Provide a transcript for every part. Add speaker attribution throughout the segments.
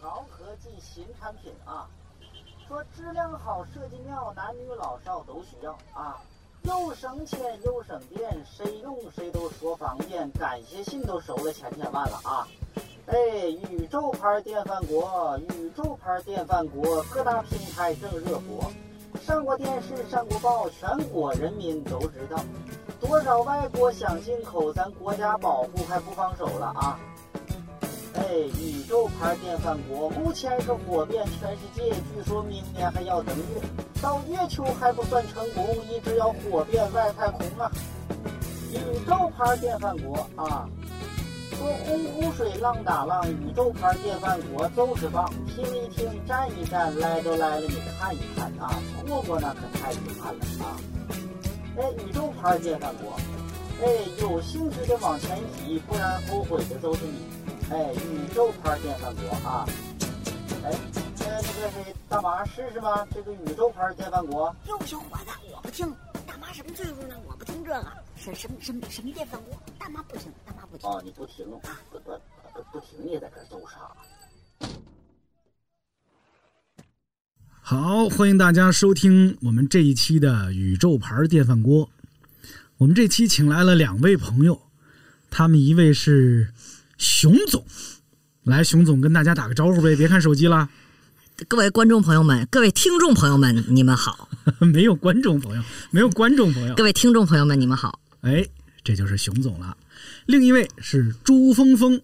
Speaker 1: 啊科技新产品啊，说质量好、设计妙，男女老少都需要啊，又省钱又省电，谁用谁都说方便，感谢信都收了千千万了啊！哎，宇宙牌电饭锅，宇宙牌电饭锅，各大平台正热播，上过电视，上过报，全国人民都知道。多少外国想进口，咱国家保护还不放手了啊！哎，宇宙牌电饭锅目前是火遍全世界，据说明年还要登月，到月球还不算成功，一直要火遍外太空啊！宇宙牌电饭锅啊，说洪湖水浪打浪，宇宙牌电饭锅就是棒，听一听，站一站，来都来了，你看一看啊，错过那可太遗憾了啊！哎，宇宙牌电饭锅，哎，有兴趣的往前挤，不然后悔的都是你。哎，宇宙牌电饭锅啊，哎，那那个谁，大麻试试吗？这个宇宙牌电饭锅，
Speaker 2: 哟，小伙子，我不听，大妈什么岁数了，我不听这个，什什么什么什么电饭锅，大妈不听，大妈不听。
Speaker 1: 哦，你不停，不不不不停，你也在这儿揍啥？
Speaker 3: 好，欢迎大家收听我们这一期的宇宙牌电饭锅。我们这期请来了两位朋友，他们一位是熊总，来，熊总跟大家打个招呼呗，别看手机啦，
Speaker 4: 各位观众朋友们，各位听众朋友们，你们好；
Speaker 3: 没有观众朋友，没有观众朋友
Speaker 4: 各，位听众朋友们，你们好。
Speaker 3: 哎，这就是熊总了。另一位是朱峰峰，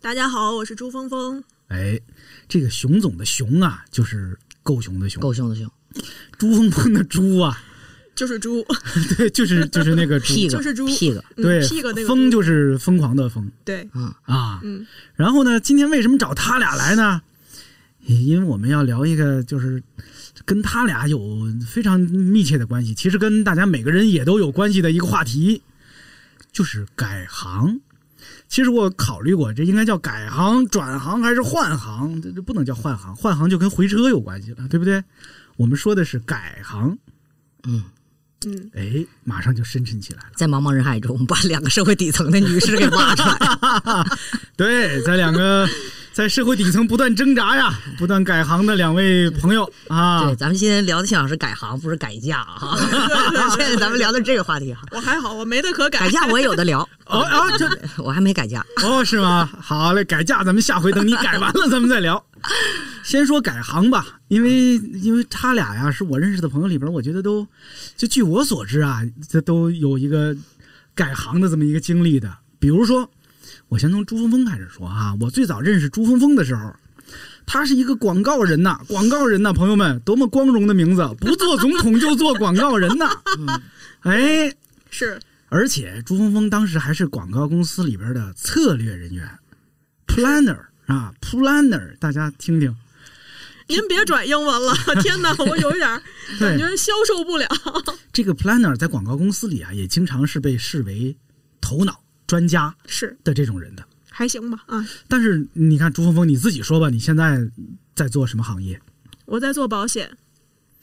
Speaker 5: 大家好，我是朱峰峰。
Speaker 3: 哎，这个熊总的熊啊，就是够熊的熊，
Speaker 4: 够凶的凶，
Speaker 3: 朱峰峰的朱啊，
Speaker 5: 就是猪，
Speaker 3: 对，就是就是那个
Speaker 4: 屁
Speaker 3: 猪，
Speaker 4: 个
Speaker 5: 就是猪
Speaker 4: 屁个，
Speaker 5: 嗯
Speaker 3: 对
Speaker 5: 屁股那个，
Speaker 3: 疯就是疯狂的疯。
Speaker 5: 对，
Speaker 3: 啊，
Speaker 5: 嗯
Speaker 3: 然后呢，今天为什么找他俩来呢？因为我们要聊一个，就是跟他俩有非常密切的关系，其实跟大家每个人也都有关系的一个话题，就是改行。其实我考虑过，这应该叫改行、转行还是换行？这这不能叫换行，换行就跟回车有关系了，对不对？我们说的是改行，
Speaker 4: 嗯，
Speaker 5: 嗯，
Speaker 3: 哎，马上就深沉起来了。
Speaker 4: 在茫茫人海中把两个社会底层的女士给挖出 来，
Speaker 3: 对，在两个在社会底层不断挣扎呀、不断改行的两位朋友啊，
Speaker 4: 对，咱们今天聊的想是改行，不是改嫁 啊。现在咱们聊的这个话题啊，
Speaker 5: 我还好，我没得可改
Speaker 4: 改。嫁我也有的 聊，
Speaker 3: 哦啊，这
Speaker 4: 我还没改嫁。
Speaker 3: 哦是吗？好嘞，改嫁咱们下回等你改完了咱们再聊。先说改行吧，因为因为他俩呀是我认识的朋友里边，我觉得都就据我所知啊，这都有一个改行的这么一个经历的。比如说，我先从朱峰峰开始说啊，我最早认识朱峰峰的时候。他是一个广告人呐，广告人呐，朋友们，多么光荣的名字！不做总统就做广告人呐，哎，
Speaker 5: 是，
Speaker 3: 而且朱峰峰当时还是广告公司里边的策略人员，planner 啊，planner，大家听听，
Speaker 5: 您别转英文了，天哪，我有一点儿感
Speaker 3: 对，
Speaker 5: 觉消受不了。
Speaker 3: 这个 planner 在广告公司里啊，也经常是被视为头脑专家
Speaker 5: 是，
Speaker 3: 的这种人的。
Speaker 5: 还行吧啊。
Speaker 3: 但是你看朱峰峰，你自己说吧，你现在在做什么行业？
Speaker 5: 我在做保险，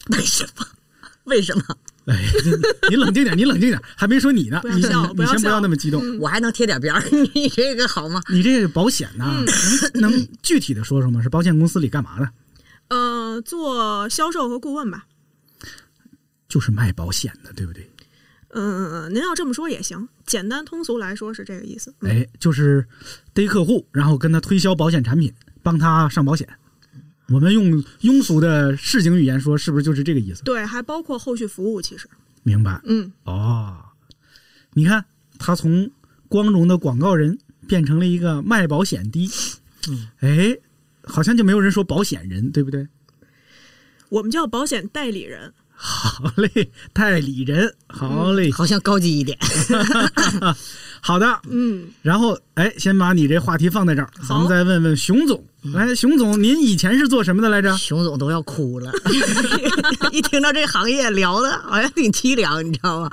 Speaker 4: 为什么？为什么？
Speaker 3: 哎，你冷静点，你冷静点，还没说你呢，
Speaker 5: 不要
Speaker 3: 你
Speaker 5: 笑嗯
Speaker 3: 你
Speaker 5: 不要
Speaker 3: 先不要
Speaker 5: 笑
Speaker 3: 那么激动。
Speaker 4: 我还能贴点边儿， 你这个好吗？
Speaker 3: 你这个保险呢、
Speaker 5: 嗯
Speaker 3: 能能具体的说说吗？是保险公司里干嘛的？
Speaker 5: 呃，做销售和顾问吧。
Speaker 3: 就是卖保险的，对不对？
Speaker 5: 嗯、您要这么说也行，简单通俗来说是这个意思。嗯，
Speaker 3: 哎，就是逮客户，然后跟他推销保险产品，帮他上保险。我们用庸俗的市井语言说，是不是就是这个意思？
Speaker 5: 对，还包括后续服务，其实，
Speaker 3: 明白？
Speaker 5: 嗯，
Speaker 3: 哦，你看他从光荣的广告人变成了一个卖保险的，
Speaker 5: 嗯
Speaker 3: 哎，好像就没有人说保险人，对不 对？
Speaker 5: 我们叫保险代理人。
Speaker 3: 好嘞，代理人，好嘞，
Speaker 4: 好像高级一 点。
Speaker 3: 好的。
Speaker 5: 嗯，
Speaker 3: 然后，哎，先把你这话题放在这儿，咱们
Speaker 5: 好嗯
Speaker 3: 再问问熊总。来，熊总，您以前是做什么的来着？
Speaker 4: 熊总都要哭了， 一听到这行业聊的，好像挺凄凉，你知道吗？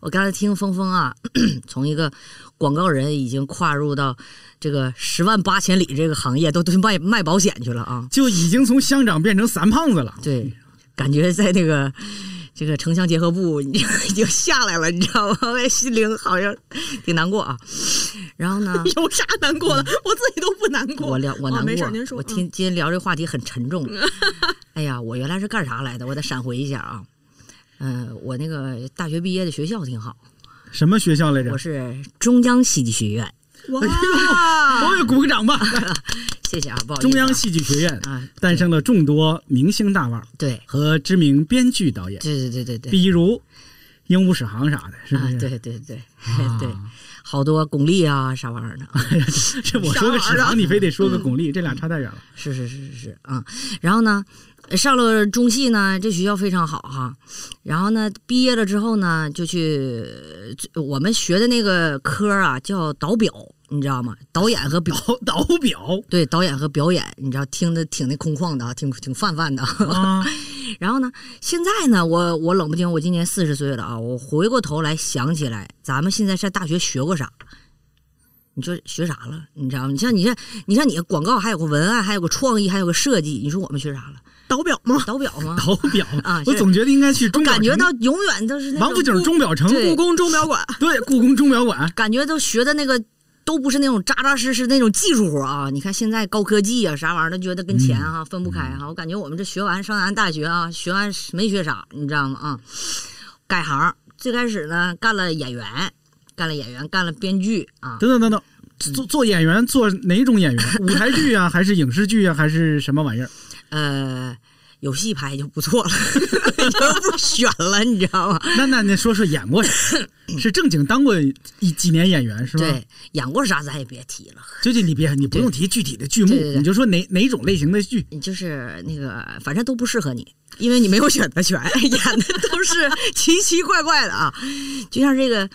Speaker 4: 我刚才听峰峰啊， 从一个广告人已经跨入到这个十万八千里这个行业，都都卖卖保险去了啊！
Speaker 3: 就已经从乡长变成三胖子了。
Speaker 4: 对，感觉在那个这个 城乡结合部已经下来了，你知道吗？我也心灵好像挺难过啊。然后呢，
Speaker 5: 有啥难过的？我自己都不难过。
Speaker 4: 我聊我难过，
Speaker 5: 哦没事，您说。
Speaker 4: 我
Speaker 5: 嗯
Speaker 4: 听今天聊这话题很 沉重。哎呀，我原来是干啥来的？我得闪回一下啊。嗯、我那个大学毕业的学校挺好，
Speaker 3: 什么学校来着
Speaker 4: 我？是中央戏剧学院。
Speaker 5: 哇，
Speaker 4: 啊
Speaker 3: 哎我也鼓 个掌吧！
Speaker 4: 谢谢啊，不好意思啊、
Speaker 3: 中央戏剧学院
Speaker 4: 啊，
Speaker 3: 诞生了众多明星大腕儿
Speaker 4: 对
Speaker 3: 和知名编剧导演，
Speaker 4: 对对对对对
Speaker 3: 比如《鹦鹉史航》啥的，是不
Speaker 4: 啊
Speaker 3: 是？，
Speaker 4: 对对 对、
Speaker 3: 啊
Speaker 4: 对，好多巩俐啊啥玩意儿的啊。
Speaker 3: 这我说个
Speaker 4: 啊
Speaker 3: 史航，你非得说个
Speaker 4: 嗯
Speaker 3: 巩俐，这俩差太远了。
Speaker 4: 是是是是是啊、然后呢，呃上了中戏呢，这学校非常好哈。然后呢，毕业了之后呢，就去呃我们学的那个科儿啊，叫导表，你知道吗？ 导演和表，
Speaker 3: 导导表
Speaker 4: 对，导演和表演，你知道，听的挺那空旷的啊，挺挺泛泛的。
Speaker 3: 啊，
Speaker 4: 然后呢，现在呢，我我冷不丁，我今年四十岁了啊，我回过头来想起来，咱们现在上大学学过啥？你说学啥了？你知道吗？你像你像你像你广告还有个文案，还有个创意，还有个设计，你说我们学啥了？
Speaker 5: 导表
Speaker 3: 啊
Speaker 5: 吗？
Speaker 4: 导表吗？
Speaker 3: 导表
Speaker 4: 啊是
Speaker 3: 我总觉得应该去
Speaker 4: 我
Speaker 3: 钟表
Speaker 4: 感
Speaker 3: 城
Speaker 4: 觉到永远都是那
Speaker 3: 王府井
Speaker 4: 种
Speaker 3: 钟表城，
Speaker 4: 对
Speaker 5: 故宫钟表馆，
Speaker 3: 对，故宫钟 表馆，
Speaker 4: 感觉都学的那个都不是那种扎扎实实那种技术活啊。你看现在高科技啊啥玩意儿的，觉得跟钱
Speaker 3: 嗯
Speaker 4: 啊分不开啊。我感觉我们这学完上完大学啊，学完没学啥，你知道吗？啊，改行最开始呢干了演员，干了演员，干了编剧啊。
Speaker 3: 等等等等。做做演员，做哪种演员？舞台剧啊，还是影视剧啊，还是什么玩意儿？
Speaker 4: 呃，有戏拍就不错了， 就不选了，你知道吗？
Speaker 3: 那那你说说演过啥？ 是正经当过一几年演员是吧？
Speaker 4: 对，演过啥咱也别提了。
Speaker 3: 最近你别，你不用提具体的剧目
Speaker 4: 对对，对
Speaker 3: 你就说哪哪种类型的剧。
Speaker 4: 你就是那个，反正都不适合你，因为你没有选择权，演的都是奇奇怪怪的啊。就像这个，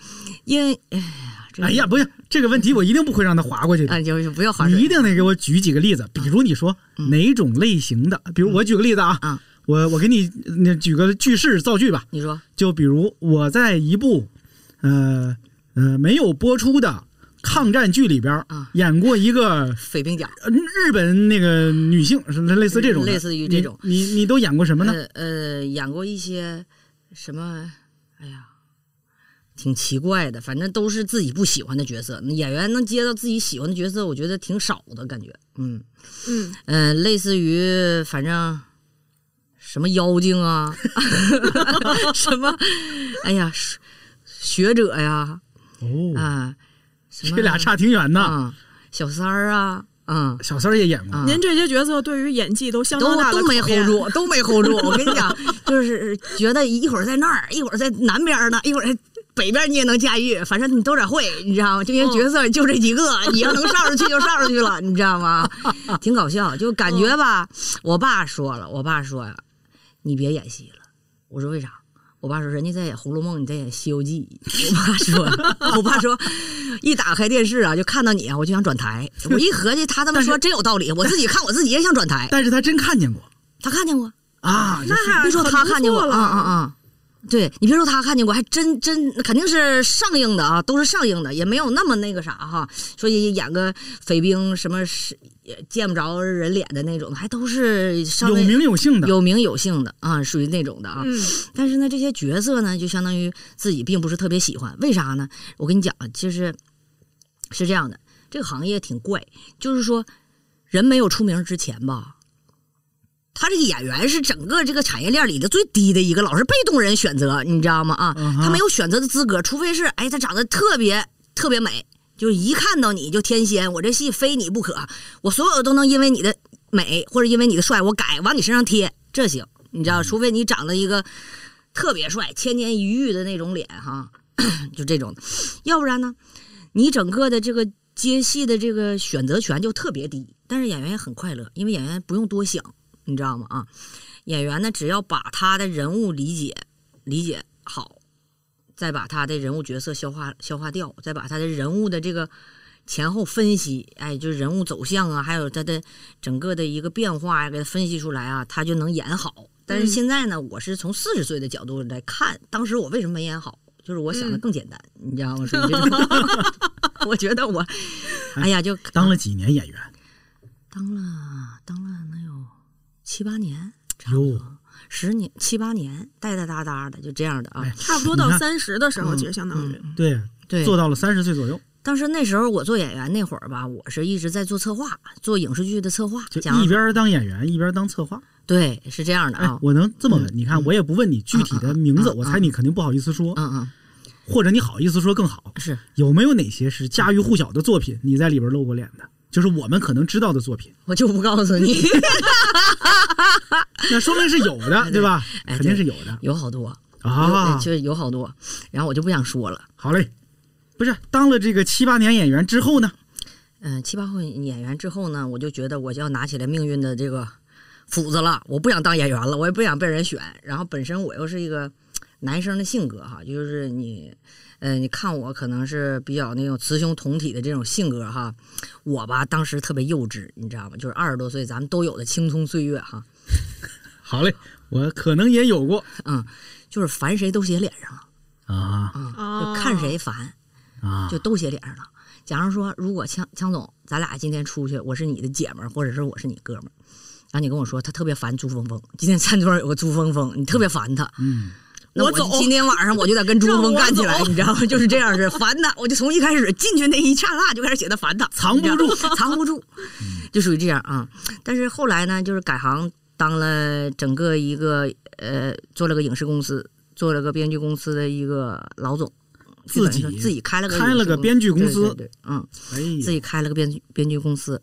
Speaker 4: 因为哎呀，这个、
Speaker 3: 哎呀，，不是这个问题，我一定不会让他划过去的。
Speaker 4: 啊，就是不要划
Speaker 3: 你
Speaker 4: 水嗯
Speaker 3: 一定得给我举几个例子，比如你说哪种类型的，比如我举个例子啊，
Speaker 4: 啊。
Speaker 3: 我我给你那举个句式造句吧，
Speaker 4: 你说
Speaker 3: 就比如我在一部，呃呃没有播出的抗战剧里边儿
Speaker 4: 啊
Speaker 3: 演过一个
Speaker 4: 匪兵甲
Speaker 3: 呃日本那个女性，是类似这种的，
Speaker 4: 类似于这种
Speaker 3: 你你你都演过什么呢？
Speaker 4: 呃呃，演过一些什么？哎呀，挺奇怪的，反正都是自己不喜欢的角色。那演员能接到自己喜欢的角色，我觉得挺少的感觉。嗯
Speaker 5: 嗯，
Speaker 4: 嗯、呃类似于反正什么妖精啊， 什么，哎呀，学学者呀，
Speaker 3: 哦，
Speaker 4: 啊，什么
Speaker 3: 这俩差挺远的。
Speaker 4: 啊，小三儿啊，啊。
Speaker 3: 小三儿也演过，
Speaker 4: 啊
Speaker 5: 您这些角色对于演技都相
Speaker 4: 都
Speaker 5: 当大的
Speaker 4: 都没
Speaker 5: 考验
Speaker 4: hold 住，都 没 hold 住。我跟你讲，就是觉得一会儿在那儿，一会儿在南边呢，一会儿在北边，你也能驾驭，反正你都得会，你知道吗？这
Speaker 5: 嗯
Speaker 4: 些角色就这几个，你要能上上去就上上去了，你知道吗？ 挺搞笑，就感觉吧。我爸说了，我爸说呀，你别演戏了。我说为啥？我爸说人家在演《红楼梦》，你在演《西游记》。我爸说， 我爸说，一打开电视啊，就看到你啊，我就想转台。我一合计，他这么说真有道理，我自己看我自己也想转台。
Speaker 3: 但是他真看见过
Speaker 4: 他看见过，
Speaker 3: 啊，就
Speaker 5: 那
Speaker 4: 别说他看见过，
Speaker 5: 了
Speaker 4: 啊啊啊！对你别说他看见过，还真真肯定是上映的啊，都是上映的，也没有那么那个啥哈。说也演个匪兵什么是也见不着人脸的那种，还都是上
Speaker 3: 有
Speaker 4: 位
Speaker 3: 名有姓的。
Speaker 4: 有名有姓的啊，属于那种的啊。
Speaker 5: 嗯，
Speaker 4: 但是呢，这些角色呢，就相当于自己并不是特别喜欢。为啥呢？我跟你讲，啊就是是这样的，这个行业挺怪，就是说人没有出名之前吧。他这个演员是整个这个产业链里的最低的一个，老是被动人选择，你知道吗？啊，
Speaker 3: 嗯哼
Speaker 4: 他没有选择的资格，除非是哎，他长得特别特别美，就是一看到你就天仙，我这戏非你不可，我所有都能因为你的美或者因为你的帅，我改往你身上贴，这行，你
Speaker 3: 嗯
Speaker 4: 知道？除非你长得一个特别帅、千年一遇的那种脸哈， 就这种，要不然呢，你整个的这个接戏的这个选择权就特别低。但是演员也很快乐，因为演员不用多想，你知道吗？啊，演员呢，只要把他的人物理解理解好，再把他的人物角色消化消化掉，再把他的人物的这个前后分析，哎，就是人物走向啊，还有他的整个的一个变化呀，给他分析出来啊，他就能演好。但是现在呢，我是从四十岁的角度来看，当时我为什么没演好， 就是我
Speaker 3: 嗯
Speaker 4: 想的更简单，你知道吗？属于这种 我觉得我，哎呀，就
Speaker 3: 当了几年演员？
Speaker 4: 啊当了当了能有七八年，
Speaker 3: 哟，
Speaker 4: 十年七八年，呆呆哒哒的，就这样的啊。
Speaker 3: 哎
Speaker 5: 差不多到
Speaker 3: 你看
Speaker 5: 三十的时候，其实相当于
Speaker 4: 嗯
Speaker 3: 对，
Speaker 4: 对，
Speaker 3: 做到了三十岁左右。
Speaker 4: 当时那时候我做演员那会儿吧，我是一直在做策划，做影视剧的策划，
Speaker 3: 就
Speaker 4: 讲
Speaker 3: 一边当演员一边当策划。
Speaker 4: 对是这样的
Speaker 3: 哎
Speaker 4: 啊，，
Speaker 3: 我能这么问
Speaker 4: 嗯？
Speaker 3: 你看，我也不问你具体的名字，
Speaker 4: 嗯嗯嗯
Speaker 3: 我猜你肯定不好意思说，
Speaker 4: 嗯嗯
Speaker 3: 或者你好意思说更好。
Speaker 4: 是
Speaker 3: 有没有哪些是家喻户晓的作品，你在里边露过脸的？就是我们可能知道的作品，
Speaker 4: 我就不告诉 你，
Speaker 3: 那说明是有的，对吧？
Speaker 4: 哎
Speaker 3: 肯定是有的
Speaker 4: 有好多
Speaker 3: 啊
Speaker 4: 有。就是有好多，然后我就不想说了。
Speaker 3: 好嘞，不是当了这个七八年演员之后呢？
Speaker 4: 嗯，七八号演员之后呢，我就觉得我就要拿起来命运的这个斧子了，我不想当演员了，我也不想被人选。然后本身我又是一个男生的性格哈，就是你，呃，你看我可能是比较那种雌雄同体的这种性格哈，我吧当时特别幼稚，你知道吗？就是二十多岁咱们都有的青葱岁月哈，
Speaker 3: 好嘞，我可能也有过
Speaker 4: 嗯，就是烦谁都写脸上了
Speaker 3: 啊
Speaker 4: 啊、
Speaker 5: 哦
Speaker 4: 就看谁烦
Speaker 3: 啊
Speaker 4: 就都写脸上了。假如说，如果强强总，咱俩今天出去，我是你的姐们儿，或者是我是你哥们儿，然后你跟我说他特别烦朱峰峰，今天餐桌有个朱峰峰，你特别烦他，
Speaker 3: 嗯，
Speaker 4: 那
Speaker 5: 我走
Speaker 4: 今天晚上我就得跟朱峰峰干起来
Speaker 5: 让我，
Speaker 4: 你知道吗？就是这样式，烦他，我就从一开始进去那一刹那就开始写他烦他，
Speaker 3: 藏不住，
Speaker 4: 藏不住，
Speaker 3: 嗯
Speaker 4: 就属于这样啊。但是后来呢，就是改行当了整个一个呃，做了个影视公司，做了个编剧公司的一个老总，
Speaker 3: 自己
Speaker 4: 基本上自己开了个
Speaker 3: 开了个编剧
Speaker 4: 影视
Speaker 3: 公司
Speaker 4: 对对对嗯。
Speaker 3: 哎
Speaker 4: 自
Speaker 3: 呀，
Speaker 4: 己开了个编剧编剧公司，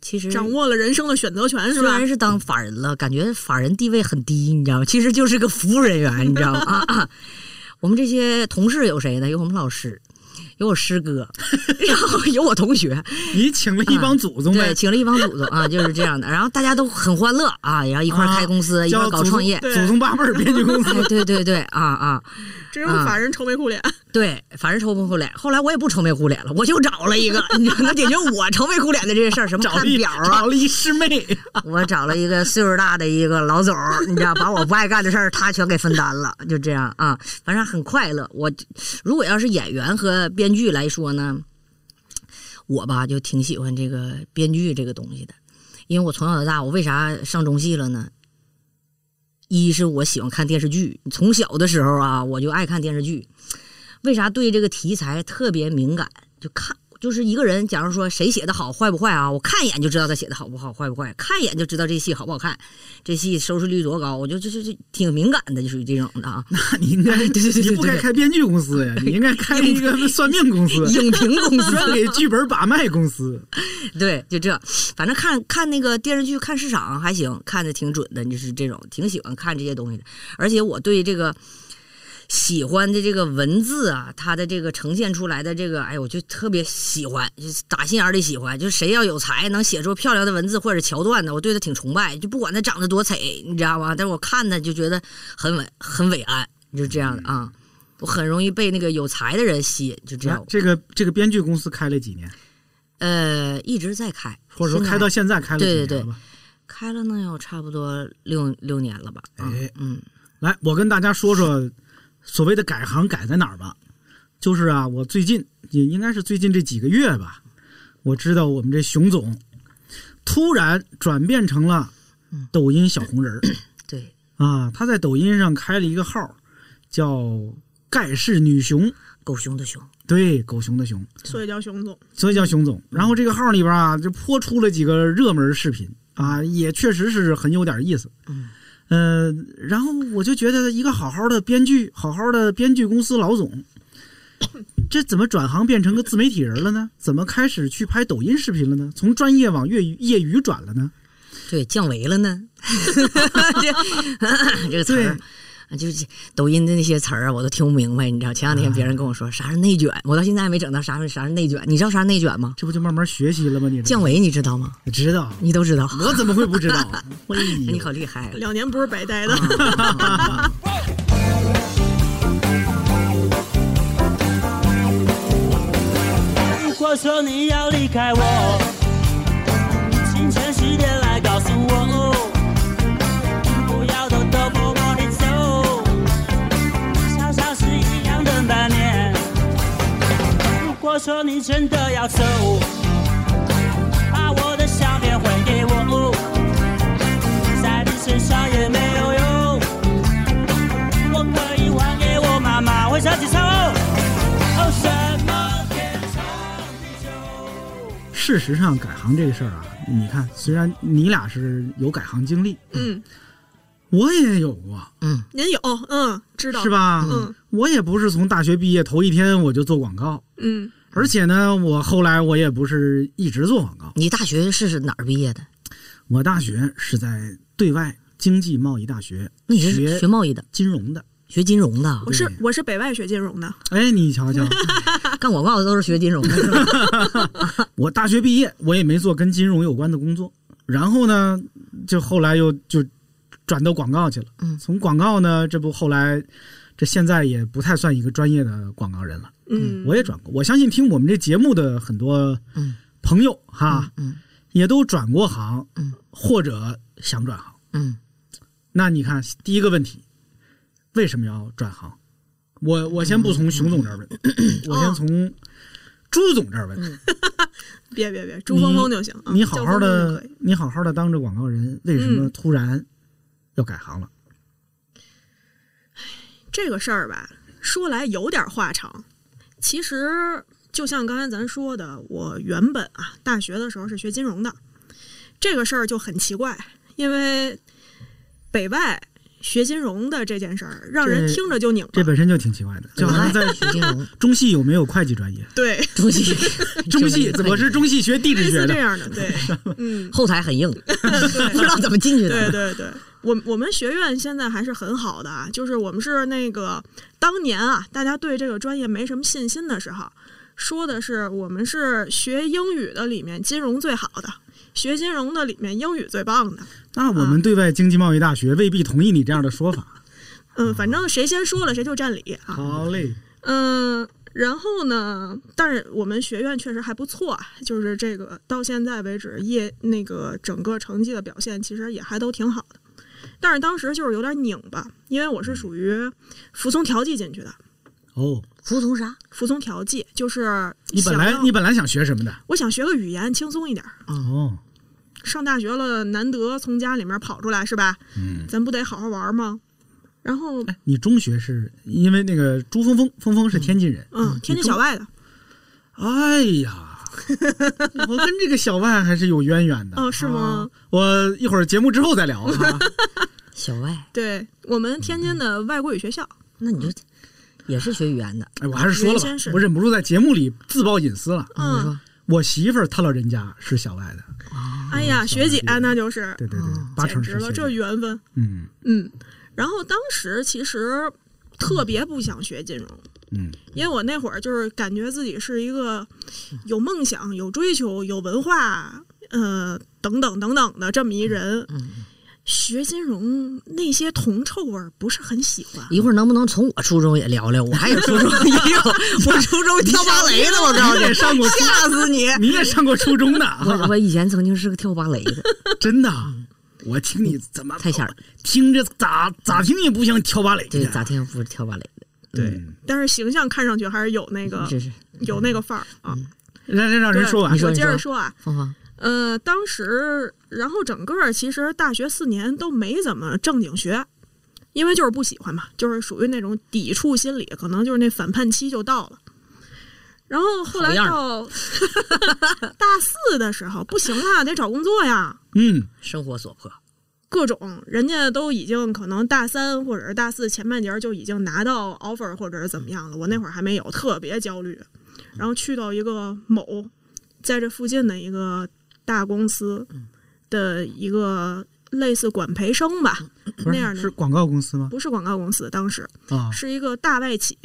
Speaker 4: 其实
Speaker 5: 掌握了人生的选择权是
Speaker 4: 虽
Speaker 5: 吧？
Speaker 4: 然是当法人了，感觉法人地位很低，你知道吗？其实就是个服务人员，你知道吗？啊啊！我们这些同事有谁呢？有我们老师，有我师哥，然后有我同 学，
Speaker 3: 你请了一帮祖宗
Speaker 4: 对，
Speaker 3: 呗，
Speaker 4: 请了一帮祖宗啊，就是这样的。然后大家都很欢乐啊，然后一块儿
Speaker 3: 啊
Speaker 4: 开公司， 一块
Speaker 3: 叫
Speaker 4: 儿搞
Speaker 3: 祖宗
Speaker 4: 创业。
Speaker 5: 对
Speaker 3: 祖宗八辈儿编剧公司
Speaker 4: 哎，对对对，啊啊，
Speaker 5: 只有法人愁眉苦脸。
Speaker 4: 嗯对，反正愁眉苦脸。后来我也不愁眉苦脸了，我就找了一个 你知道能解决我愁眉苦脸的这些事儿，什么
Speaker 3: 找
Speaker 4: 看
Speaker 3: 了一
Speaker 4: 表啊，
Speaker 3: 找了一师 妹，
Speaker 4: 我找了一个岁数大的一个老总儿， 你知道，把我不爱干的事儿他全给分担了，就这样啊，反正很快乐。我如果要是演员和编剧来说呢，我吧就挺喜欢这个编剧这个东西的，因为我从小到大，我为啥上中戏了呢？一是我喜欢看电视剧，从小的时候啊，我就爱看电视剧。为啥对这个题材特别敏感？就看，就是一个人，假如说谁写的好坏不坏啊，我看一眼就知道他写的好不好坏不坏，看一眼就知道这戏好不好看，这戏收视率多高，我就就就就挺敏感的，就属于这种的啊。
Speaker 3: 那你应 该
Speaker 4: 对对对对哎
Speaker 3: 你不该
Speaker 4: 对
Speaker 3: 开编剧公司呀，你应该开一个算命公司，
Speaker 4: 影评公司，
Speaker 3: 专给剧本把脉公司。
Speaker 4: 对，就这，反正看看那个电视剧，看市场还行，看的挺准的，就是这种挺喜欢看这些东西的。而且我对这个喜欢的这个文字啊，它的这个呈现出来的这个，哎呦，我就特别喜欢，就是打心眼儿里喜欢。就是谁要有才，能写出漂亮的文字或者桥段的，我对他挺崇拜。就不管他长得多丑，你知道吗？但是我看他就觉得很伟很伟岸，就这样
Speaker 3: 嗯
Speaker 4: 的啊。我很容易被那个有才的人吸引，就这样
Speaker 3: 啊。这个这个编剧公司开了几年，
Speaker 4: 呃，一直在开，
Speaker 3: 或者说
Speaker 4: 现在
Speaker 3: 开到现在开了几年了吧？
Speaker 4: 对对对开了能有差不多六六年了吧？啊
Speaker 3: 哎
Speaker 4: 嗯，
Speaker 3: 来，我跟大家说说所谓的改行改在哪儿吧。就是啊，我最近也应该是最近这几个月吧，我知道我们这熊总突然转变成了抖音小红人儿、
Speaker 4: 对，
Speaker 3: 啊，他在抖音上开了一个号儿，叫“盖世女熊
Speaker 4: 狗熊的熊，”，
Speaker 3: 对，狗熊的熊。
Speaker 5: 所以叫熊总，
Speaker 3: 所以叫熊总。然后这个号里边啊，就播出了几个热门视频啊，也确实是很有点意思。
Speaker 4: 嗯，
Speaker 3: 呃，然后我就觉得一个好好的编剧，好好的编剧公司老总，这怎么转行变成个自媒体人了呢？怎么开始去拍抖音视频了呢？从专业往业余业余转了呢？
Speaker 4: 对，降维了呢。 这这个词
Speaker 3: 哎
Speaker 4: 儿。啊就是抖音的那些词儿啊，我都听不明白，你知道？前两
Speaker 3: 啊
Speaker 4: 天别人跟我说啥是内卷，我到现在还没整到啥是啥是内卷。你知道啥是内卷吗？
Speaker 3: 这不就慢慢学习了吗？你这
Speaker 4: 降维你知道吗？
Speaker 3: 知道，
Speaker 4: 你都知道，
Speaker 3: 我怎么会不知道？哎呦
Speaker 4: 你好厉害！
Speaker 5: 两年不是白待的。
Speaker 3: 啊
Speaker 6: 如果说你要离开我，清晨十点来告诉我，不要偷偷摸摸地走，像上次一样的那年。如果说你真的要走，把我的相片还给我，在你身上也没有用，我可以还给我妈妈，我想起手。哦，什么天使？
Speaker 3: 事实上，改行这个事儿啊，你看，虽然你俩是有改行经历，
Speaker 5: 嗯，
Speaker 3: 我也有啊，
Speaker 4: 嗯，
Speaker 5: 您有，嗯，知道
Speaker 3: 是？吧？
Speaker 5: 嗯
Speaker 3: 我也不是从大学毕业头一天我就做广告，
Speaker 5: 嗯，
Speaker 3: 而且呢，我后来我也不是一直做广告，
Speaker 4: 你大学是是哪儿毕业的？
Speaker 3: 我大学是在对外经济贸易大学
Speaker 4: 那你是
Speaker 3: 学
Speaker 4: 学贸易的，
Speaker 3: 金融的。
Speaker 4: 学金融的，
Speaker 5: 我是我是北外学金融的，
Speaker 3: 哎，你瞧瞧，
Speaker 4: 干广告的都是学金融的，是吧？
Speaker 3: 我大学毕业，我也没做跟金融有关的工作，然后呢，就后来又就转到广告去了。
Speaker 4: 嗯
Speaker 3: 从广告呢，这不后来这现在也不太算一个专业的广告人了。
Speaker 5: 嗯，
Speaker 3: 我也转过，我相信听我们这节目的很多
Speaker 4: 嗯
Speaker 3: 朋友哈，
Speaker 4: 嗯
Speaker 3: 也都转过行，
Speaker 4: 嗯
Speaker 3: 或者想转行。
Speaker 4: 嗯，
Speaker 3: 那你看，第一个问题，为什么要转行？我我先不从熊总这儿问，
Speaker 4: 嗯
Speaker 3: 我先从朱总这儿问。
Speaker 5: 别别别，朱峰峰就行。啊
Speaker 3: 你好好
Speaker 5: 叫峰峰
Speaker 3: 的
Speaker 5: 就可以，
Speaker 3: 你好好的当着广告人，为什么
Speaker 5: 嗯
Speaker 3: 突然要改行了？
Speaker 5: 这个事儿吧，说来有点话长，其实就像刚才咱说的，我原本啊，大学的时候是学金融的，这个事儿就很奇怪，因为北外学金融的这件事儿，让人
Speaker 3: 这
Speaker 5: 听着就拧
Speaker 3: 这
Speaker 5: 巴。
Speaker 3: 本身就挺奇怪的，就
Speaker 4: 就
Speaker 3: 好像在
Speaker 4: 在学金融，
Speaker 3: 中戏有没有会计专业？
Speaker 5: 对，
Speaker 4: 中戏
Speaker 3: 中戏，我是中戏学地
Speaker 5: 类
Speaker 3: 质学
Speaker 5: 似这
Speaker 3: 的，
Speaker 5: 样的， 对，嗯，
Speaker 4: 后台 很硬，不知道怎么进去
Speaker 5: 对
Speaker 4: 的。
Speaker 5: 对对，我我们学院现在还是很好的啊，就是我们是那个当年啊，大家对这个专业没什么信心的时候，说的是我们是学英语的里面金融最好的，学金融的里面英语最棒的。
Speaker 3: 那我们对外经济贸易大学未必同意你这样的说法。
Speaker 5: 嗯，反正谁先说了谁就占理啊。
Speaker 3: 好嘞，
Speaker 5: 嗯，然后呢，但是我们学院确实还不错啊，就是这个到现在为止业那个整个成绩的表现其实也还都挺好的。但是当时就是有点拧巴，因为我是属于服从调剂进去的。
Speaker 3: 哦，
Speaker 4: 服从啥？
Speaker 5: 服从调剂就是
Speaker 3: 你本
Speaker 5: 想
Speaker 3: 来
Speaker 5: 要嗯
Speaker 3: 你本来想学什么的？
Speaker 5: 我想学个语言轻松一点儿。
Speaker 3: 哦，
Speaker 5: 上大学了，难得从家里面跑出来是吧？
Speaker 3: 嗯，
Speaker 5: 咱不得好好玩吗？然后
Speaker 3: 哎，你中学是因为那个朱峰峰，峰峰是天津人。
Speaker 5: 嗯，天津
Speaker 3: 中啊
Speaker 5: 小外的
Speaker 3: 哎呀，我跟这个小万还是有渊源的。
Speaker 5: 哦，是
Speaker 3: 啊
Speaker 5: 吗？
Speaker 3: 我一会儿节目之后再 聊啊。
Speaker 4: 小外，
Speaker 5: 对我们天津的外国语学
Speaker 3: 啊
Speaker 5: 校，
Speaker 4: 那你就也是学语言的。
Speaker 3: 哎，我还是说了吧
Speaker 5: 原先是，
Speaker 3: 我忍不住在节目里自曝隐私了。
Speaker 4: 你
Speaker 5: 嗯，
Speaker 4: 说
Speaker 3: 我媳妇儿她老人家是小外的，
Speaker 5: 哎呀，
Speaker 3: 嗯
Speaker 5: 学姐那就是
Speaker 3: 对对对
Speaker 4: 哦，
Speaker 3: 八
Speaker 5: 简
Speaker 3: 成
Speaker 5: 直
Speaker 3: 是
Speaker 5: 了，
Speaker 3: 学
Speaker 5: 这
Speaker 3: 姐。
Speaker 5: 缘分。
Speaker 3: 嗯
Speaker 5: 嗯，然后当时其实特别不想学金融，
Speaker 3: 嗯，
Speaker 5: 因为我那会儿就是感觉自己是一个有梦想、有追求、有文化，呃，等等等等的这么一
Speaker 3: 嗯
Speaker 5: 人。学金融那些铜臭味儿不是很喜欢。
Speaker 4: 一会儿能不能从我初中也聊聊？我还有初中也 有，我初中跳芭蕾的，我告诉
Speaker 3: 你也
Speaker 4: 你，
Speaker 3: 上过初，
Speaker 4: 吓死你！
Speaker 3: 你也上过初中的
Speaker 4: 我
Speaker 3: 啊，
Speaker 4: 我以前曾经是个跳芭蕾的，
Speaker 3: 真的。啊
Speaker 5: 嗯
Speaker 3: 我听你怎么
Speaker 4: 太吓人，
Speaker 3: 听着咋咋听也不像跳芭蕾
Speaker 4: 对，
Speaker 3: 的，嗯
Speaker 4: 咋听不是跳芭蕾的，
Speaker 5: 对，但是形象看上去还是有那个
Speaker 4: 这是
Speaker 5: 有那个范儿啊。
Speaker 3: 让嗯让让人
Speaker 5: 对
Speaker 3: 说完
Speaker 4: 你。说
Speaker 5: 我接着
Speaker 4: 你
Speaker 5: 说啊，
Speaker 4: 芳芳，
Speaker 5: 呃，当时，然后整个儿其实大学四年都没怎么正经学，因为就是不喜欢嘛，就是属于那种抵触心理，可能就是那反叛期就到了。然后后
Speaker 4: 好
Speaker 5: 来
Speaker 4: 样儿
Speaker 5: 到 大四的时候，不行啦，得找工作呀，
Speaker 3: 嗯，
Speaker 4: 生活所迫，
Speaker 5: 各种人家都已经可能大三或者是大四前半截儿就已经拿到 offer 或者是怎么样了，我那会儿还没有，特别焦虑。然后去到一个某在这附近的一个大公司的一个类似管培生吧，
Speaker 3: 嗯不
Speaker 5: 那样
Speaker 3: 是
Speaker 5: 的
Speaker 3: 是广告公司吗？
Speaker 5: 不是广告公司，当时
Speaker 3: 啊
Speaker 5: 是一个大外企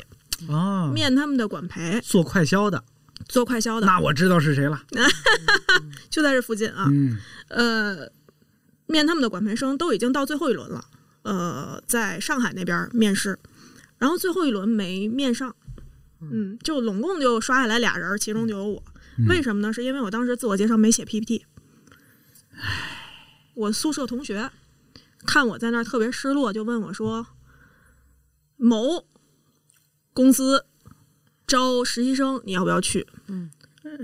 Speaker 3: 啊，
Speaker 5: 面他们的管培
Speaker 3: 做快销的，
Speaker 5: 做快销的，
Speaker 3: 那我知道是谁了。
Speaker 5: 就在这附近啊。
Speaker 3: 嗯
Speaker 5: 呃，面他们的管培生都已经到最后一轮了，呃，在上海那边面试，然后最后一轮没面上，嗯，就拢共就刷下来俩人，其中就有我。
Speaker 3: 嗯
Speaker 5: 为什么呢？是因为我当时自我介绍没写 PPT，我宿舍同学看我在那儿特别失落，就问我说：“某公司招实习生，你要不要去？”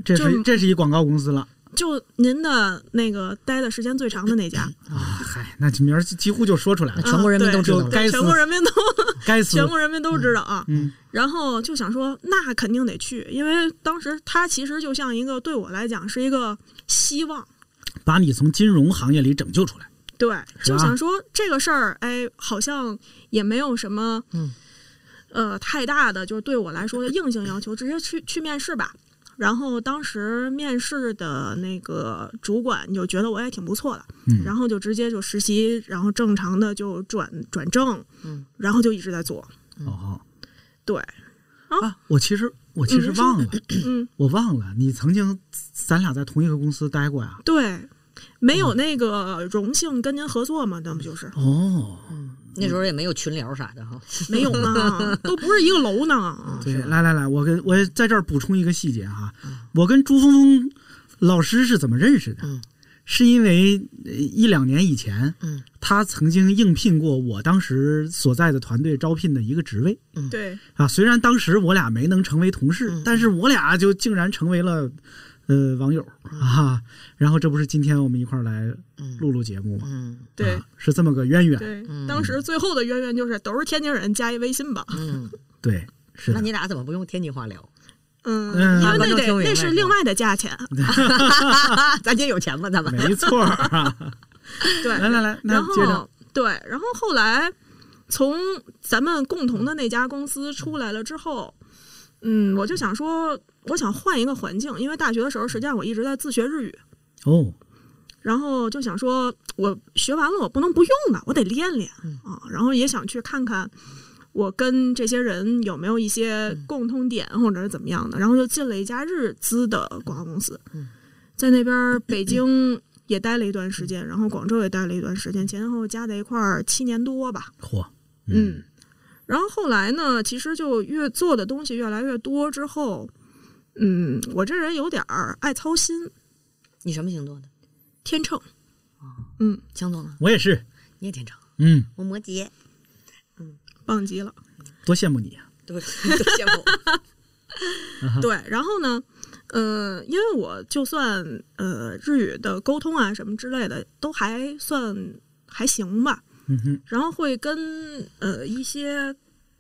Speaker 3: 这
Speaker 5: 就是是
Speaker 3: 这是一广告公司了。
Speaker 5: 就您的那个待的时间最长的那家，
Speaker 3: 啊，嗨，那这名儿几乎就说出来了，
Speaker 4: 全国人民都知道
Speaker 5: 对
Speaker 3: 该
Speaker 5: 对
Speaker 3: 死
Speaker 5: 全国人民都
Speaker 3: 该死
Speaker 5: 全！国人民都知道啊。
Speaker 3: 嗯
Speaker 5: 然后就想说，那肯定得去，因为当时他其实就像一个对我来讲是一个希望，
Speaker 3: 把你从金融行业里拯救出来，
Speaker 5: 对，
Speaker 3: 是
Speaker 5: 就
Speaker 3: 吧
Speaker 5: 想说这个事儿，哎，好像也没有什么，
Speaker 4: 嗯，
Speaker 5: 呃，太大的就是对我来说的硬性要求，直接去去面试吧。然后当时面试的那个主管就觉得我也挺不错的，
Speaker 3: 嗯
Speaker 5: 然后就直接就实习，然后正常的就转转正，
Speaker 4: 嗯，
Speaker 5: 然后就一直在做，
Speaker 3: 哦
Speaker 5: 对，
Speaker 3: 啊，我其实我其实
Speaker 5: 嗯您说
Speaker 3: 忘了，
Speaker 5: 嗯，
Speaker 3: 我忘了，你曾经咱俩在同一个公司待过呀？
Speaker 5: 对，没有那个荣幸跟您合作嘛，那不就是
Speaker 3: 哦，
Speaker 4: 那时候也没有群聊啥的哈。
Speaker 5: 没有呢，都不是一个楼呢，
Speaker 3: 对，
Speaker 4: 是吧
Speaker 3: 来来来，我跟我在这儿补充一个细节哈，我跟朱峰峰老师是怎么认识的？
Speaker 4: 嗯
Speaker 3: 是因为呃一两年以前，
Speaker 4: 嗯
Speaker 3: 他曾经应聘过我当时所在的团队招聘的一个职位
Speaker 5: 对，
Speaker 3: 啊。虽然当时我俩没能成为同事，
Speaker 4: 嗯
Speaker 3: 但是我俩就竟然成为了呃网友
Speaker 5: 嗯
Speaker 3: 啊。然后这不是今天我们一块儿来
Speaker 4: 嗯
Speaker 3: 录录节目 吗？
Speaker 4: 嗯
Speaker 5: 对。
Speaker 3: 啊是这么个渊源。
Speaker 5: 对
Speaker 4: 嗯，
Speaker 5: 当时最后的渊源就是都是天津人，加一微信吧。
Speaker 4: 嗯，
Speaker 3: 对，是
Speaker 4: 那
Speaker 3: 的。
Speaker 4: 你俩怎么不用天津话聊？
Speaker 5: 嗯，
Speaker 3: 嗯
Speaker 5: 因为那
Speaker 4: 观众
Speaker 5: 得
Speaker 4: 听明白
Speaker 5: 那是另外的价钱。
Speaker 4: 咱家有钱吗？咱们
Speaker 3: 没错儿啊！
Speaker 5: 对，
Speaker 3: 来来来，那
Speaker 5: 然
Speaker 3: 接着
Speaker 5: 后对，然后后来从咱们共同的那家公司出来了之后，嗯，我就想说，我想换一个环境，因为大学的时候，实际上我一直在自学日语，
Speaker 3: 哦，
Speaker 5: 然后就想说，我学完了，我不能不用啊，我得练练啊。然后也想去看看我跟这些人有没有一些共通点，或者是怎么样的。然后就进了一家日资的广告公司，在那边儿北京也待了一段时间，然后广州也待了一段时间，前前后后加在一块儿七年多吧。
Speaker 3: 嚯，
Speaker 5: 嗯，然后后来呢，其实就越做的东西越来越多之后，嗯，我这人有点儿爱操心，
Speaker 4: 你什么星座的？
Speaker 5: 天秤。
Speaker 4: 江总呢？
Speaker 3: 我也是，
Speaker 4: 你也天秤，
Speaker 3: 嗯，
Speaker 4: 我摩羯，
Speaker 5: 棒极了，
Speaker 3: 多羡慕你啊！
Speaker 4: 对，都羡慕。
Speaker 5: 对，然后呢，呃，因为我就算呃日语的沟通啊什么之类的都还算还行吧，
Speaker 3: 嗯哼，
Speaker 5: 然后会跟呃一些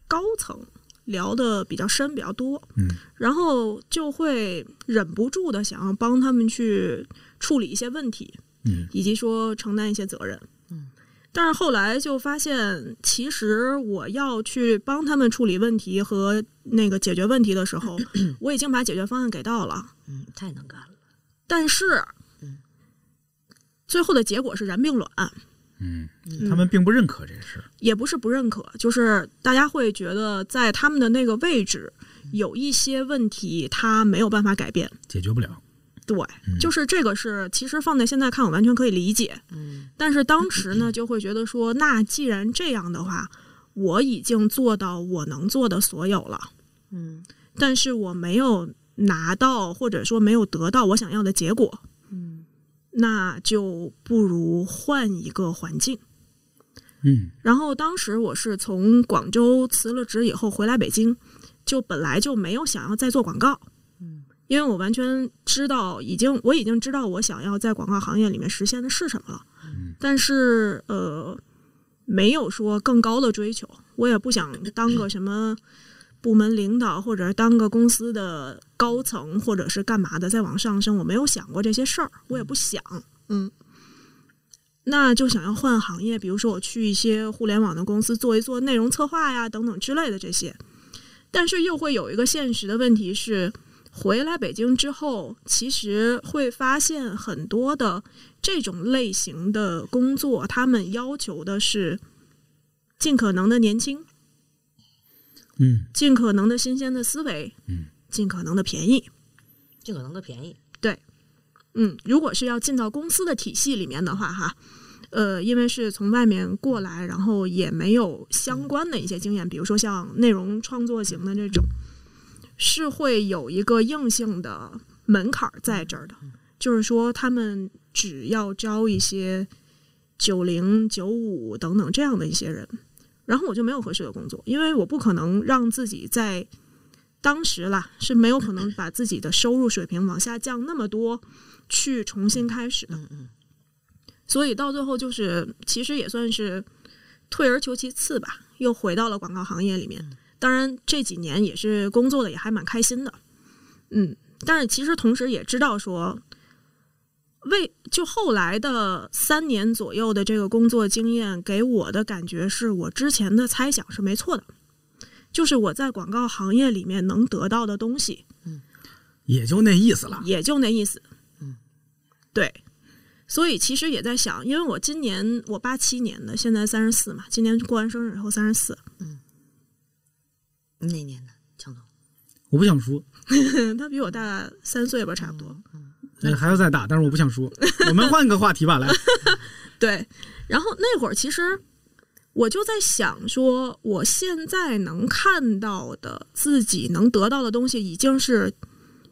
Speaker 5: 高层聊的比较深比较多，
Speaker 3: 嗯，
Speaker 5: 然后就会忍不住的想要帮他们去处理一些问题，
Speaker 3: 嗯，
Speaker 5: 以及说承担一些责任，嗯。但是后来就发现，其实我要去帮他们处理问题和那个解决问题的时候，我已经把解决方案给到了，
Speaker 4: 嗯，太能干了。
Speaker 5: 但是，
Speaker 4: 嗯
Speaker 5: 最后的结果是然并卵，
Speaker 3: 嗯，他们并不认可这个事儿。
Speaker 5: 也不是不认可，就是大家会觉得在他们的那个位置有一些问题，他没有办法改变。
Speaker 3: 解决不了。
Speaker 5: 对，就是这个是其实放在现在看，我完全可以理解。
Speaker 4: 嗯
Speaker 5: 但是当时 呢，就会觉得说，那既然这样的话，我已经做到我能做的所有了，
Speaker 4: 嗯
Speaker 5: 但是我没有拿到或者说没有得到我想要的结果，
Speaker 4: 嗯
Speaker 5: 那就不如换一个环境。
Speaker 3: 嗯
Speaker 5: 然后当时我是从广州辞了职以后回来北京，就本来就没有想要再做广告，
Speaker 4: 嗯，
Speaker 5: 因为我完全知道已经我已经知道我想要在广告行业里面实现的是什么了，
Speaker 3: 嗯
Speaker 5: 但是呃，没有说更高的追求，我也不想当个什么。部门领导，或者是当个公司的高层，或者是干嘛的，再往上升，我没有想过这些事儿，我也不想，嗯，那就想要换行业，比如说我去一些互联网的公司做一做内容策划呀等等之类的这些，但是又会有一个现实的问题是，回来北京之后，其实会发现很多的这种类型的工作，他们要求的是尽可能的年轻，
Speaker 3: 嗯
Speaker 5: 尽可能的新鲜的思维，
Speaker 3: 嗯，
Speaker 5: 尽可能的便宜。
Speaker 4: 尽可能的便宜。
Speaker 5: 嗯，如果是要进到公司的体系里面的话，哈，呃，因为是从外面过来，然后也没有相关的一些经验，比如说像内容创作型的这种，是会有一个硬性的门槛儿在这儿的，就是说他们只要招一些九零、九五等等这样的一些人，然后我就没有合适的工作，因为我不可能让自己在当时啦是没有可能把自己的收入水平往下降那么多，去重新开始的。
Speaker 4: 嗯嗯，
Speaker 5: 所以到最后就是，其实也算是退而求其次吧，又回到了广告行业里面。
Speaker 4: 嗯
Speaker 5: 当然这几年也是工作的也还蛮开心的，嗯，但是其实同时也知道说，为就后来的三年左右的这个工作经验，给我的感觉是我之前的猜想是没错的，就是我在广告行业里面能得到的东西，
Speaker 3: 也就那意思了。
Speaker 5: 也就那意思。
Speaker 4: 嗯，
Speaker 5: 对。所以其实也在想，因为我今年我八七年的，现在三十四嘛，今年过完生日以后三十四，
Speaker 4: 哪年的？强总，
Speaker 3: 我不想说，
Speaker 5: 嗯他比我大三岁吧，差不多。
Speaker 3: 呃还要再打，但是我不 想说。我们换个话题吧，来，
Speaker 5: 对，然后那会儿其实我就在想说，我现在能看到的自己能得到的东西，已经是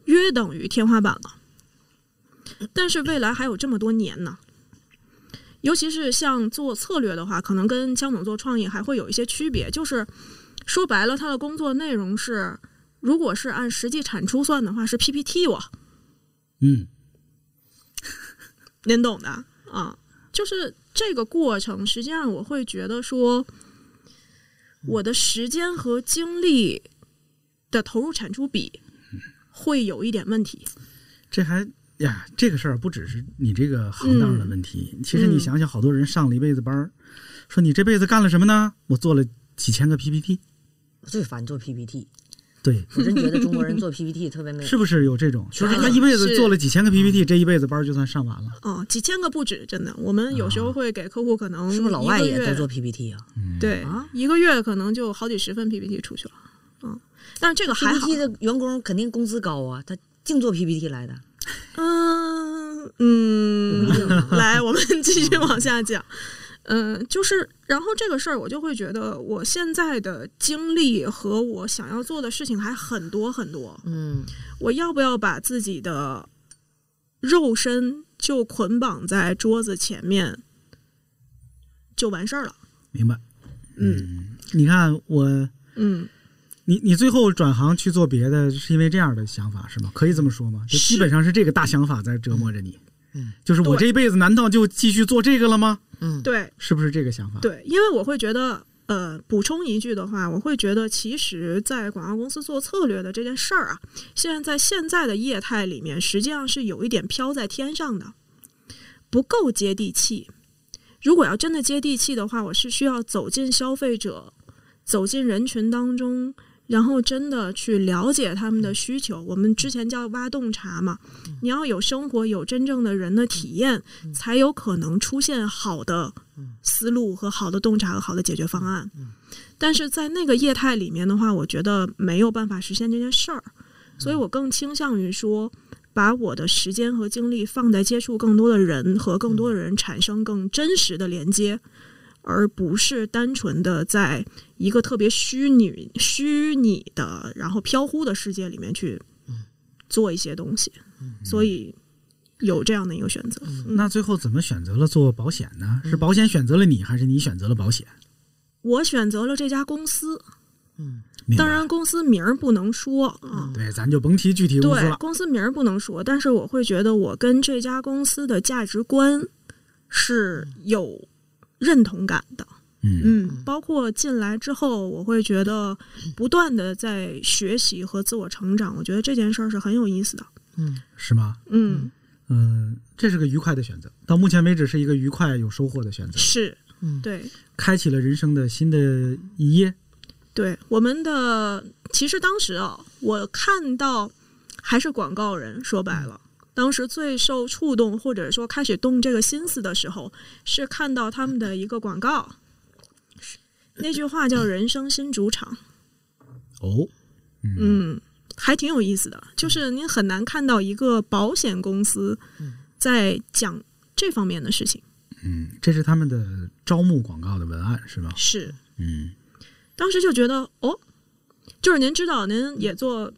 Speaker 5: 约等于天花板了。但是未来还有这么多年呢，尤其是像做策略的话，可能跟江总做创意还会有一些区别。就是说白了，他的工作内容是，如果是按实际产出算的话，是 PPT 我。
Speaker 3: 嗯，
Speaker 5: 您懂的啊，就是这个过程，实际上我会觉得说，我的时间和精力的投入产出比会有一点问题。
Speaker 3: 这还呀，这个事儿不只是你这个行当
Speaker 5: 嗯
Speaker 3: 的问题，其实你想想，好多人上了一辈子班儿，说你这辈子干了什么呢？我做了几千个 PPT，
Speaker 4: 我最烦做 PPT，
Speaker 3: 对，
Speaker 4: 我真觉得中国人做 PPT 特别那个。
Speaker 3: 是不是有这种？
Speaker 4: 是
Speaker 3: 就
Speaker 4: 啊
Speaker 3: 是他一辈子
Speaker 5: 是
Speaker 3: 做了几千个 PPT，这一辈子班儿就算上完了。
Speaker 5: 啊，几千个不止，真的。我们有时候会给客户可能
Speaker 4: 啊是不是老外
Speaker 5: 一
Speaker 4: 也
Speaker 5: 个月
Speaker 4: 都做 PPT 啊
Speaker 5: 对、
Speaker 4: 啊
Speaker 5: 一个月可能就好几十份 PPT 出去了，嗯，但是这个还好
Speaker 4: ？PPT，的员工肯定工资高啊，他净做 PPT 来的。
Speaker 5: 嗯嗯，来，我们继续往下讲。嗯，就是，然后这个事儿，我就会觉得我现在的经历和我想要做的事情还很多很多。
Speaker 4: 嗯，
Speaker 5: 我要不要把自己的肉身就捆绑在桌子前面就完事儿了？
Speaker 3: 明白。
Speaker 5: 嗯
Speaker 3: 你看我，
Speaker 5: 嗯，
Speaker 3: 你你最后转行去做别的，是因为这样的想法是吗？可以这么说吗？就是基本上是这个大想法在折磨着你。
Speaker 4: 嗯，
Speaker 3: 就是我
Speaker 5: 对
Speaker 3: 这一辈子难道就继续做这个了吗？
Speaker 4: 嗯，
Speaker 5: 对
Speaker 3: 是不是这个想法？，
Speaker 5: 对，因为我会觉得，呃，补充一句的话，我会觉得，其实，在广告公司做策略的这件事儿啊，现在在现在的业态里面，实际上是有一点飘在天上的，不够接地气。如果要真的接地气的话，我是需要走进消费者，走进人群当中，然后真的去了解他们的需求。我们之前叫挖洞察嘛，你要有生活，有真正的人的体验，才有可能出现好的思路和好的洞察和好的解决方案。但是在那个业态里面的话，我觉得没有办法实现这件事儿，所以我更倾向于说，把我的时间和精力放在接触更多的人和更多的人产生更真实的连接，而不是单纯的在一个特别虚拟、虚拟的然后飘忽的世界里面去做一些东西。所以有这样的一个选择。
Speaker 3: 那最后怎么选择了做保险呢？
Speaker 5: 嗯
Speaker 3: 是保险选择了你，还是你选择了保险？
Speaker 5: 我选择了这家公司，
Speaker 3: 明白
Speaker 5: 当，然公司名儿不能说啊，
Speaker 3: 嗯对，咱就甭提具体公司
Speaker 5: 对，
Speaker 3: 了。
Speaker 5: 公司名儿不能说，但是我会觉得我跟这家公司的价值观是有认同感的。
Speaker 3: 嗯，
Speaker 5: 嗯，包括进来之后，我会觉得不断的在学习和自我成长，我觉得这件事儿是很有意思的。
Speaker 3: 是吗？
Speaker 5: 嗯，
Speaker 3: 嗯，这是个愉快的选择，到目前为止是一个愉快有收获的选择，
Speaker 5: 是
Speaker 4: 嗯，
Speaker 5: 对。
Speaker 3: 开启了人生的新的一页。
Speaker 5: 对，我们的其实当时啊，我看到还是广告人，说白了。当时最受触动，或者说开始动这个心思的时候，是看到他们的一个广告，那句话叫“人生新主场
Speaker 3: 哦，”，
Speaker 5: 嗯，还挺有意思的。就是您很难看到一个保险公司在讲这方面的事情，
Speaker 3: 嗯，这是他们的招募广告的文案是吧？
Speaker 5: 是
Speaker 3: 嗯，
Speaker 5: 当时就觉得哦，就是您知道，您也做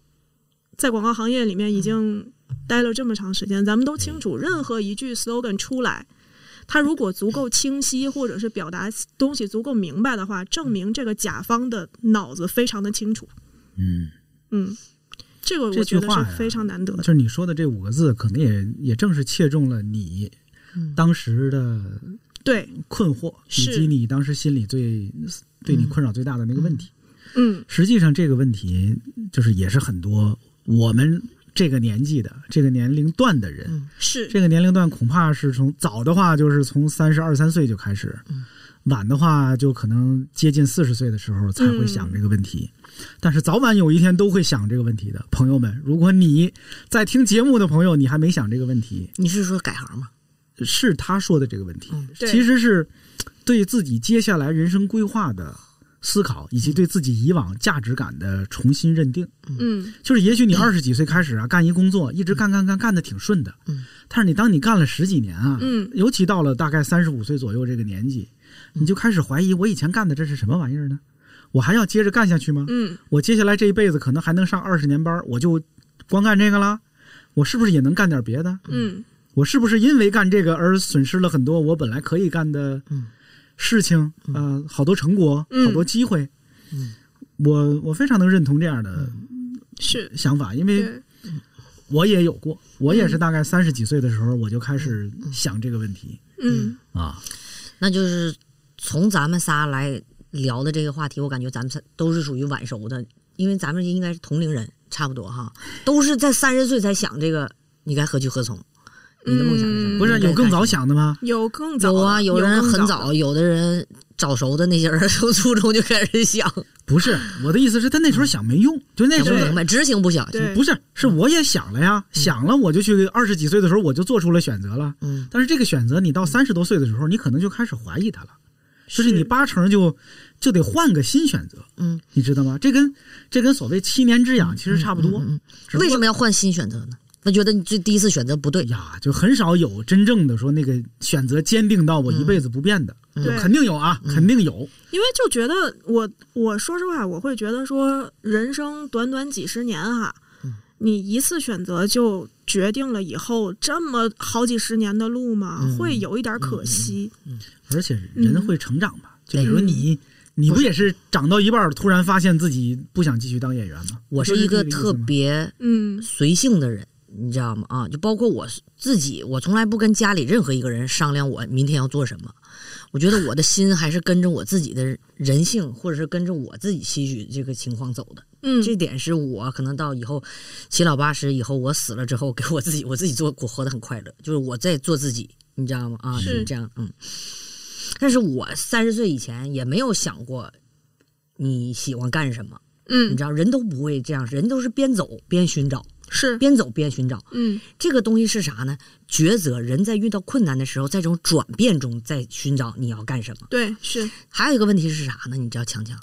Speaker 5: 在广告行业里面已经待了这么长时间，咱们都清楚，任何一句 slogan 出来，它如果足够清晰，或者是表达东西足够明白的话，证明这个甲方的脑子非常的清楚。
Speaker 3: 嗯，
Speaker 5: 嗯，这个
Speaker 3: 这
Speaker 5: 我
Speaker 3: 句
Speaker 5: 觉得
Speaker 3: 话
Speaker 5: 是
Speaker 3: 呀
Speaker 5: 非常难得
Speaker 3: 就
Speaker 5: 的。
Speaker 3: 是你说的这五个字，可能也也正是切中了你当时的
Speaker 5: 对，
Speaker 3: 困惑，以
Speaker 5: 嗯是
Speaker 3: 及你当时心里最对你困扰最大的那个问题。
Speaker 5: 嗯，
Speaker 3: 实际上，这个问题就是也是很多我们这个年纪的这个年龄段的人，
Speaker 5: 是
Speaker 3: 这个年龄段恐怕是从早的话就是从三十二三岁就开始，晚的话就可能接近四十岁的时候才会想这个问题。但是早晚有一天都会想这个问题的，朋友们，如果你在听节目的朋友，你还没想这个问题，
Speaker 4: 你是说改行吗？
Speaker 3: 是他说的这个问题，
Speaker 5: 对
Speaker 3: 其实是对自己接下来人生规划的思考，以及对自己以往价值感的重新认定。
Speaker 5: 嗯
Speaker 3: 就是也许你二十几岁开始啊，干一工作，一直干干干干的挺顺的，
Speaker 4: 嗯，
Speaker 3: 但是你当你干了十几年啊，
Speaker 5: 嗯
Speaker 3: 尤其到了大概三十五岁左右这个年纪，你就开始怀疑我以前干的这是什么玩意儿呢？我还要接着干下去吗？
Speaker 5: 嗯，
Speaker 3: 我接下来这一辈子可能还能上二十年班，我就光干这个啦？我是不是也能干点别的？
Speaker 5: 嗯
Speaker 3: 我是不是因为干这个而损失了很多我本来可以干的事情啊、呃好多成果，
Speaker 5: 嗯
Speaker 3: 好多机会。我我非常能认同这样的
Speaker 5: 嗯是，
Speaker 3: 想法，因为
Speaker 5: 对，
Speaker 3: 我也有过，
Speaker 5: 嗯
Speaker 3: 我也是大概三十几岁的时候，我就开始想这个问题
Speaker 5: 嗯
Speaker 3: 啊。
Speaker 4: 那就是从咱们仨来聊的这个话题，我感觉咱们仨都是属于晚熟的，因为咱们应该是同龄人，差不多哈，都是在三十岁才想这个，你该何去何从？你的梦想是什
Speaker 5: 嗯
Speaker 4: 么？
Speaker 3: 不是
Speaker 4: 你该
Speaker 3: 有更
Speaker 4: 干什
Speaker 3: 早
Speaker 4: 么？
Speaker 3: 想的吗？
Speaker 5: 有更早
Speaker 4: 有
Speaker 5: 的
Speaker 4: 啊，有人
Speaker 5: 更
Speaker 4: 很
Speaker 5: 早的，
Speaker 4: 早，有的人早熟的那些人从 初中就开始想，
Speaker 3: 不是，我的意思是，他那时候想没用，就那
Speaker 4: 想
Speaker 3: 时
Speaker 4: 不明
Speaker 3: 候
Speaker 4: 白，执行不想。
Speaker 5: 嗯对，嗯
Speaker 3: 不是，是我也想了呀，想了我就去二十几岁的时候我就做出了选择了，
Speaker 4: 嗯，
Speaker 3: 但是这个选择你到三十多岁的时候，你可能就开始怀疑它了。就是你八成就就得换个新选择，
Speaker 4: 嗯，
Speaker 3: 你知道吗？这跟这跟所谓七年之痒其实差不多，
Speaker 4: 嗯
Speaker 3: 只不过哎
Speaker 4: 为什么要换新选择呢？他觉得你最第一次选择不对，
Speaker 3: 呀，就很少有真正的说那个选择坚定到我一辈子不变的，
Speaker 4: 嗯
Speaker 3: 有
Speaker 5: 对
Speaker 3: 肯定有啊，肯定有。
Speaker 5: 因为就觉得我我说实话，我会觉得说人生短短几十年哈，你一次选择就决定了以后这么好几十年的路嘛，会有一点可惜。
Speaker 3: 而且
Speaker 4: 嗯
Speaker 3: 人会成长嘛，就比如
Speaker 4: 对
Speaker 3: 你，你不也是长到一半儿突然发现自己不想继续当演员吗？
Speaker 4: 我是
Speaker 3: 就
Speaker 4: 一
Speaker 3: 这
Speaker 4: 个
Speaker 3: 意思
Speaker 4: 特
Speaker 3: 吗
Speaker 4: 别
Speaker 5: 嗯
Speaker 4: 随性的人，你知道吗？啊，就包括我自己，我从来不跟家里任何一个人商量我明天要做什么。我觉得我的心还是跟着我自己的人性，或者是跟着我自己期许这个情况走的。
Speaker 5: 嗯
Speaker 4: 这点是我可能到以后七老八十以后，我死了之后，给我自己， 我自己做，我活得很快乐，就是我在做自己，你知道吗？啊，
Speaker 5: 是
Speaker 4: 是这样，嗯。但是我三十岁以前也没有想过你喜欢干什么，你
Speaker 5: 嗯
Speaker 4: 知道，人都不会这样，人都是边走边寻找，
Speaker 5: 是
Speaker 4: 边走边寻找。
Speaker 5: 嗯
Speaker 4: 这个东西是啥呢？抉择，人在遇到困难的时候，在这种转变中，在寻找你要干什么。
Speaker 5: 对是
Speaker 4: 还有一个问题是啥呢？你知道强强，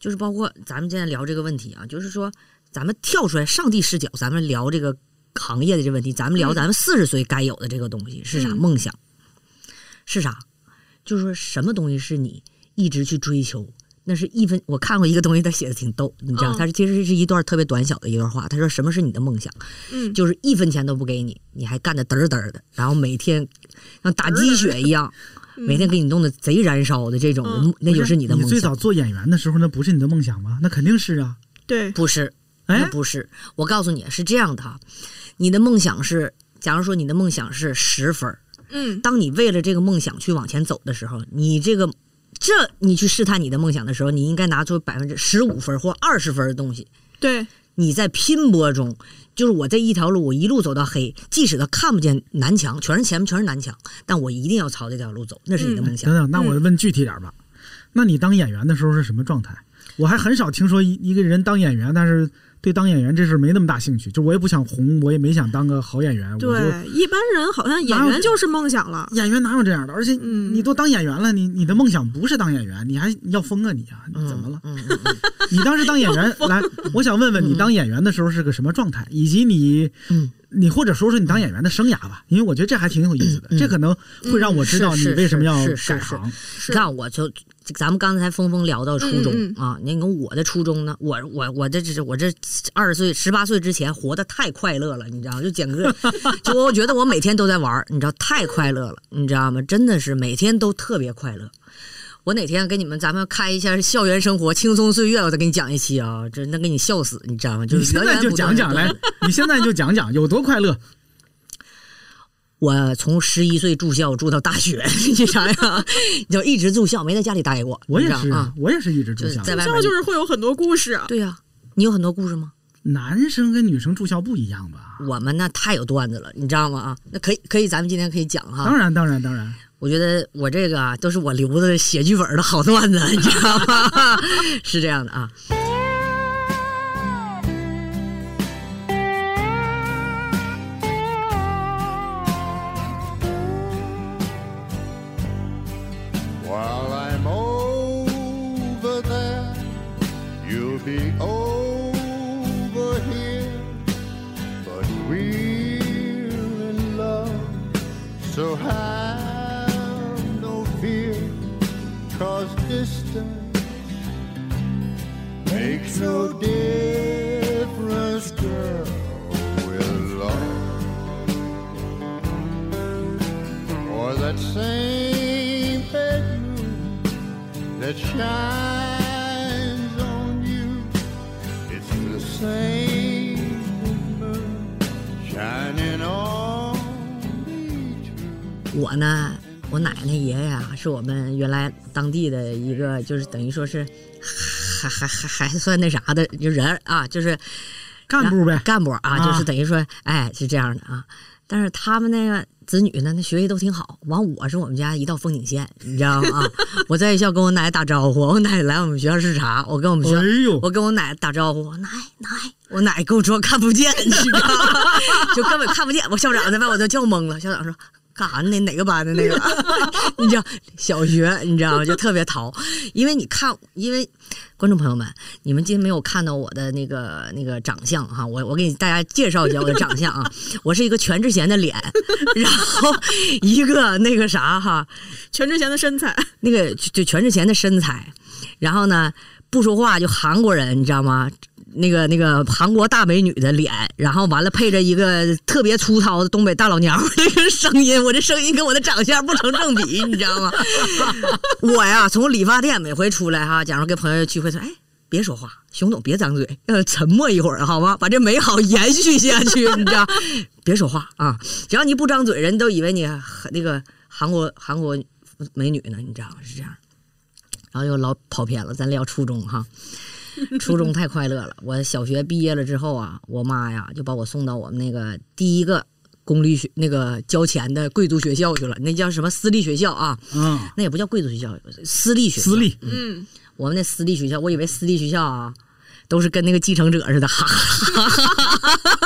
Speaker 4: 就是包括咱们现在聊这个问题啊，就是说咱们跳出来上帝视角，咱们聊这个行业的这问题，咱们聊咱们四十岁该有的这个东西是啥？
Speaker 5: 嗯
Speaker 4: 梦想是啥？就是说什么东西是你一直去追求？那是一分，我看过一个东西，他写的挺逗，你知道，
Speaker 5: 嗯
Speaker 4: 他、其实是一段特别短小的一段话。他说：“什么是你的梦想？
Speaker 5: 嗯
Speaker 4: 就是一分钱都不给你，你还干的嘚儿嘚儿的，然后每天像打鸡血一样，每天给你弄得贼燃烧的这种，
Speaker 5: 嗯
Speaker 4: 那就是你的
Speaker 3: 你
Speaker 4: 梦
Speaker 3: 最
Speaker 4: 想
Speaker 3: 早。做演员的时候，那不是你的梦想吗？那肯定是啊。
Speaker 5: 对
Speaker 4: 不是，那
Speaker 3: 哎，
Speaker 4: 不是。我告诉你是这样的哈，你的梦想是，假如说你的梦想是十分儿，
Speaker 5: 嗯
Speaker 4: 当你为了这个梦想去往前走的时候，你这个这你去试探你的梦想的时候，你应该拿出百分之十五分儿或二十分儿的东西，
Speaker 5: 对
Speaker 4: 你在拼搏中，就是我这一条路，我一路走到黑，即使他看不见南墙，全是前面全是南墙，但我一定要朝这条路走，那是你的梦想。
Speaker 3: 等等，那我问具体点儿吧，那你当演员的时候是什么状态？我还很少听说一一个人当演员，但是对当演员这事儿没那么大兴趣。就我也不想红，我也没想当个好演员，我就
Speaker 5: 对，一般人好像演
Speaker 3: 哪有
Speaker 5: 员就是梦想了。
Speaker 3: 演员哪有这样的？而且
Speaker 5: 嗯
Speaker 3: 你都当演员了，你你的梦想不是当演员，你还要疯啊你啊？你怎么了？
Speaker 4: 嗯嗯嗯
Speaker 3: 你当时当演 员来，我想问问你当演员的时候是个什么状态，以及你
Speaker 4: 嗯
Speaker 3: 你或者说说你当演员的生涯吧，因为我觉得这还挺有意思的，
Speaker 4: 嗯嗯
Speaker 3: 这可能会让我知道
Speaker 4: 嗯
Speaker 3: 你
Speaker 4: 是
Speaker 3: 为什么要
Speaker 4: 是是
Speaker 3: 改
Speaker 4: 是
Speaker 3: 行。
Speaker 4: 你看，我就咱们刚才峰峰聊到初中、
Speaker 5: 嗯嗯
Speaker 4: 啊，那个我的初中呢，我我我这这我这二十岁十八岁之前活得太快乐了，你知道吗，就简直 就我觉得我每天都在玩儿，你知道太快乐了，你知道吗？真的是每天都特别快乐。我哪天跟你们咱们开一下校园生活轻松岁月，我再给你讲一期啊，真能给你笑死，你知道吗？ 就
Speaker 3: 你
Speaker 4: 是
Speaker 3: 现
Speaker 4: 源
Speaker 3: 在
Speaker 4: 源
Speaker 3: 就
Speaker 4: 不断
Speaker 3: 讲
Speaker 4: 地
Speaker 3: 讲来，你现在就讲讲有多快乐。
Speaker 4: 我从十一岁住校住到大学， 你啥呀？就一直住校，没在家里待过。
Speaker 3: 我也
Speaker 4: 你知
Speaker 3: 是
Speaker 4: 道啊，，
Speaker 3: 我也是一直
Speaker 4: 就
Speaker 3: 住
Speaker 4: 是
Speaker 3: 校。
Speaker 4: 在外
Speaker 5: 这
Speaker 4: 面。
Speaker 5: 就是会有很多故
Speaker 3: 啊
Speaker 5: 事。啊
Speaker 4: 对呀、你有很多故事吗？
Speaker 3: 男生跟女生住校不一样吧？
Speaker 4: 我们那太有段子了，你知道吗？啊，那可以，可以，咱们今天可以讲哈。
Speaker 3: 当然，当然，当然，
Speaker 4: 我觉得我这个啊，都是我留的写剧本的好段子， 你知道吗？ 是这样的啊。
Speaker 7: While I'm over there, you'll be over here. But we're in love, so have no fear, cause distance makes no difference, girl. We're love. or that same bedroom that shines on you. It's the same moon shining on me too.
Speaker 4: 我呢，我奶奶爷爷啊，是我们原来当地的一个，就是等于说是还还还还算那啥的就人儿啊，就是
Speaker 3: 干部呗。
Speaker 4: 干部啊，
Speaker 3: 啊
Speaker 4: 就是等于说，哎，是这样的啊。但是他们那个子女呢，那学习都挺好。完，我是我们家一道风景线，你知道吗？啊，我在学校跟我奶奶打招呼，我奶奶来我们学校视察，我跟我们学校，
Speaker 3: 哎呦，
Speaker 4: 我跟我奶奶打招呼，奶奶，我奶奶跟我说看不见，你知道吗？就根本看不见。我校长在外我都叫懵了，校长说。干啥呢？哪个班的那个？你知道小学，你知道吗？就特别淘，因为你看，因为观众朋友们，你们今天没有看到我的那个那个长相哈，我我给大家介绍一下我的长相啊，我是一个全智贤的脸，然后一个那个啥哈，
Speaker 5: 全智贤的身材，
Speaker 4: 那个就就全智贤的身材，然后呢不说话就韩国人，你知道吗？那个那个韩国大美女的脸，然后完了配着一个特别粗糙的东北大老娘儿那个声音，我这声音跟我的长相不成正比，你知道吗？ 我呀，从理发店每回出来哈，假如跟朋友聚会说，哎，别说话，熊总别张嘴，呃，沉默一会儿好吗？把这美好延续下去，你知道？别说话啊，只要你不张嘴，人都以为你很那个韩国韩国美女呢，你知道是这样。然后又老跑偏了，咱聊初中哈。初中太快乐了，我小学毕业了之后啊，我妈呀就把我送到我们那个第一个公立学那个交钱的贵族学校去了，那叫什么私立学校啊？
Speaker 3: 嗯，
Speaker 4: 那也不叫贵族学校，私立学校。
Speaker 3: 私立，
Speaker 5: 嗯，
Speaker 4: 我们那私立学校，我以为私立学校啊，都是跟那个继承者似的，哈哈哈哈！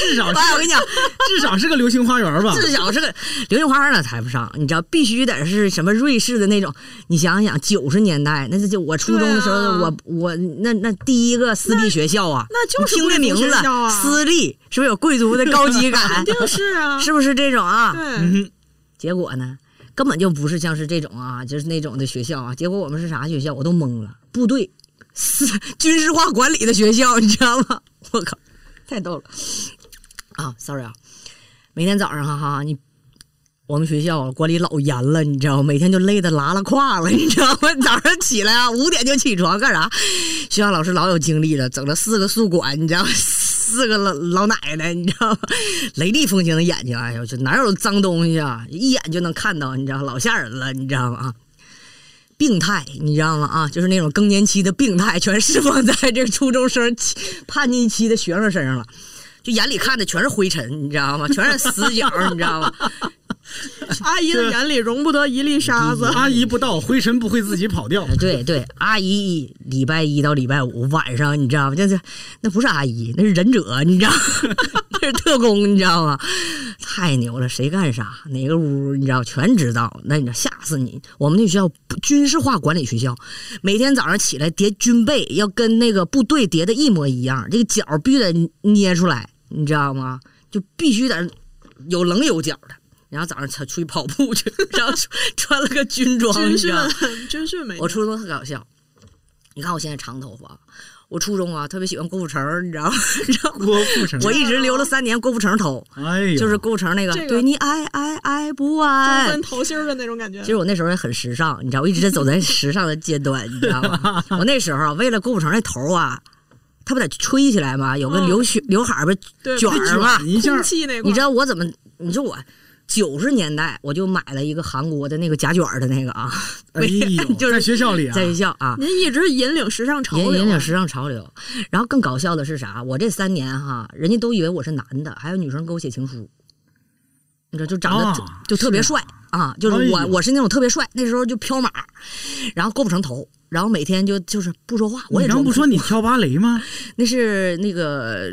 Speaker 3: 至少
Speaker 4: 哎，我跟你
Speaker 3: 是
Speaker 4: 讲，
Speaker 3: 至少是个流星花园吧？
Speaker 4: 至少是个流星花园那谈不上，你知道，必须得是什么瑞士的那种。你想想，九十年代，那是就我初中的时候，
Speaker 5: 对啊
Speaker 4: 我我那那第一个私立学校啊，
Speaker 5: 那就是
Speaker 4: 你听这名
Speaker 5: 贵
Speaker 4: 字
Speaker 5: 族学校，啊
Speaker 4: 私立是不是有贵族的高级 感？
Speaker 5: 肯定是啊，
Speaker 4: 是不是这种啊？
Speaker 5: 对，
Speaker 3: 嗯
Speaker 4: 结果呢，根本就不是像是这种啊，就是那种的学校啊。结果我们是啥学校，我都懵了，部队 是军事化管理的学校，你知道吗？ 我靠，太逗了啊！Sorry 啊，每天早上哈、哈，你我们学校管理老严了，你知道吗？每天就累得拉拉胯了，你知道吗？早上起来啊，五点就起床干啥？学校老师老有精力了，整了四个宿管，你知道吗， 四个老老奶奶，你知道吗？ 雷厉风行的眼睛，哎呦，这哪有脏东西啊？一眼就能看到，你知道，老吓人了，你知道吗？啊，病态，你知道吗？啊，就是那种更年期的病态，全释放在这个初中生期叛逆期的学生身上了。就眼里看的全是灰尘，你知道吗？全是死角，你知道吗？
Speaker 5: 阿姨的眼里容不得一粒沙子。
Speaker 3: 阿姨不到，灰尘不会自己跑掉。
Speaker 4: 呃对对，阿姨礼拜一到礼拜五晚上，你知道吗？就是那不是阿姨，那是忍者，你知道吗， 那是特工，你知道吗？太牛了，谁干啥，哪个屋，你知道全知道。那你知道吓死你！我们那学校不军事化管理学校，每天早上起来叠军被，要跟那个部队叠的一模一样，这个角必须得捏出来，你知道吗？就必须得有棱有角的。然后早上出出去 跑步去，然后穿穿了个军装，
Speaker 5: 军
Speaker 4: 你知
Speaker 5: 训
Speaker 4: 道吗？，
Speaker 5: 军训没
Speaker 4: 我初中特搞笑，你看我现在长头发，我初中啊特别喜欢郭富城儿，你知道吗？ 你知道吗
Speaker 3: 郭富城，
Speaker 4: 我一直留了三年郭富城头，
Speaker 3: 哎呦，
Speaker 4: 就是郭富城那个、
Speaker 5: 这个
Speaker 4: 对你爱爱爱不
Speaker 5: 中
Speaker 4: 爱
Speaker 5: 分。头芯儿的那种感觉
Speaker 4: 其。实我那时候也很时尚，你知道，我一直在走在时尚的阶段，你知道吗？我那时候啊，为了郭富城那头啊，他不得吹起来吗？有个
Speaker 5: 嗯
Speaker 4: 刘血刘海儿不
Speaker 5: 对
Speaker 4: 卷
Speaker 3: 一
Speaker 4: 儿吗？
Speaker 3: 卷一下
Speaker 5: 空，气那块儿，
Speaker 4: 你知道我怎么？你说我九十年代我就买了一个韩国的那个夹卷儿的那个啊，
Speaker 3: 哎呦，
Speaker 4: 就是
Speaker 3: 在学校里啊，
Speaker 4: 在学校啊，
Speaker 5: 您一直引领时尚潮
Speaker 4: 引
Speaker 5: 流，啊
Speaker 4: 引领时尚潮流。然后更搞笑的是啥？我这三年哈，人家都以为我是男的，还有女生给我写情书。你知道，就长得
Speaker 3: 啊
Speaker 4: 就、就特别
Speaker 3: 是
Speaker 4: 帅啊，就是我、
Speaker 3: 哎呦
Speaker 4: 我是那种特别帅，那时候就飘马，然后够不成头，然后每天就就是不说话，我也
Speaker 3: 你刚不说你跳芭 蕾吗？
Speaker 4: 那是那个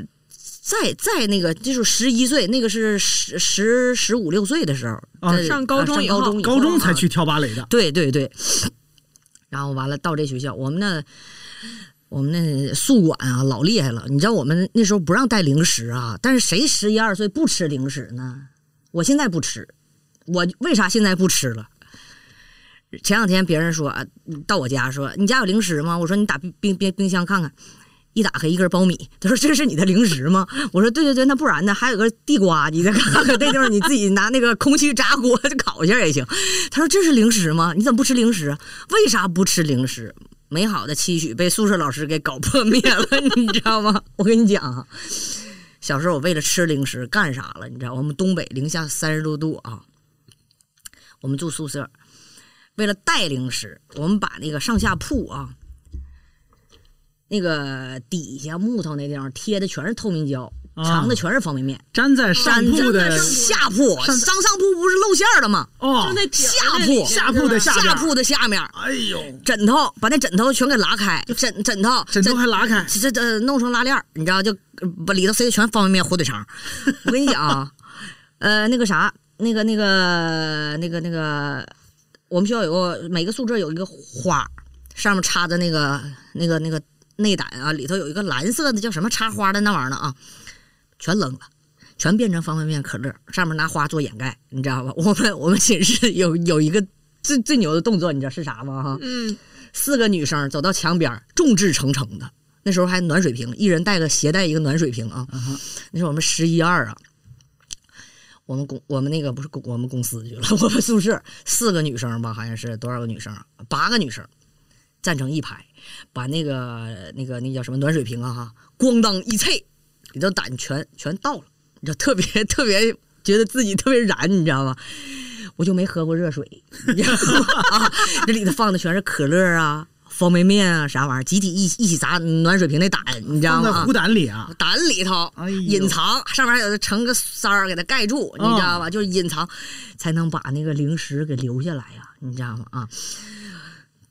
Speaker 4: 在在那个就是十一岁，那个是十十十五六岁的时候，
Speaker 3: 啊
Speaker 4: 在
Speaker 5: 上高中
Speaker 4: 啊
Speaker 5: 以
Speaker 4: 上
Speaker 5: 后
Speaker 4: 高中以
Speaker 3: 高中才
Speaker 4: 啊
Speaker 3: 去跳芭蕾的，
Speaker 4: 对对对，然后完了到这学校，我们那我们那宿管啊老厉害了，你知道我们那时候不让带零食啊，但是谁十一二岁不吃零食呢？我现在不吃，我为啥现在不吃了？前两天别人说啊，到我家说你家有零食吗？我说你打冰冰冰冰箱看看，一打开一根苞米，他说这是你的零食吗？我说对对对，那不然呢？还有个地瓜，你再看看那地方，你自己拿那个空气炸锅就烤一下也行。他说这是零食吗？你怎么不吃零食啊？为啥不吃零食？美好的期许被宿舍老师给搞破灭了， 你知道吗？我跟你讲啊，小时候我为了吃零食干啥了？你知道，我们东北零下三十多度啊，我们住宿舍，为了带零食，我们把那个上下铺啊，那个底下木头那地方贴的全是透明胶，
Speaker 3: 啊
Speaker 4: 藏的全是方便面，
Speaker 3: 粘在上
Speaker 4: 粘
Speaker 3: 铺的
Speaker 4: 在下铺，上上铺不是露馅儿了吗？
Speaker 3: 哦
Speaker 5: 就，那底儿
Speaker 4: 下
Speaker 5: 那里
Speaker 4: 铺
Speaker 3: 下铺的下边
Speaker 4: 下
Speaker 3: 儿
Speaker 4: 铺的下面，
Speaker 3: 哎呦，
Speaker 4: 枕头把那枕头全给拉开，枕枕头
Speaker 3: 枕头还拉开
Speaker 4: 这这这弄成拉链儿，你知道就呃把里头塞的全方便面、火腿肠。我跟你讲啊，呃，那个啥，那个那个那个那个，我们学校有个每个宿舍有一个花儿，上面插着那个那个那个内胆啊，里头有一个蓝色的叫什么插花的那玩意儿呢啊，全扔了。全变成方便面、可乐，上面拿花做掩盖，你知道吧？ 我们我们寝室有有一个最最牛的动作，你知道是啥吗？哈，
Speaker 5: 嗯，
Speaker 4: 四个女生走到墙边儿，众志成城的。那时候还暖水瓶，一人带个携带一个暖水瓶啊。那时候我们十一二啊，我们公我们那个不是公我们公司去了，我们宿舍四个女生吧，好像是多少个女生啊？八个女生站成一排，把那个那个那叫什么暖水瓶啊哈，咣当一啐，里头胆全全倒了，你知道特别特别觉得自己特别燃，你知道吗？我就没喝过热水，你知道吗？ 啊，这里头放的全是可乐啊、方便面啊啥玩意儿，集体一一起砸暖水瓶那胆，你知道
Speaker 3: 放在
Speaker 4: 吗？啊
Speaker 3: 壶胆里啊，
Speaker 4: 胆里头
Speaker 3: 哎呦
Speaker 4: 隐藏，上面还有成个塞儿给它盖住，
Speaker 5: 嗯
Speaker 4: 你知道吧？就是隐藏，才能把那个零食给留下来呀、你知道吗？啊，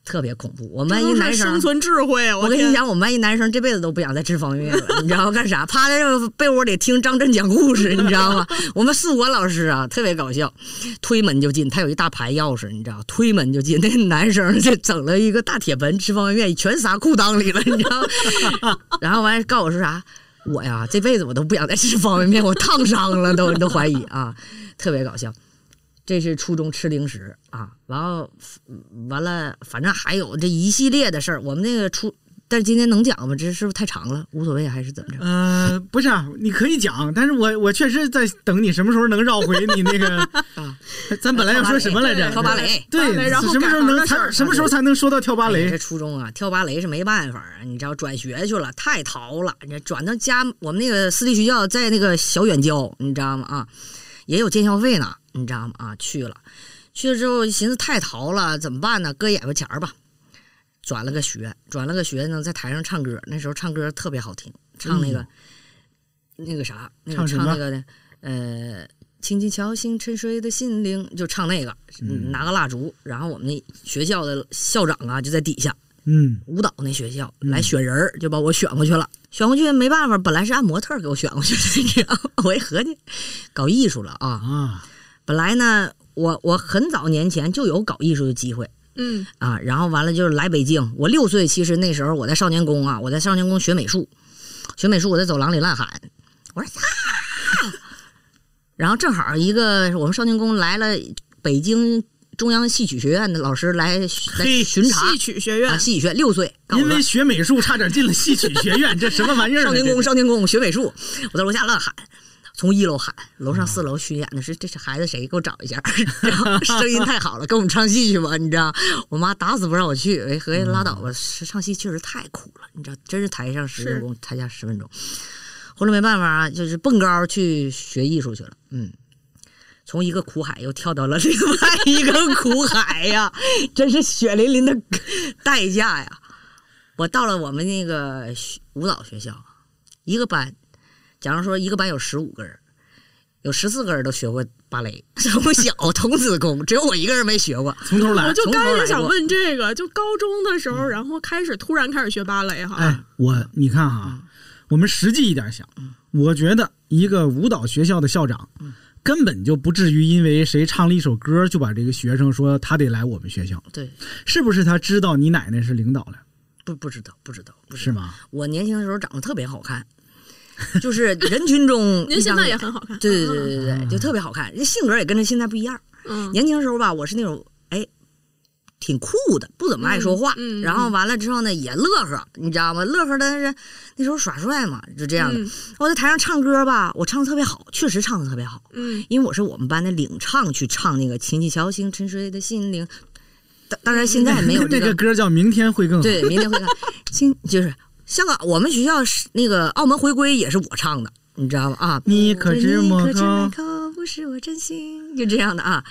Speaker 4: 特别恐怖。我们班一
Speaker 5: 这都
Speaker 4: 男
Speaker 5: 是生
Speaker 4: 生，
Speaker 5: 存智慧啊！
Speaker 4: 我跟
Speaker 5: 天
Speaker 4: 你，讲，我们班一男生这辈子都不想再吃方便面了，你知 道干啥？趴在这被窝里听张震讲 故事，你知道吗？我们宿管老师啊，特别搞笑，推门就进，他有一大排钥匙，你知道，推门就进。那男生就整了一个大铁盆吃方便面，全撒裤裆里了，你知道 吗？然后完告诉我说啥？我呀，这辈子我都不想再吃方 便面，我烫伤了都，都怀疑啊，特别搞笑。这是初中吃零食啊，然后嗯完了，反正还有这一系列的事儿。我们那个初，但是今天能讲吗？这是不是太长了？无所谓，还是怎么着？
Speaker 3: 呃，不是，啊，你可以讲，但是我我确实在等你什么时候能绕回你 那个
Speaker 4: 啊，
Speaker 3: 咱本来要说什么来着？
Speaker 4: 跳芭蕾。
Speaker 3: 对
Speaker 5: 芭蕾，然后
Speaker 3: 什么时候能
Speaker 5: 改行的事
Speaker 3: 才
Speaker 5: 儿
Speaker 3: 什么时候才能说到跳芭
Speaker 4: 哎呀这
Speaker 3: 蕾？
Speaker 4: 初中啊，跳芭蕾是没办法啊，你知道转学去了，太淘了。你转到家，我们那个私立学校在那个小远郊，你知道吗？啊，也有见校费呢，你知道吗？啊，去了，去了之后寻思太淘了，怎么办呢？搁眼巴前儿吧，转了个学，转了个学呢，在台上唱歌，那时候唱歌特别好听，唱那个、那个啥，那个
Speaker 3: 嗯唱什么
Speaker 4: 唱那个的，呃。轻轻敲醒沉睡的心灵，就唱那个，拿个蜡烛，然后我们那学校的校长啊就在底下，
Speaker 3: 嗯，
Speaker 4: 舞蹈那学校来选人儿，就把我选过去了。选过去没办法，本来是按模特儿给我选过去的，你知道吗？ 我一合计，搞艺术了啊！
Speaker 3: 啊，
Speaker 4: 本来呢，我我很早年前就有搞艺术的机会
Speaker 5: 嗯，
Speaker 4: 啊，然后完了就是来北京。我六岁，其实那时候我在少年宫啊，我在少年宫学美术，学美术我在走廊里乱喊，我说呀， 然后正好一个我们少年宫来了北京中央戏曲学院的老师来来
Speaker 3: 嘿
Speaker 4: 巡查
Speaker 5: 戏曲学院
Speaker 4: 啊，戏曲学院六岁，告诉
Speaker 3: 因
Speaker 4: 他
Speaker 3: 为学美术差点进了戏曲学院，这什么玩意儿呢？
Speaker 4: 少年
Speaker 3: 这
Speaker 4: 宫，
Speaker 3: 是
Speaker 4: 少年宫学美术，我在楼下乱喊，从一楼喊，楼上四楼巡演的是这是孩子谁？给我找一下， 然后声音太好了，给我们唱戏去吧，你知道？我妈打死不让我去，哎，合计拉倒吧，是唱戏确实太苦了，你知道，真是台上十分钟，台下十分钟。后来没办法啊，就是蹦高去学艺术去了，嗯。从一个苦海又跳到了另外一个苦海呀，真是血淋淋的代价呀！我到了我们那个学舞蹈学校，一个班，假如说一个班有十五个人，有十四个人都学过芭蕾， 从小童子功，只有我一个人没学过。
Speaker 3: 从头来
Speaker 5: 我。就
Speaker 4: 从头
Speaker 5: 刚才
Speaker 4: 来过嗯
Speaker 5: 想问这个，就高中的时候，然后开始突然开始学芭蕾哈，
Speaker 3: 哎，我你看哈、
Speaker 5: 嗯
Speaker 3: 我们实际一点想，我觉得一个舞蹈学校的校长。
Speaker 5: 嗯
Speaker 3: 根本就不至于因为谁唱了一首歌就把这个学生说他得来我们学校，
Speaker 4: 对，
Speaker 3: 是不是？他知道你奶奶是领导了，
Speaker 4: 不不知道，不知道，不知
Speaker 3: 是
Speaker 4: 道。
Speaker 3: 吗？
Speaker 4: 我年轻的时候长得特别好看，就是人群 中
Speaker 5: 您现在也
Speaker 4: 一张
Speaker 5: 很好看，
Speaker 4: 对对对对
Speaker 3: 嗯
Speaker 4: 对，就特别好看，人性格也跟着现在不一样。
Speaker 5: 嗯，
Speaker 4: 年轻时候吧，我是那种哎，挺酷的，不怎么爱说话。
Speaker 5: 嗯嗯
Speaker 4: 然后完了之后呢，也乐呵，你知道吗？乐呵，但是那时候耍帅嘛，就这样的。
Speaker 5: 嗯
Speaker 4: 我在台上唱歌吧，我唱的特别好，确实唱的特别好，
Speaker 5: 嗯
Speaker 4: 因为我是我们班的领唱去唱那个《琴棋桥行，沉睡的心灵》。当当然，现在没有这
Speaker 3: 那 个歌叫《明天会更好》。
Speaker 4: 对，明天会看。今就是香港，我们学校是那个澳门回归也是我唱的，你知道吗？啊，
Speaker 3: 你可知
Speaker 4: 你
Speaker 3: 莫
Speaker 4: 可知
Speaker 3: 靠
Speaker 4: 麦克不是我真心，就这样的啊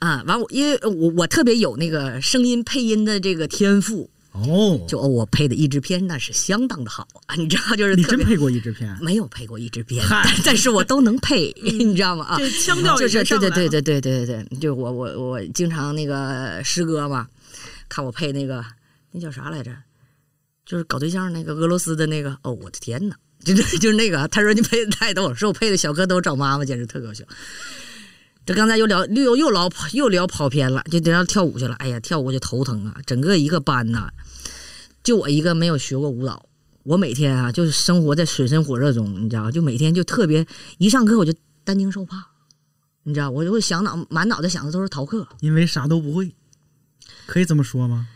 Speaker 4: 啊！完我因为我我特别有那个声音配音的这个天赋，
Speaker 3: 哦，
Speaker 4: 就哦我配的译制片那是相当的好啊，你知道就是
Speaker 3: 哦你
Speaker 4: 特
Speaker 3: 真
Speaker 4: 别嗯
Speaker 3: 配过译制片？啊
Speaker 4: 没有配过译制片，
Speaker 3: 嗨嗯
Speaker 4: 但但是我都能配，你知道吗？啊，
Speaker 5: 这腔调
Speaker 4: 就
Speaker 5: 也
Speaker 4: 是对
Speaker 5: 上来
Speaker 4: 对对
Speaker 5: 了，
Speaker 4: 对对对对，对就我我我经常那个师哥嘛，看我配那个那叫啥来着，就是搞对象那个俄罗斯的那个，哦我的天呐，就是就是那个，他说你配的太逗了，说我配的小蝌蚪找妈妈简直特搞笑。这刚才又聊又又聊又聊跑偏了，就聊跳舞去了。哎呀，跳舞就头疼啊！整个一个班呐、就我一个没有学过舞蹈，我每天啊就是生活在水深火热中，你知道，就每天就特别一上课我就担惊受怕，你知道，我就会想脑满脑袋想的都是逃课，
Speaker 3: 因为啥都不会，可以这么说吗？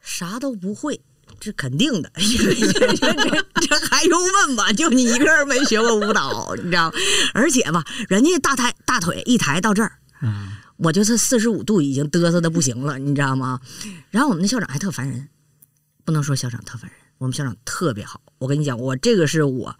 Speaker 4: 啥都不会。这肯定的， 这这这这还用问吧？就你一个人没学过舞蹈，你知道？而且吧，人家大抬大腿一抬到这儿，
Speaker 3: 啊，
Speaker 4: 我就是四十五度已经嘚瑟的不行了，你知道吗？然后我们那校长还特烦人，不能说校长特烦人，我们校长特别好。我跟你讲，我这个是我，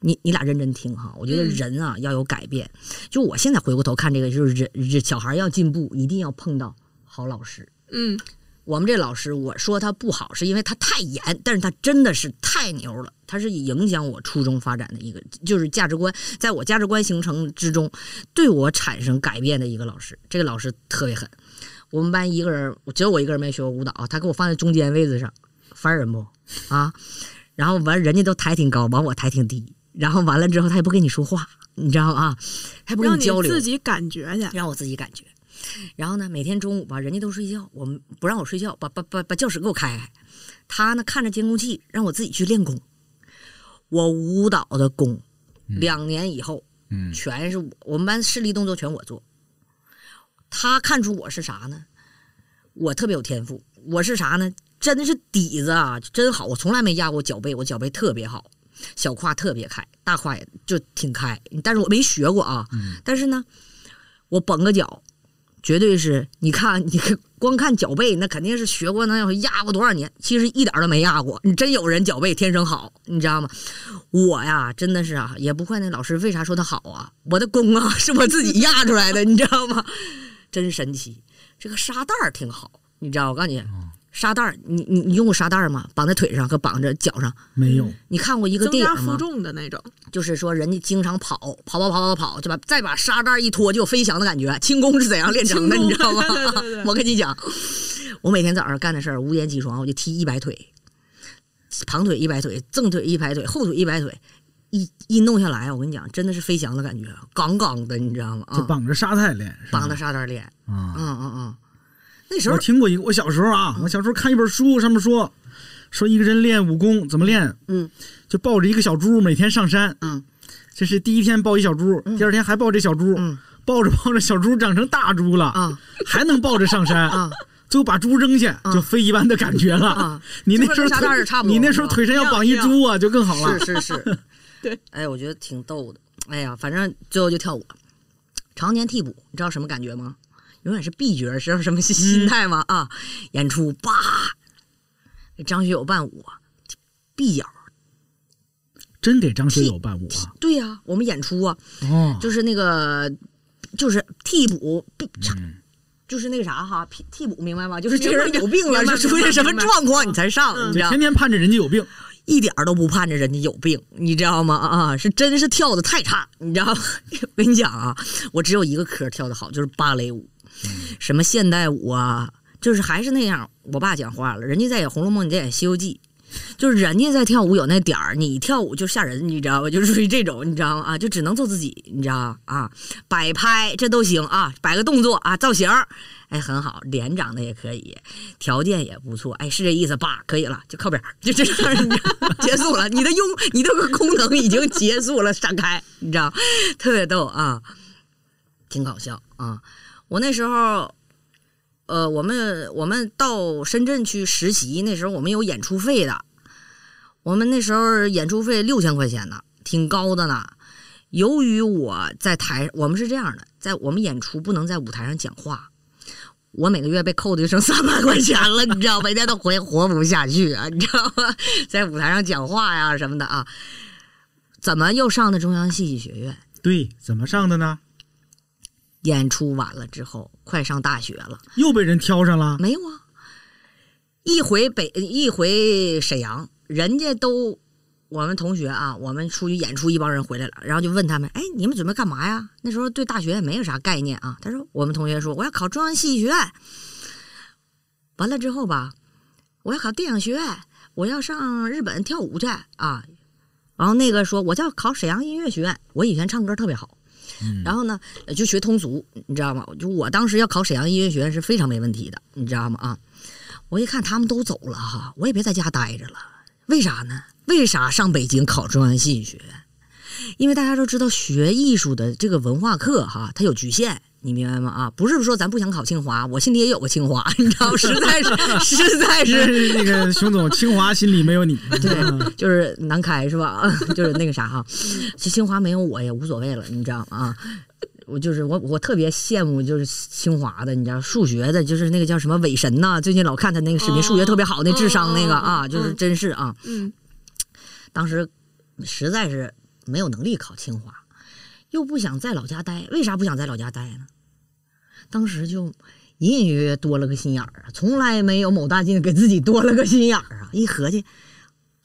Speaker 4: 你你俩认真听哈，我觉得人啊、要有改变。就我现在回过头看这个，就是人人小孩要进步，一定要碰到好老师。
Speaker 5: 嗯，
Speaker 4: 我们这老师，我说他不好，是因为他太严，但是他真的是太牛了，他是影响我初中发展的一个，就是价值观，在我价值观形成之中，对我产生改变的一个老师。这个老师特别狠，我们班一个人，只有我一个人没学过舞蹈，他给我放在中间位置上，烦人不啊？然后完，人家都抬挺高，完我抬挺低，然后完了之后，他也不跟你说话，你知道啊？他也不跟
Speaker 5: 让
Speaker 4: 你交流，
Speaker 5: 自己感觉去，
Speaker 4: 让我自己感觉。然后呢，每天中午吧，人家都睡觉，我们不让我睡觉，把把把把教室给我开开。他呢看着监控器，让我自己去练功。我舞蹈的功，两年以后，
Speaker 3: 嗯
Speaker 4: 全是我我们班视力动作全我做。他看出我是啥呢？我特别有天赋，我是啥呢？真的是底子啊，真好，我从来没压过脚背，我脚背特别好，小胯特别开，大胯也就挺开，但是我没学过啊。但是呢，我绷个脚，绝对是你看，你看光看脚背，那肯定是学过，那要压过多少年？其实一点儿都没压过。你真有人脚背天生好，你知道吗？我呀，真的是啊，也不怪那老师为啥说他好啊，我的功啊 是我自己压出来的，你知道吗？ 真神奇，这个沙袋儿挺好，你知道？我告诉你，沙袋儿，你你你用过沙袋儿吗？绑在腿上和绑着脚上，
Speaker 3: 没有，
Speaker 4: 你看过一个
Speaker 5: 增
Speaker 4: 电
Speaker 5: 加
Speaker 4: 影
Speaker 5: 负
Speaker 4: 吗？
Speaker 5: 重的那种，
Speaker 4: 就是说人家经常跑，跑跑跑跑跑，就把再把沙袋一拖，就有飞翔的感觉。轻功是怎样练成的，
Speaker 5: 轻功
Speaker 4: 你知道吗？
Speaker 5: 对对对对
Speaker 4: 我跟你讲，我每天早上干的事儿，五点起床我就踢一百腿，旁腿一百腿，正腿一百腿，后腿一百腿，一一弄下来，我跟你讲，真的是飞翔的感觉，杠杠的，你知道吗？
Speaker 3: 就
Speaker 4: 啊，
Speaker 3: 绑着沙袋练，是吧
Speaker 4: 绑着沙袋练，
Speaker 3: 啊。
Speaker 4: 嗯嗯嗯，那时候嗯
Speaker 3: 我听过一个，我小时候啊，我小时候看一本书，上面说说一个人练武功怎么练，
Speaker 4: 嗯，
Speaker 3: 就抱着一个小猪每天上山，
Speaker 4: 嗯，
Speaker 3: 这是第一天抱一小猪，第二天还抱这小猪，
Speaker 4: 嗯
Speaker 3: 抱着抱着小猪长成大猪了
Speaker 4: 啊，
Speaker 3: 还能抱着上山
Speaker 4: 啊。
Speaker 3: 最后把猪扔下，就非一般的感觉了
Speaker 4: 啊。
Speaker 3: 你那
Speaker 4: 就跟
Speaker 3: 时候
Speaker 4: 沙
Speaker 3: 腿
Speaker 4: 袋儿差不多
Speaker 3: 你那时候
Speaker 4: 是吧
Speaker 3: 腿上要绑一猪啊，就更好了。
Speaker 4: 是是是，
Speaker 5: 对。
Speaker 4: 哎，我觉得挺逗的。哎呀，反正最后就跳舞了，常年替补，你知道什么感觉吗？永远是 B 角，知道什么心心态吗？啊，演出叭，张学友伴舞，B 角，
Speaker 3: 真给张学友伴舞啊！
Speaker 4: 对呀、我们演出啊，
Speaker 3: 哦，
Speaker 4: 就是那个，就是替补 B 叉。就是那个啥哈，替替补嗯明白吗？就是这人有病了，
Speaker 5: 明白
Speaker 4: 是出现什么
Speaker 5: 明白
Speaker 4: 状况你才上，你知
Speaker 3: 就
Speaker 4: 道吗？
Speaker 3: 天天盼着人家有病，
Speaker 4: 一点儿都不盼着人家有病，你知道吗？啊，是真是跳的太差，你知道吗？ 我跟你讲啊，我只有一个科跳的好，就是芭蕾舞，什么现代舞啊，就是还是那样。我爸讲话了，人家在演《红楼梦》，你在演《西游记》，就是人家在跳舞有那点儿，你跳舞就吓人，你知道吧？ 就属于这种，你知道吗？啊，就只能做自己，你知道吗？啊，摆拍这都行啊，摆个动作啊，造型儿，哎，很好，脸长得也可以，条件也不错，哎，是这意思吧？可以了，就靠边儿， 就这样，你知道，结束了，你的用，你的功能已经结束了，闪开，你知道，特别逗啊，挺搞笑啊。我那时候，呃，我们我们到深圳去实习，那时候我们有演出费的，我们那时候演出费六千块钱呢，挺高的呢。由于我在台，我们是这样的，在我们演出不能在舞台上讲话，我每个月被扣的就剩三百块钱了，你知道，每天都活活不下去啊，你知道吗？ 在舞台上讲话呀什么的啊，怎么又上的中央戏剧学院？
Speaker 3: 对，怎么上的呢？
Speaker 4: 演出完了之后，快上大学了，
Speaker 3: 又被人挑上了。
Speaker 4: 没有啊？一回北，一回沈阳，人家都我们同学啊，我们出去演出，一帮人回来了，然后就问他们，哎，你们准备干嘛呀？那时候对大学也没有啥概念啊。他说，我们同学说我要考中央戏剧学院，完了之后吧，我要考电影学院，我要上日本跳舞去啊。然后那个说我要考沈阳音乐学院，我以前唱歌特别好。然后呢，呃就学通俗，你知道吗？就我当时要考沈阳音乐学院是非常没问题的，你知道吗？啊，我一看他们都走了哈，我也别在家待着了，为啥呢？为啥上北京考中央戏剧学院？因为大家都知道学艺术的这个文化课哈，它有局限，你明白吗？啊，不是说咱不想考清华，我心里也有个清华，你知道吗，实在是实在
Speaker 3: 但
Speaker 4: 是
Speaker 3: 是那个熊总，清华心里没有你。嗯
Speaker 4: 对，就是南开是吧？ 就是那个啥哈，其实清华没有我也无所谓了，你知道吗？啊，我就是我，我特别羡慕就是清华的，你知道数学的，就是那个叫什么韦神呐、最近老看他那个视频，数学特别好，那智商那个啊，就是真是啊，
Speaker 5: 嗯，
Speaker 4: 当时实在是没有能力考清华，又不想在老家待，为啥不想在老家待呢？当时就隐隐约约多了个心眼儿啊，从来没有某大劲给自己多了个心眼儿啊！一合计，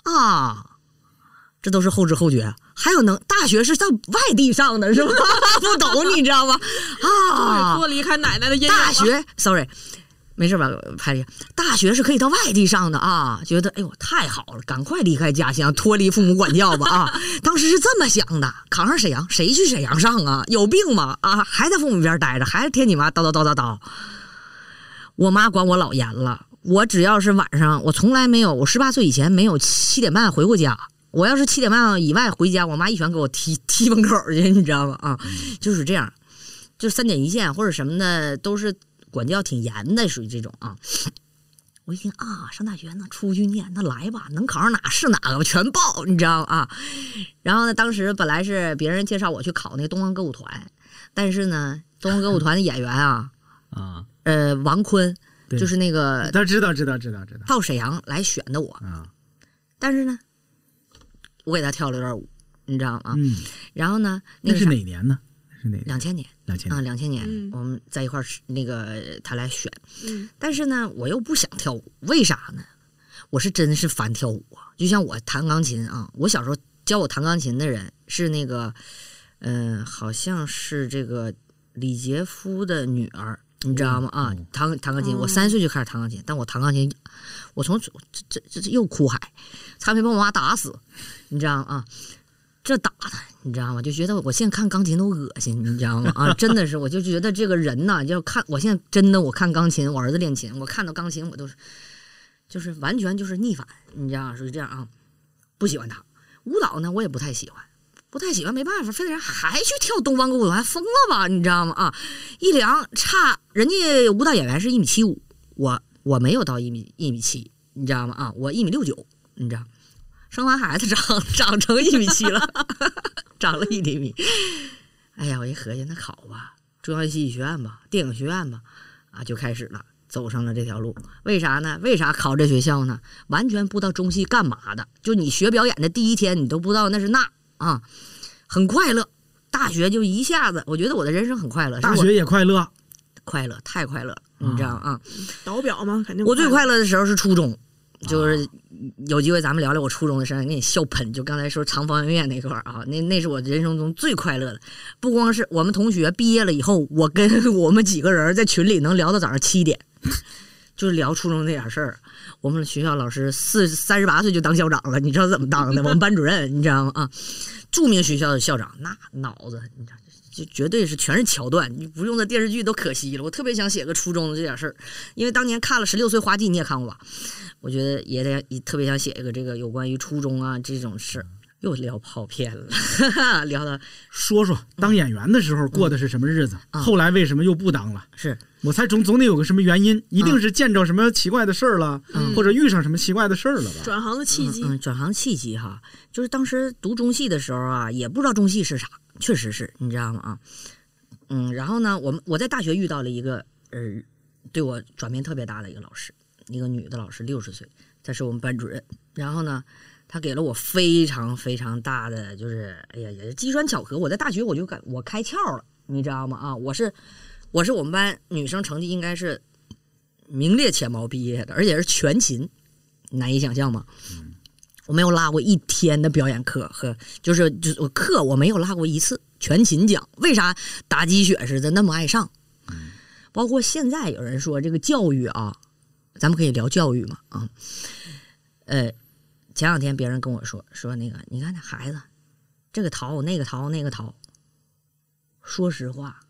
Speaker 4: 啊，这都是后知后觉，啊还有能大学是在外地上的是吧？ 不懂你知道吗？啊，
Speaker 5: 脱离开奶奶的阴影了。
Speaker 4: 大学，sorry，没事吧，拍一下。大学是可以到外地上的啊，觉得哎呦太好了，赶快离开家乡，脱离父母管教吧啊！ 当时是这么想的，考上沈阳，谁去沈阳上啊？有病吗？啊，还在父母边儿待着，还是天你妈叨叨叨叨叨。我妈管我老严了，我只要是晚上，我从来没有，我十八岁以前没有七点半回过家。我要是七点半以外回家，我妈一拳给我踢踢门口去，你知道吗？啊，就是这样。就三点一线或者什么的，都是管教挺严的，属于这种啊。我一听啊，上大学能出去念，那来吧，能考上哪是哪个吧，全报，你知道吗啊？然后呢，当时本来是别人介绍我去考那个东方歌舞团，但是呢，东方歌舞团的演员啊，
Speaker 3: 啊，
Speaker 4: 呃，王坤
Speaker 3: 对
Speaker 4: 就是那个
Speaker 3: 他知道，知道，知道，知道
Speaker 4: 到沈阳来选的我，
Speaker 3: 啊。
Speaker 4: 但是呢，我给他跳了段舞，你知道吗？
Speaker 3: 嗯，
Speaker 4: 然后呢，那
Speaker 3: 那
Speaker 4: 个
Speaker 3: 是
Speaker 4: 啥，
Speaker 3: 哪年呢？那是哪年？
Speaker 4: 两千年。
Speaker 3: 两千
Speaker 4: 啊，
Speaker 3: 年。
Speaker 4: 两千年、
Speaker 5: 嗯
Speaker 4: 我们在一块儿是那个他来选、
Speaker 5: 嗯
Speaker 4: 但是呢，我又不想跳舞，为啥呢？我是真是烦跳舞啊，就像我弹钢琴啊，我小时候教我弹钢琴的人是那个，嗯、好像是这个李杰夫的女儿。你知道
Speaker 3: 嗯
Speaker 4: 吗？啊，弹弹
Speaker 5: 哦
Speaker 4: 钢琴，我三岁就开始弹钢琴，但我弹钢琴，我从这这这这又哭海，差点被我妈打死，你知道吗？啊，这打的，你知道吗？就觉得我现在看钢琴都恶心，你知道吗？啊，真的是，我就觉得这个人呐，要看我现在真的，我看钢琴，我儿子练琴，我看到钢琴，我都是就是完全就是逆反，你知道吗，是这样啊，不喜欢他。舞蹈呢，我也不太喜欢，不太喜欢，没办法，非得让还去跳东方歌舞团，疯了吧？你知道吗？啊，一量差，人家舞蹈演员是一米七五，我我没有到一米一米七，你知道吗？啊，我一米六九，你知道，生完孩子长长成一米七了， 长了一厘米。哎呀，我一合计，那考吧，中央戏剧学院吧，电影学院吧，啊，就开始了，走上了这条路。为啥呢？为啥考这学校呢？完全不知道中戏干嘛的，就你学表演的第一天，你都不知道那是那啊，很快乐。大学就一下子，我觉得我的人生很快乐，是
Speaker 3: 大
Speaker 4: 我
Speaker 3: 学也快乐，
Speaker 4: 快乐，太快乐了，你知道啊？
Speaker 5: 倒表嘛，肯定
Speaker 4: 我最
Speaker 5: 快
Speaker 4: 快乐的时候是初中，就是有机会咱们聊聊我初中的事儿，给你笑喷。就刚才说长方圆面那块儿啊，那那是我人生中最快乐的。不光是我们同学毕业了以后，我跟 我们几个人在群里能聊到早上七点， 就是聊初中那点事儿。我们学校老师四三十八岁就当校长了，你知道怎么当的？我们班主任，你知道吗？啊，著名学校的校长，那脑子，你知道。就绝对是全是桥段，你不用的电视剧都可惜了。我特别想写个初中的这点事儿，因为当年看了《十六岁花季》，你也看过吧？我觉得也得也特别想写一个这个有关于初中啊这种事儿。又聊跑偏了， 聊到
Speaker 3: 说说当演员的时候过的是什么日子，
Speaker 4: 啊
Speaker 3: 后来为什么又不当了？
Speaker 4: 是嗯
Speaker 3: 我猜总总得有个什么原因，一定是见着什么奇怪的事儿了，或者遇上什么奇怪的事儿了吧？
Speaker 5: 转行的契机。
Speaker 4: 嗯，转行契机哈，就是当时读中戏的时候啊，也不知道中戏是啥，确实是你知道吗？啊，嗯，然后呢，我们我在大学遇到了一个呃，对我转变特别大的一个老师，一个女的老师，六十岁，她是我们班主任。然后呢，她给了我非常非常大的，就是哎呀，也是机缘巧合，我在大学我就感我开窍了，你知道吗？啊，我是我是我们班女生成绩应该是名列前茅毕业的，而且是全勤，难以想象吗？我没有落过一天的表演课和就是就是我课我没有落过一次全勤奖，为啥打鸡血似的那么爱上？包括现在有人说这个教育啊，咱们可以聊教育嘛啊，呃，前两天别人跟我说说那个，你看那孩子，这个淘那个淘那个淘，说实话，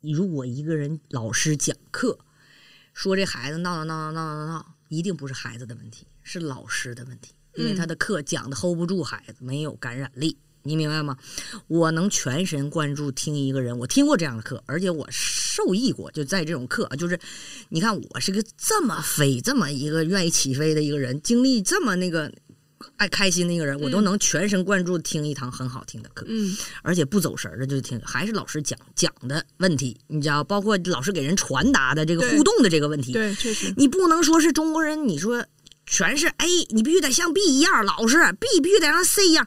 Speaker 4: 如果一个人老师讲课说这孩子闹闹闹闹闹闹闹，一定不是孩子的问题，是老师的问题，因为他的课讲的 hold 不住孩子，没有感染力。你明白吗？我能全神贯注听一个人，我听过这样的课，而且我受益过。就在这种课，啊就是你看我是个这么飞，这么一个愿意起飞的一个人，经历这么那个爱开心的一个人，我都能全神贯注地听一堂很好听的课。
Speaker 5: 嗯，
Speaker 4: 而且不走神儿的就听，还是老师讲讲的问题，你知道，包括老师给人传达的这个
Speaker 5: 对
Speaker 4: 互动的这个问题，
Speaker 5: 对，确实，
Speaker 4: 你不能说是中国人，你说全是 A，你必须得像 B 一样，老师 B 必须得像 C 一样，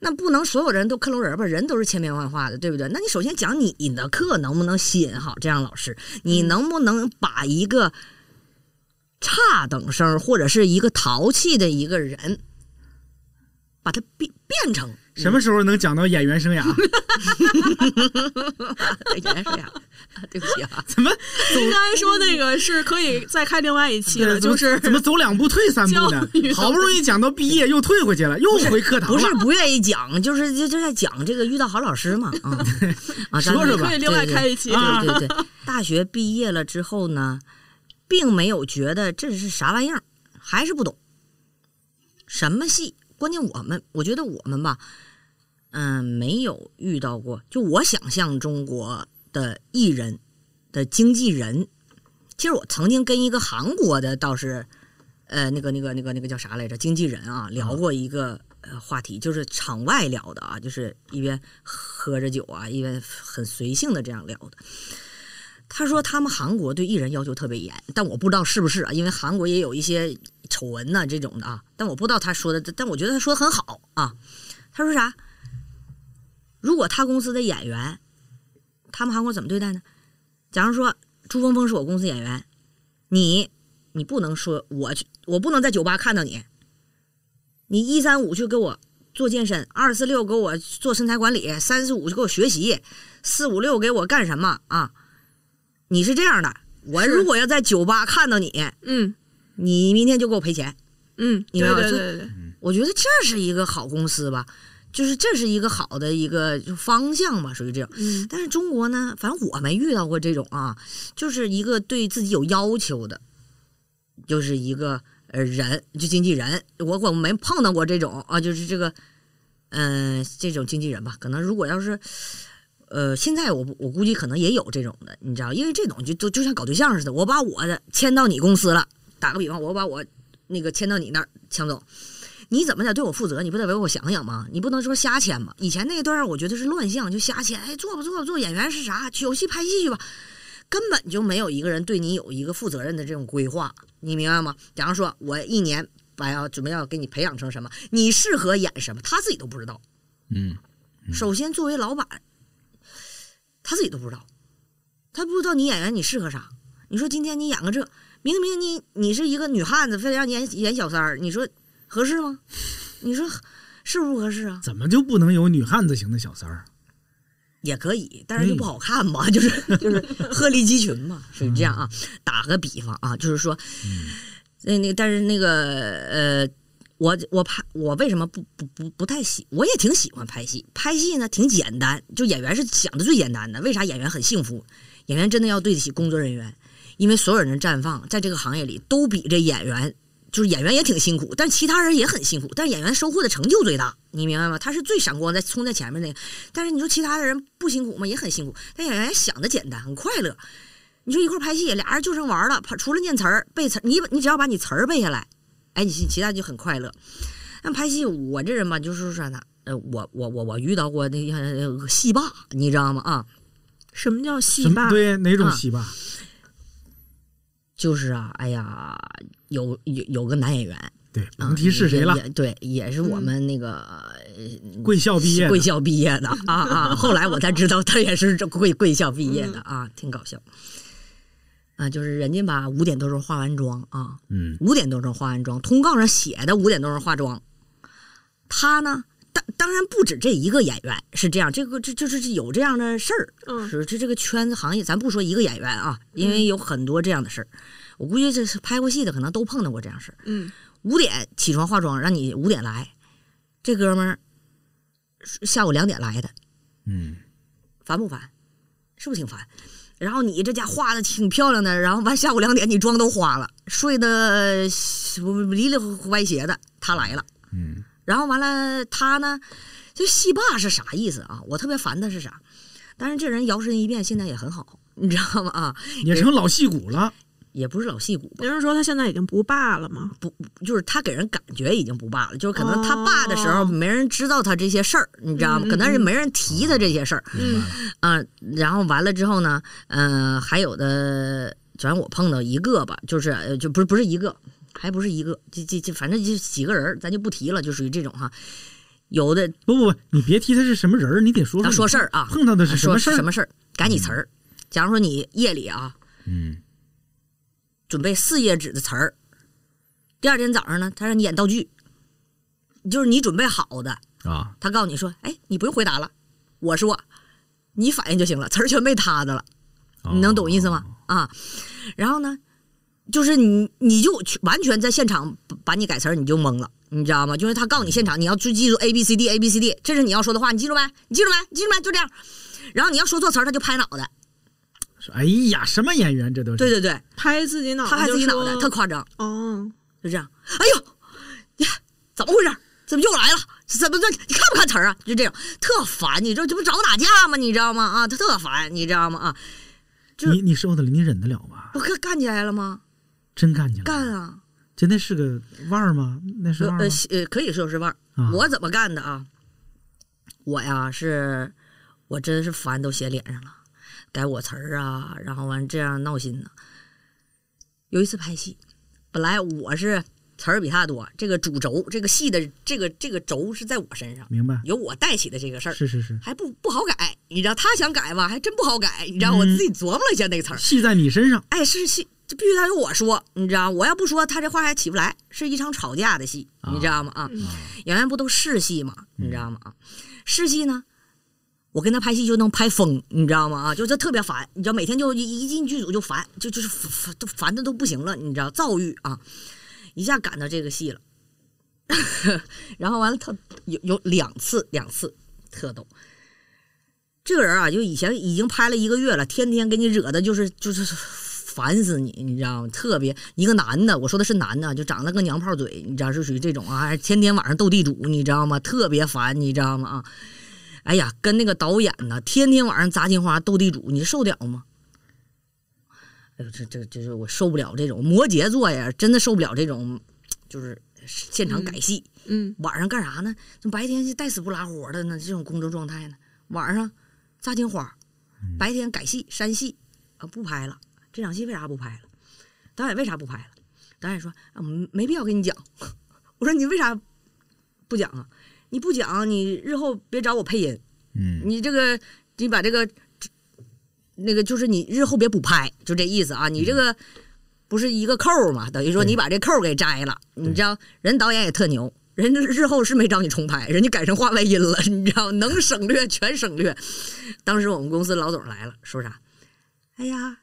Speaker 4: 那不能所有人都克隆人吧？人都是千变万化的，对不对？那你首先讲你的课能不能吸引好这样老师，你
Speaker 5: 嗯
Speaker 4: 能不能把一个差等生儿或者是一个淘气的一个人，把他变变成
Speaker 3: 什么时候能讲到演员生 涯？
Speaker 4: 原是呀，对不起啊，
Speaker 3: 怎么
Speaker 5: 应该说那个是可以再开另外一期了，
Speaker 4: 呃
Speaker 3: 对怎
Speaker 5: 就
Speaker 3: 么
Speaker 5: 是
Speaker 3: 怎么走两步退三步呢
Speaker 5: 教育？
Speaker 3: 好不容易讲到毕业，又退回去了，又回课 堂
Speaker 4: 不是
Speaker 3: 了。
Speaker 4: 不愿意讲，就是就就在讲这个遇到好老师嘛，啊啊，咱们
Speaker 3: 说说吧
Speaker 5: 可以另外
Speaker 4: 对对
Speaker 5: 开一期
Speaker 4: 对对对，啊大学毕业了之后呢，并没有觉得这是啥玩意儿，还是不懂什么戏。关键我们，我觉得我们吧，嗯、没有遇到过。就我想象中国的艺人的经纪人，其实我曾经跟一个韩国的倒是，呃，那个那个那个那个叫啥来着，经纪人啊，聊过一个。呃，话题就是场外聊的啊，就是一边喝着酒啊，一边很随性的这样聊的。他说他们韩国对艺人要求特别严，但我不知道是不是啊，因为韩国也有一些丑闻呐、这种的啊，但我不知道他说的，但我觉得他说的很好啊。他说啥？如果他公司的演员，他们韩国怎么对待呢？假如说朱峰峰是我公司演员，你你不能说我去，我不能在酒吧看到你，你一三五去给我做健身，二四六给我做身材管理，三四五就给我学习，四五六给我干什么啊？你是这样的，我
Speaker 5: 是
Speaker 4: 如果要在酒吧看到你，
Speaker 5: 嗯
Speaker 4: 你明天就给我赔钱。
Speaker 5: 嗯，
Speaker 4: 你
Speaker 5: 对
Speaker 4: 们
Speaker 5: 对
Speaker 4: 要就
Speaker 5: 对对，
Speaker 4: 我觉得这是一个好公司吧，就是这是一个好的一个就方向吧，属于这种。
Speaker 5: 嗯
Speaker 4: 但是中国呢，反正我没遇到过这种啊，就是一个对自己有要求的，就是一个呃人，就经纪人，我我没碰到过这种啊，就是这个，嗯、这种经纪人吧，可能如果要是。呃，现在我不我估计可能也有这种的，你知道，因为这种就就就像搞对象似的，我把我的签到你公司了，打个比方，我把我那个签到你那儿，强总，你怎么得对我负责？你不得为我想想吗？你不能说瞎签吧？以前那段儿我觉得是乱象，就瞎签，哎，做吧做吧做演员是啥？有戏拍戏去吧，根本就没有一个人对你有一个负责任的这种规划，你明白吗？假如说我一年把要准备要给你培养成什么，你适合演什么，他自己都不知道。
Speaker 8: 嗯，
Speaker 4: 首先，作为老板，他自己都不知道，他不知道你演员你适合啥。你说今天你演个这，明天明天你你是一个女汉子，非得让你演演小三儿，你说合适吗？你说是不合适啊？
Speaker 3: 怎么就不能有女汉子型的小三儿？
Speaker 4: 也可以，但是就不好看嘛， 就是就是鹤立鸡群嘛，属于这样啊。打个比方啊，就是说，那那但是那个呃，我我拍我为什么不不不不太喜？我也挺喜欢拍戏，拍戏呢挺简单，就演员是想的最简单的。为啥演员很幸福？演员真的要对得起工作人员，因为所有人绽放在这个行业里都比这演员。就是演员也挺辛苦，但其他人也很辛苦，但是演员收获的成就最大，你明白吗？他是最闪光在冲在前面那个，但是你说其他的人不辛苦吗？也很辛苦，但演员想的简单，很快乐。你说一块儿拍戏，俩人就剩玩儿了，除了念词儿、背词儿，你你只要把你词儿背下来，哎，你其他就很快乐。但拍戏，我这人吧，就是说呢，呃，我我我我遇到过那个戏霸，你知道吗？啊，
Speaker 5: 什么叫戏
Speaker 3: 什么
Speaker 5: 霸？
Speaker 3: 对哪种
Speaker 4: 啊
Speaker 3: 戏霸？
Speaker 4: 就是啊，哎呀，有有有个男演员，
Speaker 3: 对，
Speaker 4: 啊
Speaker 3: 甭提是谁了嗯
Speaker 4: 也，也对，也是我们那个、呃
Speaker 3: 贵校毕业的
Speaker 4: 贵校毕业的啊啊！ 后来我才知道他也是这贵贵校毕业的啊，挺搞笑。啊，就是人家吧，五点多钟化完妆啊，
Speaker 8: 嗯，
Speaker 4: 五点多钟化完妆，通告上写的五点多钟化妆。他呢，当当然不止这一个演员是这样，这个这就是有这样的事儿，
Speaker 5: 嗯
Speaker 4: 是这这个圈子行业，咱不说一个演员啊，因为有很多这样的事儿，我估计这是拍过戏的可能都碰到过这样事儿。
Speaker 5: 嗯，
Speaker 4: 五点起床化妆，让你五点来，这哥们儿下午两点来的，
Speaker 8: 嗯，
Speaker 4: 烦不烦？是不是挺烦？然后你这家画的挺漂亮的，然后完下午两点你妆都花了，睡得离里歪斜的，他来了。
Speaker 8: 嗯，
Speaker 4: 然后完了，他呢，这戏霸是啥意思啊？我特别烦他是啥？但是这人摇身一变，现在也很好，你知道吗？啊，
Speaker 3: 也成老戏骨了。
Speaker 4: 也不是老戏骨吧，
Speaker 5: 别人说他现在已经不霸了吗？
Speaker 4: 不就是他给人感觉已经不霸了，就是可能他霸的时候
Speaker 5: 哦
Speaker 4: 没人知道他这些事儿，你知道吗？
Speaker 5: 嗯嗯
Speaker 4: 可能是没人提他这些事儿，
Speaker 8: 明
Speaker 5: 嗯
Speaker 8: 白了，
Speaker 4: 啊，然后完了之后呢，嗯，还有的，反正我碰到一个吧，就是呃就不是不是一个，还不是一个，这这这反正就几个人儿，咱就不提了，就属于这种哈。有的
Speaker 3: 不不不，你别提他是什么人儿，你得说
Speaker 4: 他说
Speaker 3: 说你
Speaker 4: 事儿啊，
Speaker 3: 碰到的是什
Speaker 4: 说
Speaker 3: 么事
Speaker 4: 是什
Speaker 3: 儿嗯
Speaker 4: 么。事儿，改你词儿。假如说你夜里啊
Speaker 8: 嗯，
Speaker 4: 准备四页纸的词儿，第二天早上呢，他让你演道具，就是你准备好的，
Speaker 8: 啊，
Speaker 4: 他告诉你说，哎，你不用回答了，我说，你反应就行了，词儿全被他的了。
Speaker 8: 哦
Speaker 4: 你能懂意思吗？？啊，然后呢，就是你你就去完全在现场把把你改词儿，你就懵了，你知道吗？就是他告诉你现场你要记记住 A B C D A B C D，这是你要说的话，你记住没？你记住没？你记住没？就这样。然后你要说错词儿，他就拍脑袋。
Speaker 3: 哎呀，什么演员这都是？
Speaker 4: 对对对，
Speaker 5: 拍自己脑袋，
Speaker 4: 他拍自己脑袋，特。夸张，
Speaker 5: 哦，
Speaker 4: 就这样。哎呦，呀，怎么回事？怎么又来了？怎么这？你看不看词儿啊？就这样，特烦。你这这不找我打架吗？你知道吗？啊，他特烦，你知道吗？啊，就是
Speaker 3: 你你受得了，你忍得了吗？
Speaker 4: 不干干起来了吗？
Speaker 3: 真干起来了，
Speaker 4: 干啊！
Speaker 3: 真的是个腕儿吗？那是腕
Speaker 4: 呃
Speaker 3: 儿吗
Speaker 4: 呃？西呃，可以说是腕儿。
Speaker 3: 啊
Speaker 4: 我怎么干的啊？我呀是，我真是烦都写脸上了，改我词儿啊，然后完这样闹心呢。有一次拍戏，本来我是词儿比他多，这个主轴，这个戏的这个这个轴是在我身上，
Speaker 3: 明白，
Speaker 4: 由我带起的这个事儿，
Speaker 3: 是是是，
Speaker 4: 还不不好改。你知道他想改吧，还真不好改。你知道我自己琢磨了一下那个词儿，
Speaker 3: 戏在你身上，
Speaker 4: 哎，是戏，这必须得由我说，你知道，我要不说他这话还起不来，是一场吵架的戏，你知道吗？啊，演员不都试戏嘛，你知道吗？啊，试戏呢，我跟他拍戏就能拍疯，你知道吗？啊，就这特别烦，你知道，每天就一一进剧组就烦，就就是烦烦都烦的都不行了，你知道，躁郁啊，一下赶到这个戏了， 然后完了，他有有两次，两次特逗。这个人啊，就以前已经拍了一个月了，天天给你惹的就是就是烦死你，你知道吗？特别一个男的，我说的是男的，就长得跟娘炮嘴，你知道是属于这种啊，还天天晚上斗地主，你知道吗？特别烦，你知道吗？啊，哎呀，跟那个导演呢，天天晚上砸金花斗地主，你受得了吗？哎呦，这这这是我受不了这种摩羯座呀，真的受不了这种，就是现场改戏。
Speaker 5: 嗯，
Speaker 4: 晚上干啥呢？这白天是带死不拉活的呢，这种工作状态呢，晚上扎金花，白天改戏删戏啊，不拍了。这场戏为啥不拍了？导演为啥不拍了？导演说啊，没没必要跟你讲。 我说你为啥不讲啊？你不讲，你日后别找我配音。
Speaker 8: 嗯，
Speaker 4: 你这个，你把这个，那个就是你日后别补拍，就这意思啊。你这个不是一个扣儿嘛，等于说你把这扣儿给摘了。你知道，人导演也特牛，人家日后是没找你重拍，人家改成话外音了，你知道，能省略全省略。当时我们公司老总来了，说啥？哎呀，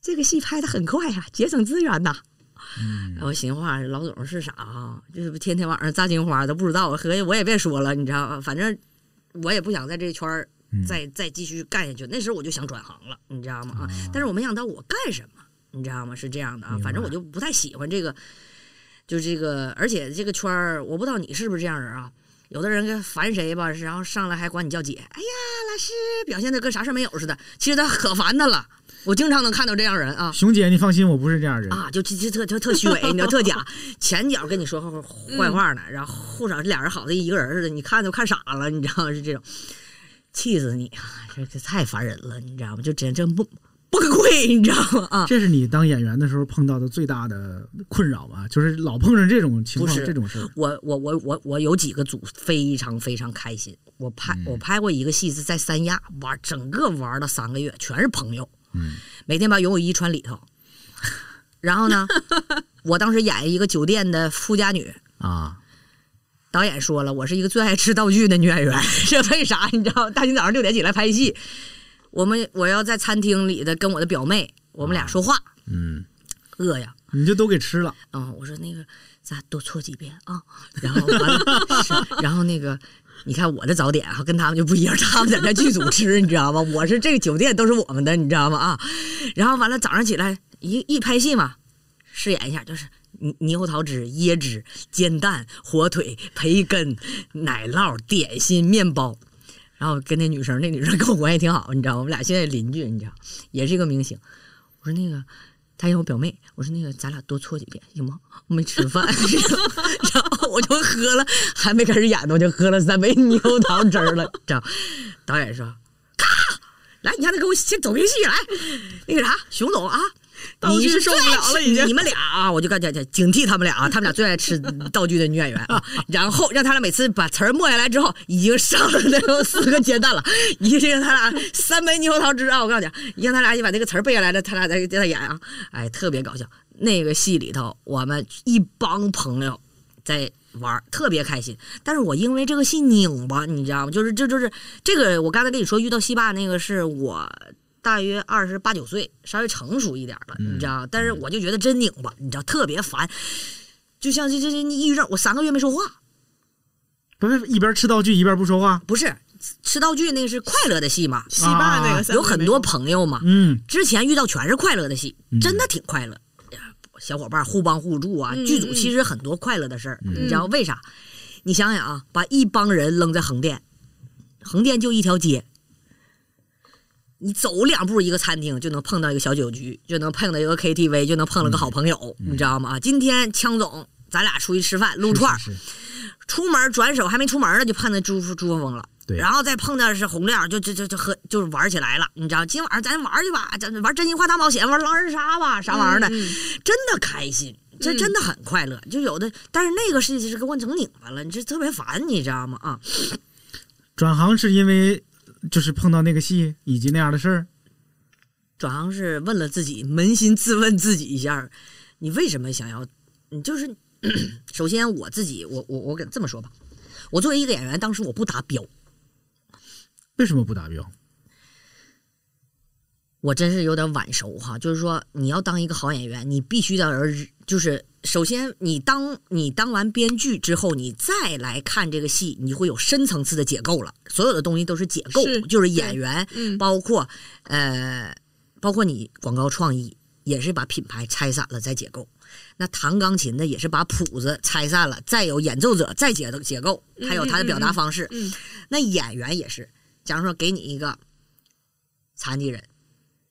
Speaker 4: 这个戏拍的很快呀、节省资源呐、然后寻话，老总是啥啊？这不天天晚上扎金花都不知道，合计我也别说了，你知道，反正我也不想在这圈儿再再继续干下去。那时候我就想转行了，你知道吗？啊，但是我没想到我干什么，你知道吗？是这样的啊，反正我就不太喜欢这个，就这个，而且这个圈儿，我不知道你是不是这样人啊。有的人跟烦谁吧，然后上来还管你叫姐，哎呀，老师表现的跟啥事儿没有似的，其实他可烦他了。我经常能看到这样人啊，
Speaker 3: 熊姐，你放心，我不是这样人。
Speaker 4: 啊，就就就特特特虚伪，你知道，特假。前脚跟你说坏话呢，然后后脚这俩人好的一个人似的，你看都看傻了，你知道是这种，气死你啊！这这太烦人了，你知道吗？就真真不崩溃，你知道吗？啊，
Speaker 3: 这是你当演员的时候碰到的最大的困扰吧？就是老碰上这种情况
Speaker 4: 不，是
Speaker 3: 这种事儿。
Speaker 4: 我我我我我有几个组非常非常开心，我拍、我拍过一个戏是在三亚玩，整个玩了三个月，全是朋友，
Speaker 8: 嗯
Speaker 4: 每天把游泳衣穿里头。然后呢，我当时演一个酒店的富家女，
Speaker 8: 啊，
Speaker 4: 导演说了，我是一个最爱吃道具的女演员， 这为啥？你知道，大清早上六点起来拍戏，我们我要在餐厅里的跟我的表妹，我们俩说话，
Speaker 8: 嗯
Speaker 4: 饿呀，
Speaker 3: 你就都给吃了，
Speaker 4: 啊、我说那个咱多搓几遍啊，然后完了，是然后那个。你看我的早点啊，跟他们就不一样，他们在那剧组吃，你知道吗？我是这个酒店都是我们的，你知道吗？啊，然后完了早上起来一一拍戏嘛，饰演一下就是猕猕猴桃汁、椰汁、煎蛋、火腿、培根、奶酪、点心、面包，然后跟那女生，那女生跟我关系挺好，你知道吗，我们俩现在邻居，你知道，也是一个明星。我说那个，她是我表妹，我说那个咱俩多搓几遍行吗？我没吃饭， 然后我就喝了，还没开始演呢，我就喝了三杯猕猴桃汁儿了，你知道？导演说：“咔，来，你还得给我先走进戏来，那个啥，熊总啊。”
Speaker 5: 道具
Speaker 4: 你是
Speaker 5: 受不
Speaker 4: 最爱
Speaker 5: 了了
Speaker 4: 吃
Speaker 5: 已经
Speaker 4: 你们俩啊，我就感觉警惕他们俩啊，他们俩最爱吃道具的女演员啊，然后让他俩每次把词儿默下来之后，已经上了那种四个煎蛋了，一是让他俩三杯猕猴桃汁啊，我告诉你，你让他俩一把那个词儿背下来了，他俩再再演啊，哎，特别搞笑。那个戏里头，我们一帮朋友在玩儿，特别开心。但是我因为这个戏拧巴，你知道吗？就是这就是这个，我刚才跟你说遇到戏霸那个是我大约二十八九岁，稍微成熟一点了，
Speaker 5: 嗯
Speaker 4: 你知道？但是我就觉得真拧巴，你知道，特别烦。就像这这这抑郁症，我三个月没说话，
Speaker 3: 不是一边吃道具一边不说话。
Speaker 4: 不是吃道具那个是快乐的戏嘛，
Speaker 5: 西坝那
Speaker 3: 啊
Speaker 5: 个三
Speaker 4: 有
Speaker 5: 个
Speaker 4: 很
Speaker 5: 没
Speaker 4: 多
Speaker 5: 说
Speaker 4: 朋友嘛，
Speaker 3: 嗯，
Speaker 4: 之前遇到全是快乐的戏，真的挺快乐，哎小伙伴互帮互助啊，剧组其实很多快乐的事儿，你知道为啥？你想想啊，把一帮人扔在横店，横店就一条街。你走两步，一个餐厅就能碰到一个小酒局，就能碰到一个 KTV，就能碰到个好朋友，你知道吗？啊，今天枪总，咱俩出去吃饭撸串儿，
Speaker 3: 是是
Speaker 4: 出门转手还没出门呢，就碰到朱朱峰峰了。
Speaker 8: 对
Speaker 4: 然后再碰到是洪亮，就就就就喝就是玩起来了，你知道？今晚上咱玩去吧，咱玩真心话大冒险，玩狼人杀吧，啥玩意儿的，
Speaker 5: 嗯
Speaker 4: 真的开心，这真的很快乐。就有的，但是那个事情是给我整拧巴了，你这特别烦，你知道吗？啊，
Speaker 3: 转行是因为就是碰到那个戏以及那样的事儿。
Speaker 4: 转行是问了自己，扪心自问自己一下，你为什么想要？你就是 首先我自己，我我我给这么说吧，我作为一个演员，当时我不达标，
Speaker 3: 为什么不达标？
Speaker 4: 我真是有点晚熟哈，就是说你要当一个好演员，你必须得而就是首先你当你当完编剧之后，你再来看这个戏，你会有深层次的解构了，所有的东西都是解构，
Speaker 5: 是
Speaker 4: 就是演员，
Speaker 5: 嗯
Speaker 4: 包括呃，包括你广告创意，也是把品牌拆散了再解构；那弹钢琴的也是把谱子拆散了，再有演奏者再解解构，还有他的表达方式。
Speaker 5: 嗯嗯嗯
Speaker 4: 那演员也是，假如说给你一个残疾人，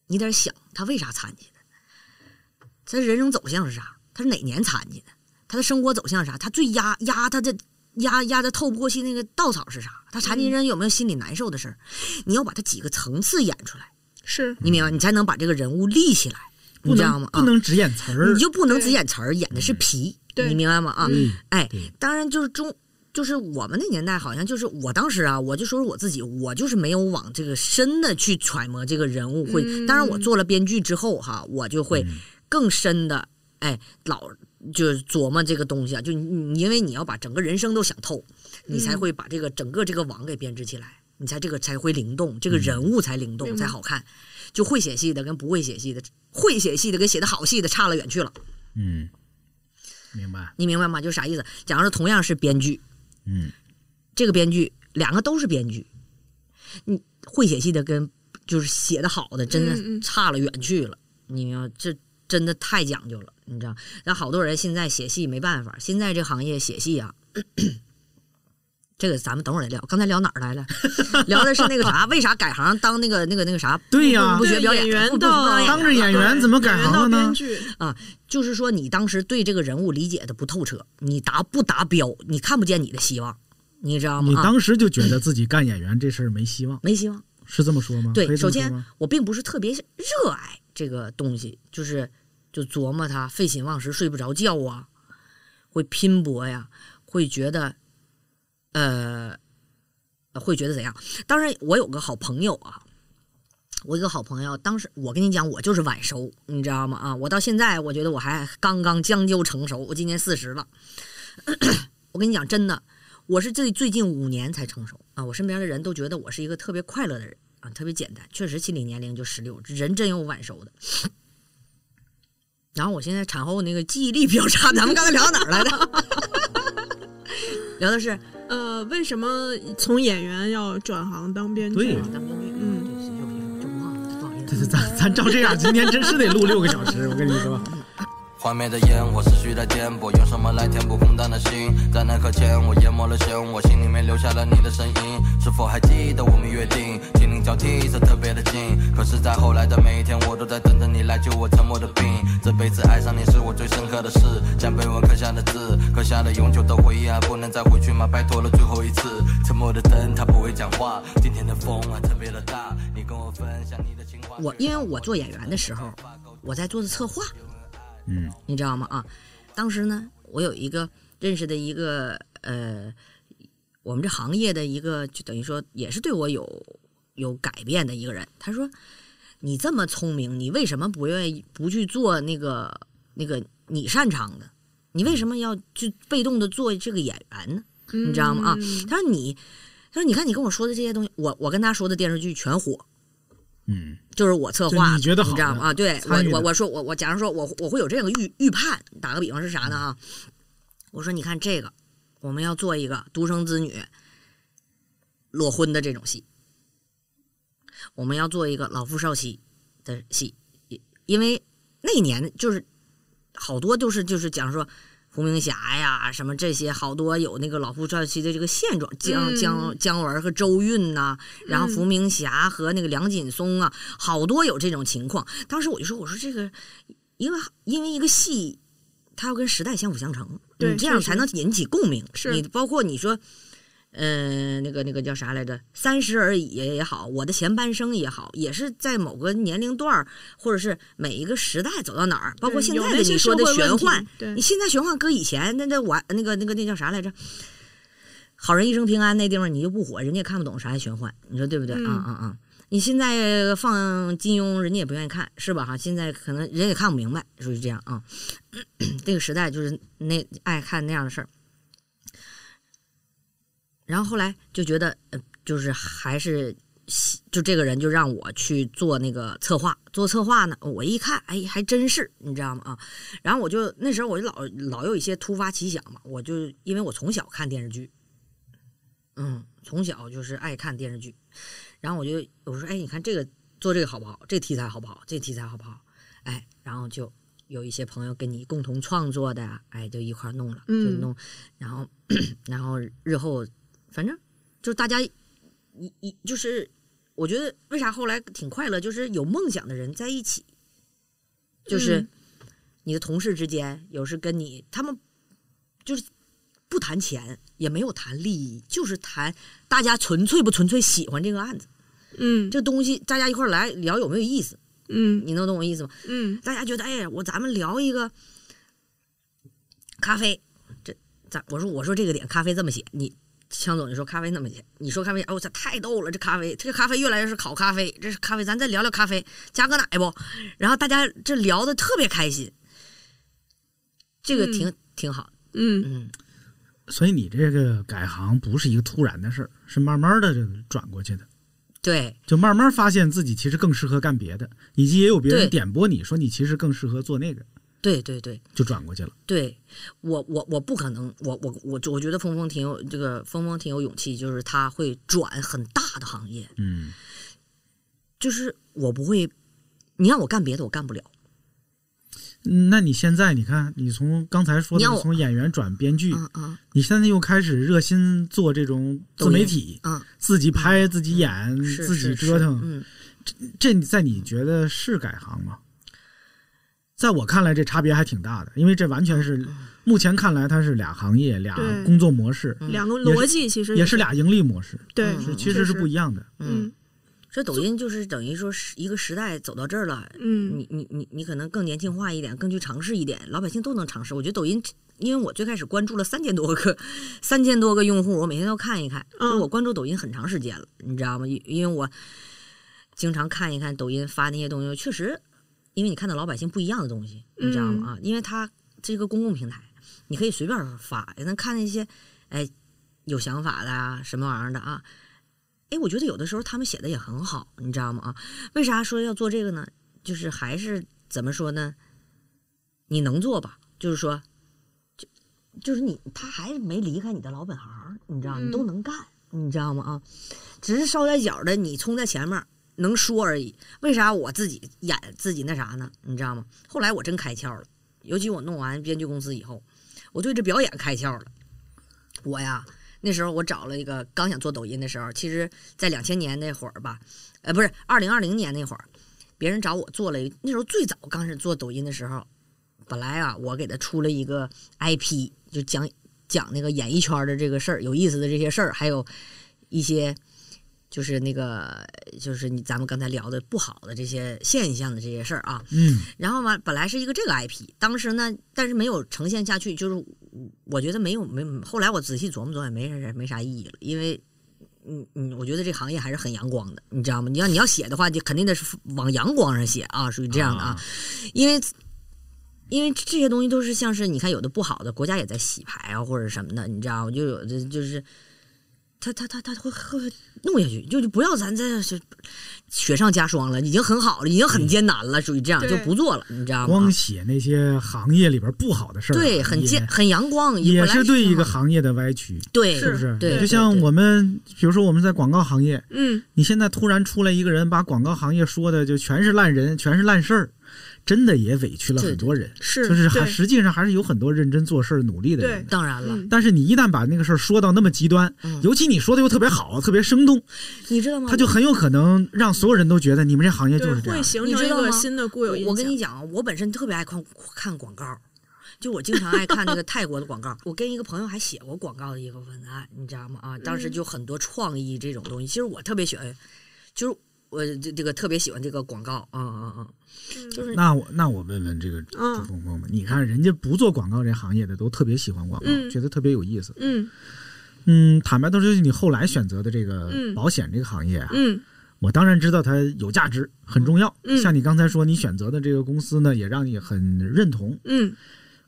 Speaker 4: 你得想他为啥残疾的，他人生走向是啥？他是哪年残疾的？他的生活走向是啥？他最压压他的压压的透不过气那个稻草是啥？他残疾人有没有心里难受的事儿？你要把他几个层次演出来，
Speaker 5: 是
Speaker 4: 你明白？你才能把这个人物立起来，你
Speaker 3: 不
Speaker 4: 知道
Speaker 3: 能
Speaker 4: 吗？
Speaker 3: 不
Speaker 4: 啊
Speaker 3: 能只演词儿
Speaker 4: 你，就不能
Speaker 5: 对
Speaker 4: 只演词儿，演的是皮，
Speaker 5: 对
Speaker 4: 你明白吗？啊，哎
Speaker 8: 对，
Speaker 4: 当然就是中，就是我们那年代，好像就是我当时啊，我就说说我自己，我就是没有往这个深的去揣摩这个人物会。当然，我做了编剧之后哈，我就会
Speaker 3: 嗯
Speaker 4: 更深的，哎，老就是琢磨这个东西啊，就你你因为你要把整个人生都想透，你才会把这个整个这个网给编织起来。你才这个才会灵动，这个人物才灵动，才好看。就会写戏的跟不会写戏的，会写戏的跟写的好戏的差了远去了。
Speaker 8: 嗯
Speaker 3: 明白？
Speaker 4: 你明白吗？就是啥意思？假如说同样是编剧，
Speaker 8: 嗯，
Speaker 4: 这个编剧两个都是编剧，你会写戏的跟就是写的好的真
Speaker 5: 嗯
Speaker 4: 的
Speaker 5: 嗯
Speaker 4: 差了远去了，你要这真的太讲究了，你知道？那好多人现在写戏没办法，现在这行业写戏啊。 这个咱们等会儿再聊，刚才聊哪儿来了？ 聊的是那个啥，为啥改行当那个那个那个啥？
Speaker 3: 对呀
Speaker 4: 不学
Speaker 5: 对
Speaker 4: 表
Speaker 5: 演员
Speaker 4: 不不学
Speaker 5: 到
Speaker 4: 表演
Speaker 3: 当着演员怎么改行了
Speaker 5: 演员到编
Speaker 3: 呢？
Speaker 5: 剧
Speaker 4: 就是说你当时对这个人物理解的不透彻，你达不达标，你看不见你的希望，你知道吗？
Speaker 3: 你
Speaker 4: 啊
Speaker 3: 当时就觉得自己干演员这事儿没希望，
Speaker 4: 没希望。
Speaker 3: 是这么说吗？可
Speaker 4: 对，
Speaker 3: 以这
Speaker 4: 首
Speaker 3: 么说
Speaker 4: 先
Speaker 3: 吗？
Speaker 4: 我并不是特别热爱这个东西，就是就琢磨它，废寝忘食，睡不着觉啊，会拼搏呀，会觉得，呃，会觉得怎样？当然，我有个好朋友啊，我有个好朋友，当时我跟你讲，我就是晚熟，你知道吗？啊，我到现在我觉得我还刚刚将就成熟，我今年四十了。 我跟你讲，真的，我是这最近五年才成熟啊！我身边的人都觉得我是一个特别快乐的人啊，特别简单，确实心理年龄就十六，人真有晚熟的。然后我现在产后那个记忆力比较差，咱们刚才聊到哪儿来着？ 聊的是
Speaker 5: 呃，为什么从演员要转行当编剧
Speaker 3: 对
Speaker 5: 啊？
Speaker 4: 咱们
Speaker 5: 嗯
Speaker 4: 对，又别说，就忘了，不好意
Speaker 3: 这
Speaker 4: 思
Speaker 3: 这。咱咱照这样，今天真是得录六个小时，我跟你说。
Speaker 9: 幻灭的烟火持续在颠簸，用什么来填补空荡的心？在那刻前，我淹没了漩涡，心里面留下了你的身影。是否还记得我们约定？心灵交替是特别的近，可是，在后来的每一天，我都在等着你来救我沉默的病。这辈子爱上你是我最深刻的事，将碑文刻下的字，刻下了永久的回忆，还不能再回去吗？拜托了，最后一次。沉默的灯，它不会讲话。今天的风还特别的大，你跟我分享你的情话。
Speaker 4: 我因为我做演员的时候，我在做的策划，
Speaker 8: 嗯，
Speaker 4: 你知道吗？啊，当时呢，我有一个认识的一个呃，我们这行业的一个，就等于说也是对我有有改变的一个人。他说：“你这么聪明，你为什么不愿意不去做那个那个你擅长的？你为什么要去被动的做这个演员呢？你知道吗？啊，他说你，他说你看你跟我说的这些东西，我我跟他说的电视剧全火，
Speaker 8: 嗯，
Speaker 4: 就是我策划
Speaker 3: 就
Speaker 4: 的，
Speaker 3: 你觉得好的
Speaker 4: 知道吗？啊，对我
Speaker 3: 参与的
Speaker 4: 我我说我我假如说我我会有这样个预预判，打个比方是
Speaker 3: 嗯
Speaker 4: 啥呢啊？我说你看这个，我们要做一个独生子女裸婚的这种戏，我们要做一个老夫少妻的戏，因为那年就是好多就是就是讲说。胡明霞呀，什么这些好多有那个老夫少妻的这个现状，姜
Speaker 5: 嗯
Speaker 4: 姜姜文和周韵呐、然后伏明霞和那个梁锦松啊，好多有这种情况。当时我就说，我说这个，因为因为一个戏，它要跟时代相辅相成，
Speaker 5: 对
Speaker 4: 你这样
Speaker 5: 确实
Speaker 4: 才能引起共鸣。
Speaker 5: 是
Speaker 4: 你包括你说，呃，那个那个叫啥来着，《三十而已》也好，《我的前半生》也好，也是在某个年龄段儿，或者是每一个时代走到哪儿，包括
Speaker 5: 对
Speaker 4: 现
Speaker 5: 有
Speaker 4: 在的
Speaker 5: 那些
Speaker 4: 你说的
Speaker 5: 社会问
Speaker 4: 玄
Speaker 5: 题
Speaker 4: 幻，
Speaker 5: 对
Speaker 4: 你现在玄幻搁以前那那我那个那个那叫啥来着？好人一生平安那地方你就不火，人家也看不懂啥叫玄幻，你说对不对？
Speaker 5: 嗯
Speaker 4: 啊啊啊！你现在放金庸，人家也不愿意看，是吧？哈，现在可能人也看不明白，就是这样啊。 这个时代就是那爱看那样的事儿。然后后来就觉得，呃，就是还是喜就这个人就让我去做那个策划，做策划呢，我一看，哎，还真是，你知道吗？啊，然后我就那时候我就老老有一些突发奇想嘛，我就因为我从小看电视剧，嗯，从小就是爱看电视剧，然后我就我说，哎，你看这个做这个好不好？这题材好不好？这题材好不好？哎，然后就有一些朋友跟你共同创作的，哎，就一块儿弄了，就
Speaker 2: 嗯
Speaker 4: 弄，然后 然后日后，反正就是大家一一就是，我觉得为啥后来挺快乐，就是有梦想的人在一起，就是
Speaker 2: 嗯
Speaker 4: 你的同事之间，有时跟你他们就是不谈钱，也没有谈利益，就是谈大家纯粹不纯粹喜欢这个案子。
Speaker 5: 嗯，
Speaker 4: 这东西大家一块儿来聊有没有意思？
Speaker 5: 嗯，
Speaker 4: 你能懂我意思吗？
Speaker 5: 嗯，
Speaker 4: 大家觉得哎呀，我咱们聊一个咖啡，这咱我说我说这个点咖啡这么写，你强总你说咖啡那么写，你说咖啡哦，这太逗了，这咖啡这咖啡越来越是烤咖啡，这是咖啡，咱再聊聊咖啡，加个奶不？然后大家这聊的特别开心，这个挺、
Speaker 3: 嗯
Speaker 4: 挺好。
Speaker 5: 嗯
Speaker 4: 嗯，
Speaker 3: 所以你这个改行不是一个突然的事儿，是慢慢的转过去的，
Speaker 4: 对，
Speaker 3: 就慢慢发现自己其实更适合干别的，以及也有别
Speaker 4: 对
Speaker 3: 人点拨你说你其实更适合做那个，
Speaker 4: 对对对，
Speaker 3: 就转过去了。
Speaker 4: 对我，我我不可能，我我我我觉得峰峰挺有这个峰峰挺有勇气，就是他会转很大的行业，
Speaker 3: 嗯
Speaker 4: 就是我不会，你让我干别的我干不了，
Speaker 3: 嗯那你现在你看，你从刚才说
Speaker 4: 你
Speaker 3: 的
Speaker 4: 让我
Speaker 3: 从演员转编剧，
Speaker 4: 嗯
Speaker 3: 你现在又开始热心做这种自媒体，
Speaker 4: 抖音嗯
Speaker 3: 自己拍、自己演、
Speaker 4: 是
Speaker 3: 嗯自己
Speaker 4: 是
Speaker 3: 折腾，
Speaker 4: 嗯，
Speaker 3: 这这在你觉得是改行吗？在我看来，这差别还挺大的，因为这完全
Speaker 4: 嗯
Speaker 3: 是目前看来，它是俩行业、俩
Speaker 5: 对
Speaker 3: 工作模式，
Speaker 4: 嗯
Speaker 5: 两个
Speaker 3: 也是
Speaker 5: 逻辑其实
Speaker 3: 也是俩盈利模式，
Speaker 5: 对
Speaker 3: 是
Speaker 5: 嗯
Speaker 3: 其
Speaker 5: 确
Speaker 3: 实是
Speaker 5: 实
Speaker 3: 不一样的。
Speaker 5: 嗯，
Speaker 4: 这抖音就是等于说是一个时代走到这儿了，
Speaker 5: 嗯
Speaker 4: 你你你你可能更年轻化一点，更去尝试一点，老百姓都能尝试。我觉得抖音，因为我最开始关注了三千多个，三千多个用户，我每天都看一看，就是我关注抖音很长时间了，你知道吗？因因为我经常看一看抖音发那些东西，确实，因为你看到老百姓不一样的东西，你知道吗？啊，因为它这个公共平台，你可以随便发，也能看那些，哎，有想法的啊，什么玩意儿的啊。哎，我觉得有的时候他们写的也很好，你知道吗？啊，为啥说要做这个呢？就是还是怎么说呢？你能做吧？就是说，就就是你，他还是没离开你的老本行，你知道，你都
Speaker 2: 嗯
Speaker 4: 能干，你知道吗？啊，只是捎带脚的，你冲在前面能说而已。为啥我自己演自己那啥呢？你知道吗？后来我真开窍了，尤其我弄完编剧公司以后，我对这表演开窍了。我呀，那时候我找了一个刚想做抖音的时候，其实在两千年那会儿吧，呃，不是二零二零年那会儿，别人找我做了一，那时候最早刚是做抖音的时候，本来啊，我给他出了一个 IP，就讲讲那个演艺圈的这个事儿，有意思的这些事儿，还有一些就是那个就是你咱们刚才聊的不好的这些现象的这些事儿啊，
Speaker 3: 嗯
Speaker 4: 然后嘛，本来是一个这个 IP，当时呢，但是没有呈现下去，就是我觉得没有没，后来我仔细琢磨琢磨，也没啥没啥意义了，因为。嗯嗯，我觉得这行业还是很阳光的，你知道吗？你要你要写的话，就肯定得是往阳光上写啊，属于这样的啊，因为因为这些东西都是像是你看有的不好的，国家也在洗牌啊或者什么的，你知道吗？就有的就是他他他他会会弄下去，就就不要咱这是雪上加霜了，已经很好了，已经很艰难了，属于这样
Speaker 3: 对
Speaker 4: 就不做了，你知道吗
Speaker 3: 光？写那些行业里边不好的事儿啊，
Speaker 4: 对，很
Speaker 3: 也
Speaker 4: 健很阳光，
Speaker 3: 也
Speaker 4: 本来
Speaker 3: 是对一
Speaker 4: 挺
Speaker 3: 个
Speaker 4: 好
Speaker 3: 行业的歪曲，
Speaker 4: 对
Speaker 3: 是不是？
Speaker 4: 对
Speaker 3: 就像我们，比如说我们在广告行业，
Speaker 5: 嗯，
Speaker 3: 你现在突然出来一个人，把广告行业说的就全是烂人，全是烂事儿，真的也委屈了很多人，
Speaker 5: 是
Speaker 3: 就是还
Speaker 5: 对
Speaker 3: 实际上还是有很多认真做事儿、努力的人
Speaker 5: 对
Speaker 3: 的。
Speaker 4: 当然了嗯
Speaker 3: 但是你一旦把那个事儿说到那么极端，
Speaker 4: 嗯
Speaker 3: 尤其你说的又特别好、特别生动，
Speaker 4: 你知道吗？
Speaker 3: 他就很有可能让所有人都觉得你们这行业就是这样。
Speaker 5: 成
Speaker 4: 你知道
Speaker 5: 一个
Speaker 4: 吗
Speaker 5: 新的固有印
Speaker 4: 我我跟
Speaker 5: 象
Speaker 4: 你讲啊，我本身特别爱看看广告，就我经常爱看那个泰国的广告。 我跟一个朋友还写过广告的一个文案，你知道吗？啊，当时
Speaker 2: 嗯
Speaker 4: 就很多创意这种东西。其实我特别喜欢，就是我这这个特别喜欢这个广告。嗯嗯嗯，就是
Speaker 3: 那我那我问问这个
Speaker 4: 嗯
Speaker 3: 朱峰峰吧，你看人家不做广告这行业的都特别喜欢广告，
Speaker 4: 嗯
Speaker 3: 觉得特别有意思。
Speaker 5: 嗯
Speaker 3: 嗯，坦白都是你后来选择的这个
Speaker 5: 嗯
Speaker 3: 保险这个行业啊，
Speaker 5: 嗯
Speaker 3: 我当然知道它有价值，很重要。
Speaker 5: 嗯
Speaker 3: 像你刚才说，你选择的这个公司呢，也让你很认同。
Speaker 5: 嗯，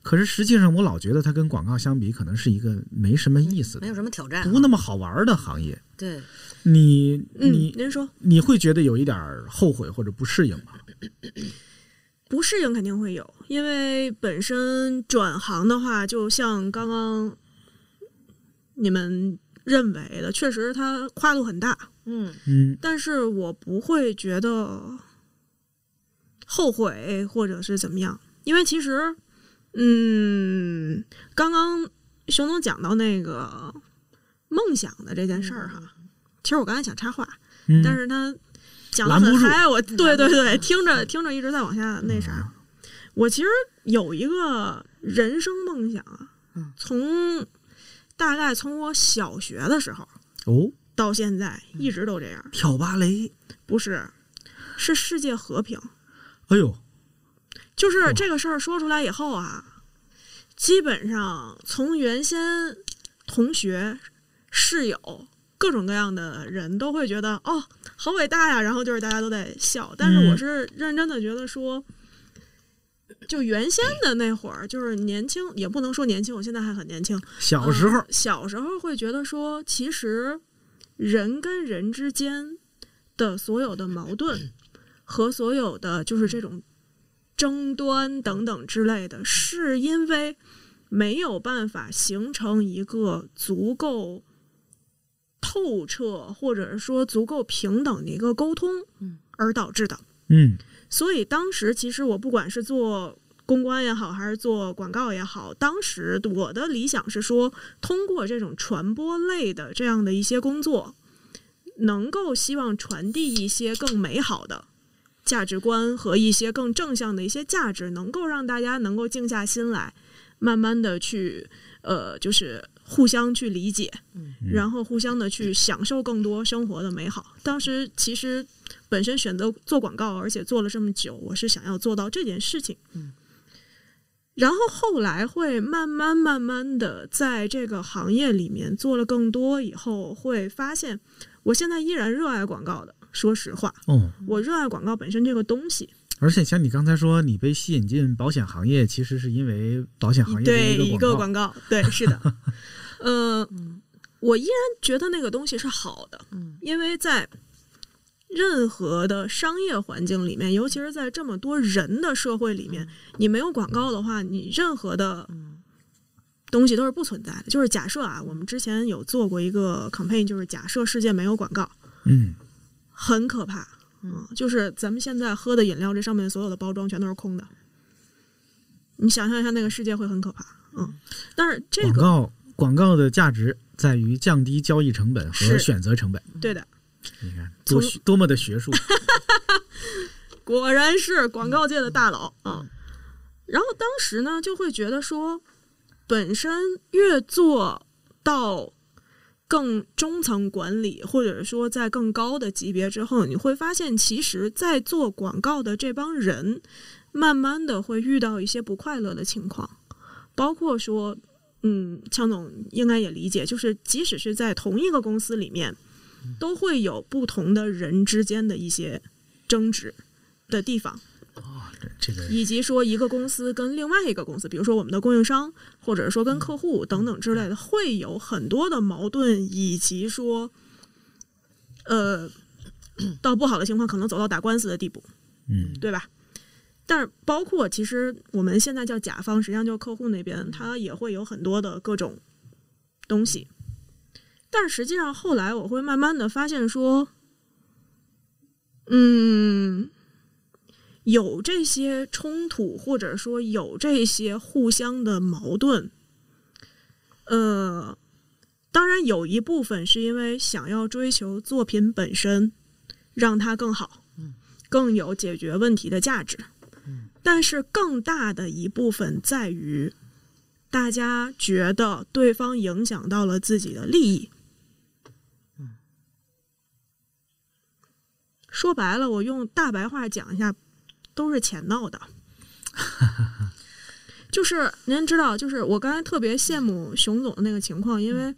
Speaker 3: 可是实际上，我老觉得它跟广告相比，可能是一个没什么意思
Speaker 4: 没
Speaker 3: 的、
Speaker 4: 有什么挑战啊。
Speaker 3: 不那么好玩的行业。
Speaker 4: 对，
Speaker 3: 你
Speaker 5: 嗯
Speaker 3: 你、
Speaker 5: 您说
Speaker 3: 你会觉得有一点后悔或者不适应吗？
Speaker 5: 不适应肯定会有，因为本身转行的话，就像刚刚你们认为的，确实它跨度很大，
Speaker 4: 嗯
Speaker 3: 嗯，
Speaker 5: 但是我不会觉得后悔或者是怎么样。因为其实，嗯，刚刚熊总讲到那个梦想的这件事儿哈，其实我刚才想插话，
Speaker 3: 嗯
Speaker 5: 但是他讲的
Speaker 3: 拦不
Speaker 5: 很
Speaker 3: 住嗯
Speaker 5: 嗨，我对对对，听着听着一直在往下那啥。我其实有一个人生梦想啊，
Speaker 3: 嗯
Speaker 5: 从大概从我小学的时候
Speaker 3: 哦，
Speaker 5: 到现在一直都这样，
Speaker 3: 跳芭蕾，
Speaker 5: 不是，是世界和平。
Speaker 3: 哎呦，
Speaker 5: 就是这个事儿说出来以后啊，基本上从原先同学、室友各种各样的人都会觉得哦，好伟大呀，然后就是大家都在笑。但是我是认真的觉得说，就原先的那会儿，就是年轻，也不能说年轻，我现在还很年轻。
Speaker 3: 小时候
Speaker 5: 嗯小时候会觉得说，其实人跟人之间的所有的矛盾和所有的就是这种争端等等之类的，是因为没有办法形成一个足够透彻或者是说足够平等的一个沟通，而导致的。
Speaker 3: 嗯
Speaker 5: 所以当时其实我不管是做公关也好，还是做广告也好，当时我的理想是说，通过这种传播类的这样的一些工作，能够希望传递一些更美好的。价值观和一些更正向的一些价值，能够让大家能够静下心来，慢慢的去呃，就是互相去理解，然后互相的去享受更多生活的美好。当时其实本身选择做广告，而且做了这么久，我是想要做到这件事情。然后后来会慢慢慢慢的在这个行业里面做了更多以后，会发现我现在依然热爱广告的。说实话，
Speaker 3: 哦，
Speaker 5: 我热爱广告本身这个东西，
Speaker 3: 而且像你刚才说，你被吸引进保险行业，其实是因为保险行业
Speaker 5: 对
Speaker 3: 的
Speaker 5: 一
Speaker 3: 个
Speaker 5: 个广
Speaker 3: 广告。
Speaker 5: 告，对，是的，呃，我依然觉得那个东西是好的，因为在任何的商业环境里面，尤其是在这么多人的社会里面，你没有广告的话，你任何的东西都是不存在的。就是假设啊，我们之前有做过一个 campaign，就是假设世界没有广告，
Speaker 3: 嗯，
Speaker 5: 很可怕。嗯，就是咱们现在喝的饮料，这上面所有的包装全都是空的。你想象一下，那个世界会很可怕。嗯，但是这
Speaker 3: 广
Speaker 5: 个
Speaker 3: 告广告的价值在于降低交易成本和
Speaker 5: 是
Speaker 3: 选择成本。
Speaker 5: 对的，
Speaker 3: 你看，多
Speaker 5: 从
Speaker 3: 学多么的学 术。
Speaker 5: 果然是广告界的大佬啊。然后当时呢，就会觉得说，本身越做到更中层管理，或者说在更高的级别之后，你会发现，其实，在做广告的这帮人，慢慢的会遇到一些不快乐的情况，包括说，嗯，强总应该也理解，就是即使是在同一个公司里面，都会有不同的人之间的一些争执的地方。
Speaker 3: 哦这个
Speaker 5: 以及说一个公司跟另外一个公司，比如说我们的供应商，或者说跟客
Speaker 3: 嗯
Speaker 5: 户等等之类的，会有很多的矛盾，以及说，呃，到不好的情况可能走到打官司的地步，
Speaker 3: 嗯，
Speaker 5: 对吧？但是包括其实我们现在叫甲方，实际上就是客户那边，他也会有很多的各种东西。但实际上后来我会慢慢的发现说，嗯，有这些冲突，或者说有这些互相的矛盾，呃，当然有一部分是因为想要追求作品本身，让它更好，更有解决问题的价值。但是更大的一部分在于，大家觉得对方影响到了自己的利益。说白了，我用大白话讲一下，都是钱闹的。 就是您知道，就是我刚才特别羡慕熊总的那个情况，因为，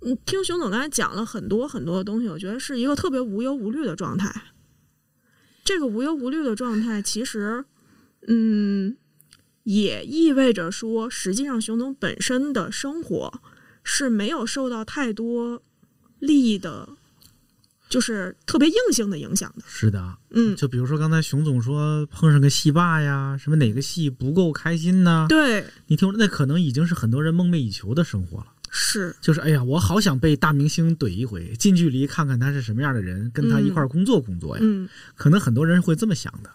Speaker 5: 嗯，听熊总刚才讲了很多很多的东西，我觉得是一个特别无忧无虑的状态。这个无忧无虑的状态，其实，嗯，也意味着说，实际上熊总本身的生活是没有受到太多利益的，就是特别硬性的影响的。
Speaker 3: 是的，啊
Speaker 5: 嗯
Speaker 3: 就比如说刚才熊总说碰上个戏霸呀，什么哪个戏不够开心呢？，
Speaker 5: 对，
Speaker 3: 你听说那可能已经是很多人梦寐以求的生活了。
Speaker 5: 是
Speaker 3: 就是哎呀，我好想被大明星怼一回，近距离看看他是什么样的人，跟他一块儿工作工作呀。
Speaker 5: 嗯，
Speaker 3: 可能很多人会这么想的，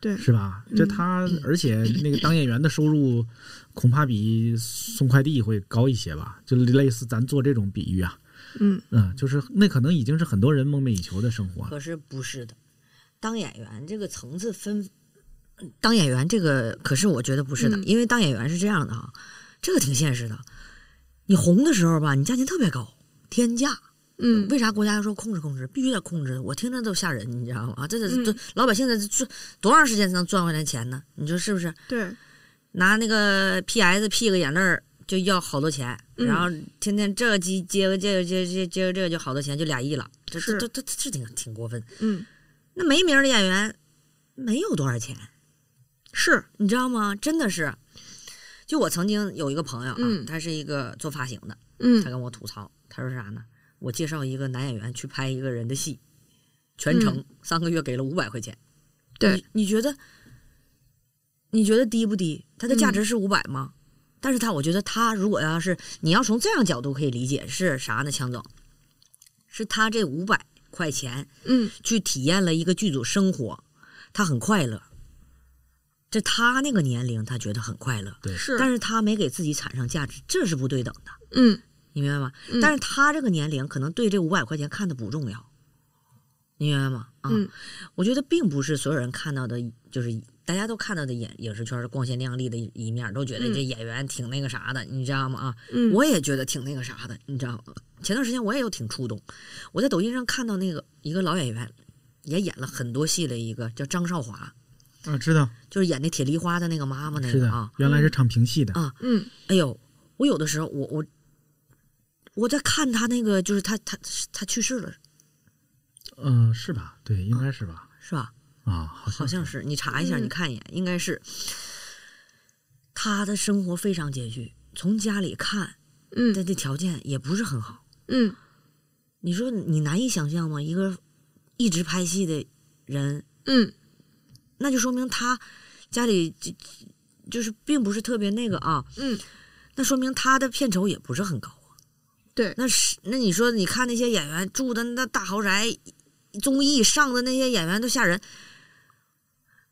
Speaker 5: 对，嗯
Speaker 3: 是吧？就他，而且那个当演员的收入，恐怕比送快递会高一些吧？就类似咱做这种比喻啊，
Speaker 5: 嗯
Speaker 3: 嗯，就是那可能已经是很多人梦寐以求的生活了。
Speaker 4: 可是不是的，当演员这个层次分，当演员这个可是我觉得不是的，
Speaker 5: 嗯
Speaker 4: 因为当演员是这样的啊，这个挺现实的。你红的时候吧，你价钱特别高，天价。
Speaker 5: 嗯
Speaker 4: 为啥国家要说控制控制，必须得控制？我听着都吓人，你知道吗？啊，这这
Speaker 5: 嗯
Speaker 4: 这老百姓得赚多长时间才能赚回来钱呢？你说是不是？
Speaker 5: 对，
Speaker 4: 拿那个 PS 屁个眼泪儿就要好多钱，
Speaker 5: 嗯
Speaker 4: 然后天天这个机接个这个接接接个这个就好多钱，就俩亿了，这这
Speaker 5: 是
Speaker 4: 这这这是挺挺过分。
Speaker 5: 嗯
Speaker 4: 那没名儿的演员没有多少钱，
Speaker 5: 是，
Speaker 4: 你知道吗？真的是，就我曾经有一个朋友啊，
Speaker 5: 嗯
Speaker 4: 他是一个做发型的，
Speaker 5: 嗯
Speaker 4: 他跟我吐槽，他说啥呢？我介绍一个男演员去拍一个人的戏，全程、
Speaker 5: 嗯
Speaker 4: 三个月给了五百块钱，
Speaker 5: 对
Speaker 4: 你，你觉得你觉得低不低？它的价
Speaker 5: 嗯
Speaker 4: 值是五百吗？但是他，我觉得他如果要是你要从这样角度可以理解是啥呢？强总，是他这五百块钱
Speaker 5: 嗯
Speaker 4: 去体验了一个剧组生活，他很快乐。这他那个年龄，他觉得很快乐，
Speaker 5: 是，
Speaker 4: 但是他没给自己产生价值，这是不对等的，
Speaker 5: 嗯
Speaker 4: 你明白吗？
Speaker 5: 嗯
Speaker 4: 但是他这个年龄可能对这五百块钱看的不重要，你明白吗？啊，
Speaker 5: 嗯
Speaker 4: 我觉得并不是所有人看到的，就是大家都看到的影影视圈的光鲜亮丽的一面，都觉得
Speaker 5: 嗯
Speaker 4: 这演员挺那个啥的，你知道吗？啊，
Speaker 5: 嗯，
Speaker 4: 我也觉得挺那个啥的，你知道吗？前段时间我也有挺触动，我在抖音上看到那个一个老演员，也演了很多戏的一个叫张少华，
Speaker 3: 啊，知道，嗯
Speaker 4: 就是演那铁梨花的那个妈妈那
Speaker 3: 是
Speaker 4: 个
Speaker 3: 的，
Speaker 4: 啊。
Speaker 3: 原来是唱评戏的
Speaker 4: 啊
Speaker 5: 嗯
Speaker 4: 哎呦，我有的时候我我我在看他那个，就是他他他去世了
Speaker 3: 嗯、是吧？对，应该是吧？
Speaker 4: 是吧？
Speaker 3: 啊，好
Speaker 4: 好
Speaker 3: 像
Speaker 4: 像是，你查一下，
Speaker 5: 嗯
Speaker 4: 你看一眼，应该是。他的生活非常拮据，从家里看，他
Speaker 5: 嗯
Speaker 4: 的条件也不是很好。
Speaker 5: 嗯
Speaker 4: 你说你难以想象吗？一个一直拍戏的人，
Speaker 5: 嗯
Speaker 4: 那就说明他家里就就是并不是特别那个啊，
Speaker 5: 嗯，
Speaker 4: 那说明他的片酬也不是很高啊。
Speaker 5: 对
Speaker 4: 那是那你说，你看那些演员住的那大豪宅，综艺上的那些演员都吓人，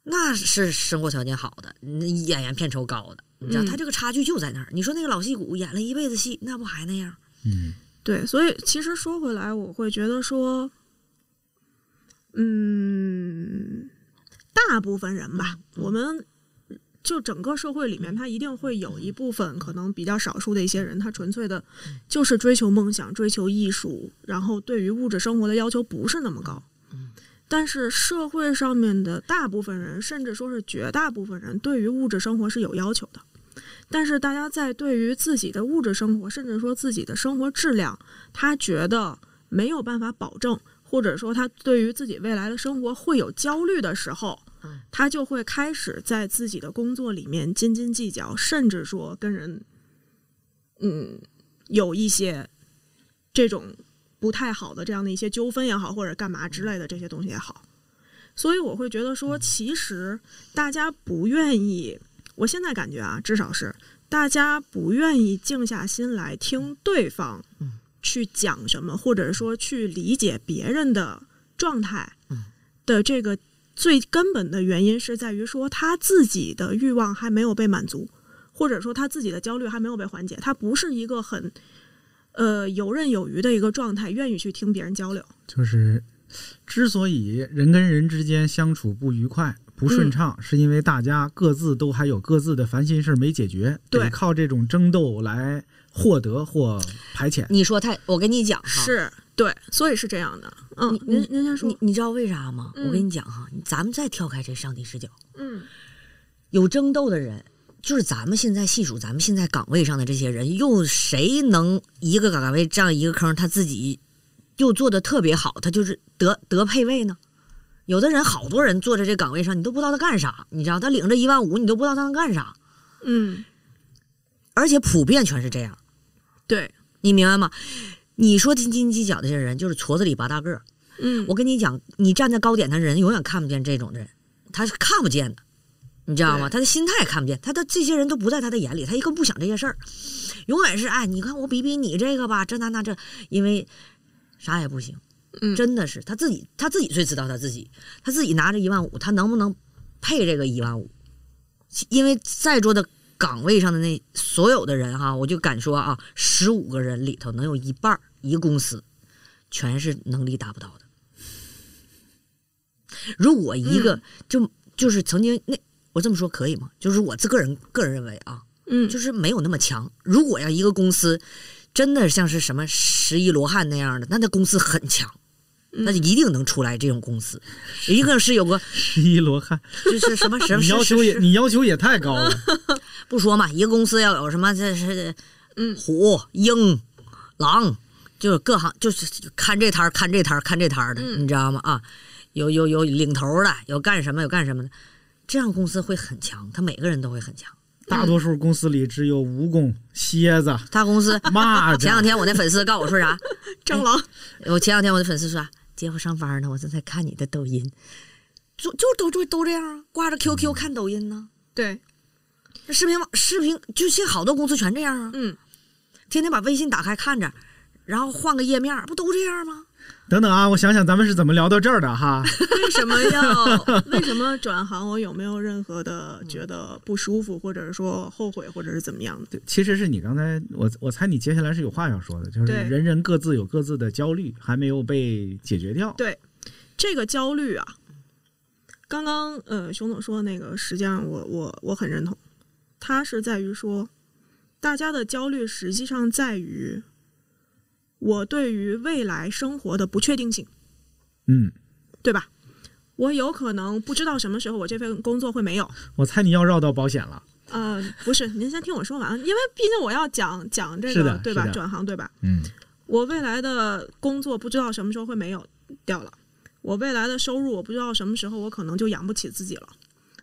Speaker 4: 那是生活条件好的，那演员片酬高的，你知道、
Speaker 5: 嗯
Speaker 4: 他这个差距就在那儿。你说那个老戏骨演了一辈子戏，那不还那样？
Speaker 3: 嗯
Speaker 5: 对，所以其实说回来，我会觉得说，嗯，大部分人吧，我们就整个社会里面，他一定会有一部分可能比较少数的一些人，他纯粹的就是追求梦想、追求艺术，然后对于物质生活的要求不是那么高。但是社会上面的大部分人，甚至说是绝大部分人，对于物质生活是有要求的。但是大家在对于自己的物质生活，甚至说自己的生活质量，他觉得没有办法保证，或者说他对于自己未来的生活会有焦虑的时候
Speaker 4: 嗯，
Speaker 5: 他就会开始在自己的工作里面斤斤计较，甚至说跟人，嗯，有一些这种不太好的这样的一些纠纷也好，或者干嘛之类的这些东西也好。所以我会觉得说，其实大家不愿意，我现在感觉啊，至少是大家不愿意静下心来听对方
Speaker 4: 嗯
Speaker 5: 去讲什么，或者说去理解别人的状态
Speaker 4: 嗯
Speaker 5: 的这个最根本的原因是在于说他自己的欲望还没有被满足，或者说他自己的焦虑还没有被缓解，他不是一个很呃游刃有余的一个状态，愿意去听别人交流。
Speaker 3: 就是之所以人跟人之间相处不愉快、
Speaker 4: 嗯
Speaker 3: 不顺畅，是因为大家各自都还有各自的烦心事儿没解决，
Speaker 5: 对
Speaker 3: 得靠这种争斗来获得或排遣。
Speaker 4: 你说太，我跟你讲哈，
Speaker 5: 是对，所以是这样的。嗯，
Speaker 4: 你
Speaker 5: 您您先说
Speaker 4: 你。你知道为啥吗？
Speaker 5: 嗯
Speaker 4: 我跟你讲哈，咱们再跳开这上帝视角，
Speaker 5: 嗯
Speaker 4: 有争斗的人，就是咱们现在细数咱们现在岗位上的这些人，又谁能一个岗位占一个坑，他自己又做的特别好，他就是得得配位呢？有的人好多人坐在这岗位上，你都不知道他干啥，你知道他领着一万五，你都不知道他能干啥，
Speaker 5: 嗯，
Speaker 4: 而且普遍全是这样，
Speaker 5: 对，
Speaker 4: 你明白吗？你说斤斤计较的这些人，就是矬子里拔大个儿。
Speaker 5: 嗯
Speaker 4: 我跟你讲，你站在高点的人永远看不见这种人，他是看不见的。你知道吗？他的心态看不见，他的这些人都不在他的眼里，他一更不想这些事儿，永远是哎，你看我比比你这个吧，这那那这，因为啥也不行，真的是他自己他自己最知道他自己，他自己拿着一万五，他能不能配这个一万五？因为在座的岗位上的那所有的人哈，我就敢说啊，十五个人里头能有一半儿一个公司全是能力达不到的。如果一个、就就是曾经那我这么说可以吗？就是我自个人个人认为啊，
Speaker 5: 嗯
Speaker 4: 就是没有那么强。如果要一个公司真的像是什么十一罗汉那样的，那那公司很强，那就一定能出来这种公司。一个是有个
Speaker 3: 十一罗汉，
Speaker 4: 就是什么什么
Speaker 3: 你要
Speaker 4: 是
Speaker 3: 求也你要求也太高 了，
Speaker 4: 不说嘛，一个公司要有什么这是，嗯虎、鹰、狼，就是各行就是看这摊儿看这摊儿看这摊儿的，你知道吗？啊，有有有领头的，有干什么有干什么的，这样公司会很强，他每个人都会很强。
Speaker 3: 大多数公司里只有蜈蚣、蝎子、
Speaker 4: 大公司
Speaker 3: 蚂蚱。
Speaker 4: 前两天 我那粉丝告诉我说啥？蟑螂。我前两天我的粉丝说啥，姐夫上班呢，我正在看你的抖音，就就都都都这样啊，挂着 QQ 看抖音呢。
Speaker 5: 对，
Speaker 4: 视频网视频就现在好多公司全这样啊。
Speaker 5: 嗯，
Speaker 4: 天天把微信打开看着，然后换个页面，不都这样吗？
Speaker 3: 等等啊，我想想咱们是怎么聊到这儿的哈。
Speaker 5: 为什么要为什么转行？我有没有任何的觉得不舒服，或者是说后悔，或者是怎么样的？
Speaker 3: 其实是你刚才，我我猜你接下来是有话要说的，就是
Speaker 5: 对
Speaker 3: 人人各自有各自的焦虑，还没有被解决掉。
Speaker 5: 对，这个焦虑啊，刚刚呃，熊总说的那个，实际上我我我很认同，他是在于说，大家的焦虑实际上在于我对于未来生活的不确定性，
Speaker 3: 嗯，
Speaker 5: 对吧？我有可能不知道什么时候我这份工作会没有，
Speaker 3: 我猜你要绕到保险了。
Speaker 5: 呃，不是，您先听我说完，因为毕竟我要讲讲这
Speaker 3: 是
Speaker 5: 个
Speaker 3: 的，
Speaker 5: 对
Speaker 3: 是
Speaker 5: 吧？
Speaker 3: 的
Speaker 5: 转行，对吧？
Speaker 3: 嗯，
Speaker 5: 我未来的工作不知道什么时候会没有掉了，我未来的收入我不知道什么时候我可能就养不起自己了，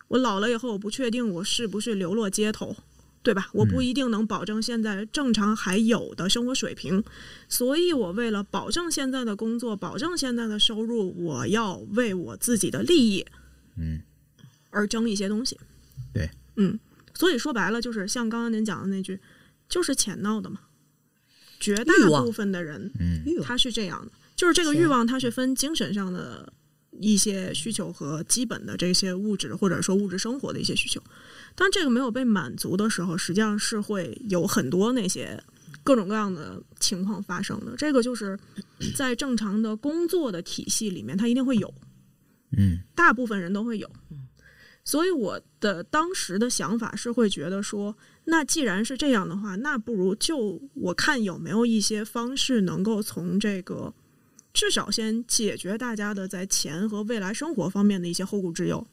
Speaker 5: 我老了以后我不确定我是不是流落街头，对吧？我不一定能保证现在正常还有的生活水平，所以我为了保证现在的工作，保证现在的收入，我要为我自己的利益，
Speaker 3: 嗯，
Speaker 5: 而争一些东西。
Speaker 3: 对，
Speaker 5: 嗯，所以说白了就是像刚刚您讲的那句，就是钱闹的嘛。绝大
Speaker 4: 欲望
Speaker 5: 部分的人，
Speaker 3: 嗯
Speaker 4: 欲望
Speaker 5: 他是这样的，就是这个欲望，它是分精神上的一些需求和基本的这些物质或者说物质生活的一些需求。当这个没有被满足的时候，实际上是会有很多那些各种各样的情况发生的。这个就是在正常的工作的体系里面，它一定会有。
Speaker 3: 嗯
Speaker 5: 大部分人都会有。
Speaker 4: 嗯
Speaker 5: 所以我的当时的想法是会觉得说，那既然是这样的话，那不如就我看有没有一些方式能够从这个至少先解决大家的在钱和未来生活方面的一些后顾之忧。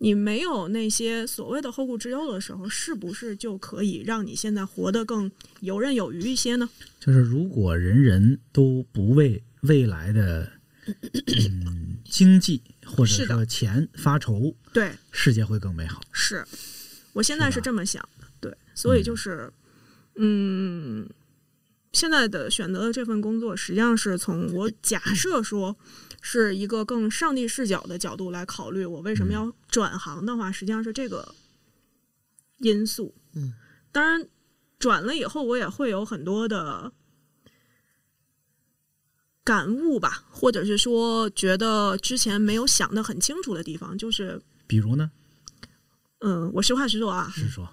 Speaker 5: 你没有那些所谓的后顾之忧的时候，是不是就可以让你现在活得更游刃有余一些呢？
Speaker 3: 就是如果人人都不为未来的、嗯、经济或者
Speaker 5: 是的
Speaker 3: 说钱发愁，
Speaker 5: 对，
Speaker 3: 世界会更美好。
Speaker 5: 是，我现在是这么想的，对，所以就是，嗯，现在的选择的这份工作，实际上是从我假设说是一个更上帝视角的角度来考虑，我为什么要转行的话，实际上是这个因素。
Speaker 4: 嗯，
Speaker 5: 当然转了以后，我也会有很多的。感悟吧，或者是说觉得之前没有想得很清楚的地方，就是，
Speaker 3: 比如呢，
Speaker 5: 嗯，我实话实说啊，
Speaker 3: 是说，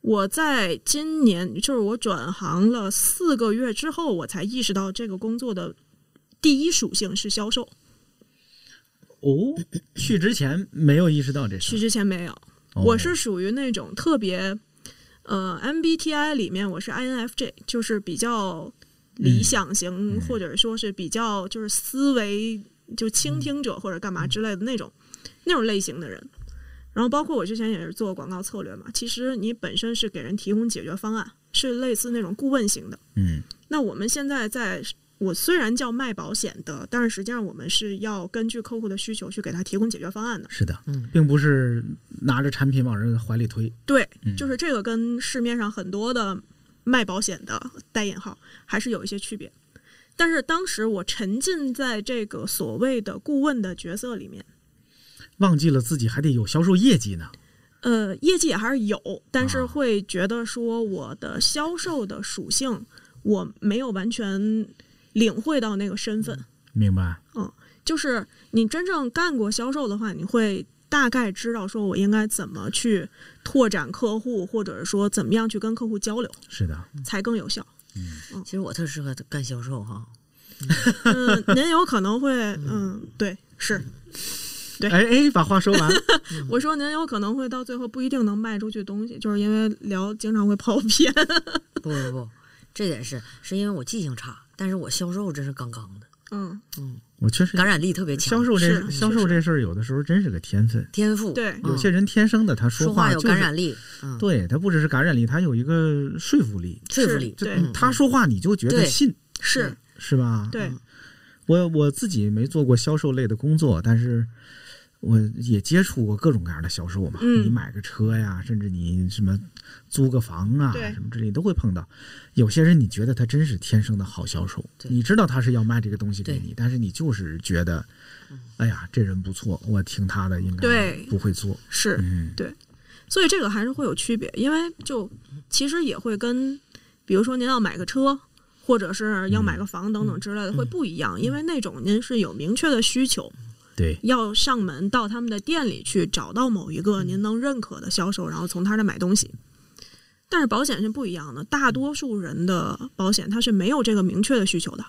Speaker 5: 我在今年，就是我转行了四个月之后，我才意识到这个工作的第一属性是销售。
Speaker 3: 哦，去之前没有意识到这事
Speaker 5: 去
Speaker 3: 儿。
Speaker 5: 之前没有，
Speaker 3: 哦
Speaker 5: 我是属于那种特别，呃，MBTI 里面我是 INFJ，就是比较理想型，或者说是比较就是思维就倾听者或者干嘛之类的那种、那种类型的人。然后包括我之前也是做广告策略嘛，其实你本身是给人提供解决方案，是类似那种顾问型的。
Speaker 3: 嗯
Speaker 5: 那我们现在在，我虽然叫卖保险的，但是实际上我们是要根据客户的需求去给他提供解决方案的。
Speaker 3: 是的，
Speaker 4: 嗯
Speaker 3: 并不是拿着产品往人怀里推。
Speaker 5: 对，
Speaker 3: 嗯
Speaker 5: 就是这个跟市面上很多的卖保险的带引号还是有一些区别。但是当时我沉浸在这个所谓的顾问的角色里面，
Speaker 3: 忘记了自己还得有销售业绩呢。
Speaker 5: 呃，业绩还是有，但是会觉得说我的销售的属性我没有完全领会到那个身份。
Speaker 3: 明白？
Speaker 5: 嗯，就是你真正干过销售的话，你会大概知道说我应该怎么去拓展客户，或者是说怎么样去跟客户交流，
Speaker 3: 是的，
Speaker 5: 才更有效。
Speaker 4: 其实我特适合干销售哈。
Speaker 5: 嗯，您有可能会，嗯，对，是，对。
Speaker 3: 哎哎，把话说 完。
Speaker 5: 我说您有可能会到最后不一定能卖出去东西，就是因为聊经常会跑偏。
Speaker 4: 不不不，这点是是因为我记性差，但是我销售真是杠杠的，
Speaker 5: 嗯
Speaker 4: 嗯，
Speaker 3: 我确实
Speaker 4: 感染力特别强。
Speaker 3: 销售这销售这事儿，有的时候真是个天分。
Speaker 4: 天赋，嗯
Speaker 5: 对
Speaker 3: 有些人天生的，他
Speaker 4: 说
Speaker 3: 话
Speaker 4: 有
Speaker 3: 就是
Speaker 4: 感染力，嗯，
Speaker 3: 对他不只是感染力，他有一个说服力，
Speaker 4: 说服力嗯
Speaker 3: 就
Speaker 4: 对
Speaker 3: 他说话你就觉得
Speaker 4: 对
Speaker 3: 信，
Speaker 5: 是
Speaker 3: 是吧？
Speaker 5: 对，
Speaker 3: 我我自己没做过销售类的工作，但是我也接触过各种各样的销售嘛。
Speaker 8: 嗯
Speaker 3: 你买个车呀，甚至你什么租个房啊，
Speaker 8: 对
Speaker 3: 什么之类都会碰到。有些人你觉得他真是天生的好销售，你知道他是要卖这个东西给你，但是你就是觉得，哎呀，这人不错，我听他的应该
Speaker 5: 对
Speaker 3: 不会做。
Speaker 5: 是，
Speaker 3: 嗯，
Speaker 5: 对，所以这个还是会有区别，因为就其实也会跟，比如说您要买个车，或者是要买个房等等之类的，会不一样，因为那种您是有明确的需求，
Speaker 3: 对，
Speaker 5: 要上门到他们的店里去找到某一个您能认可的销售，然后从他那儿买东西。但是保险是不一样的，大多数人的保险他是没有这个明确的需求的，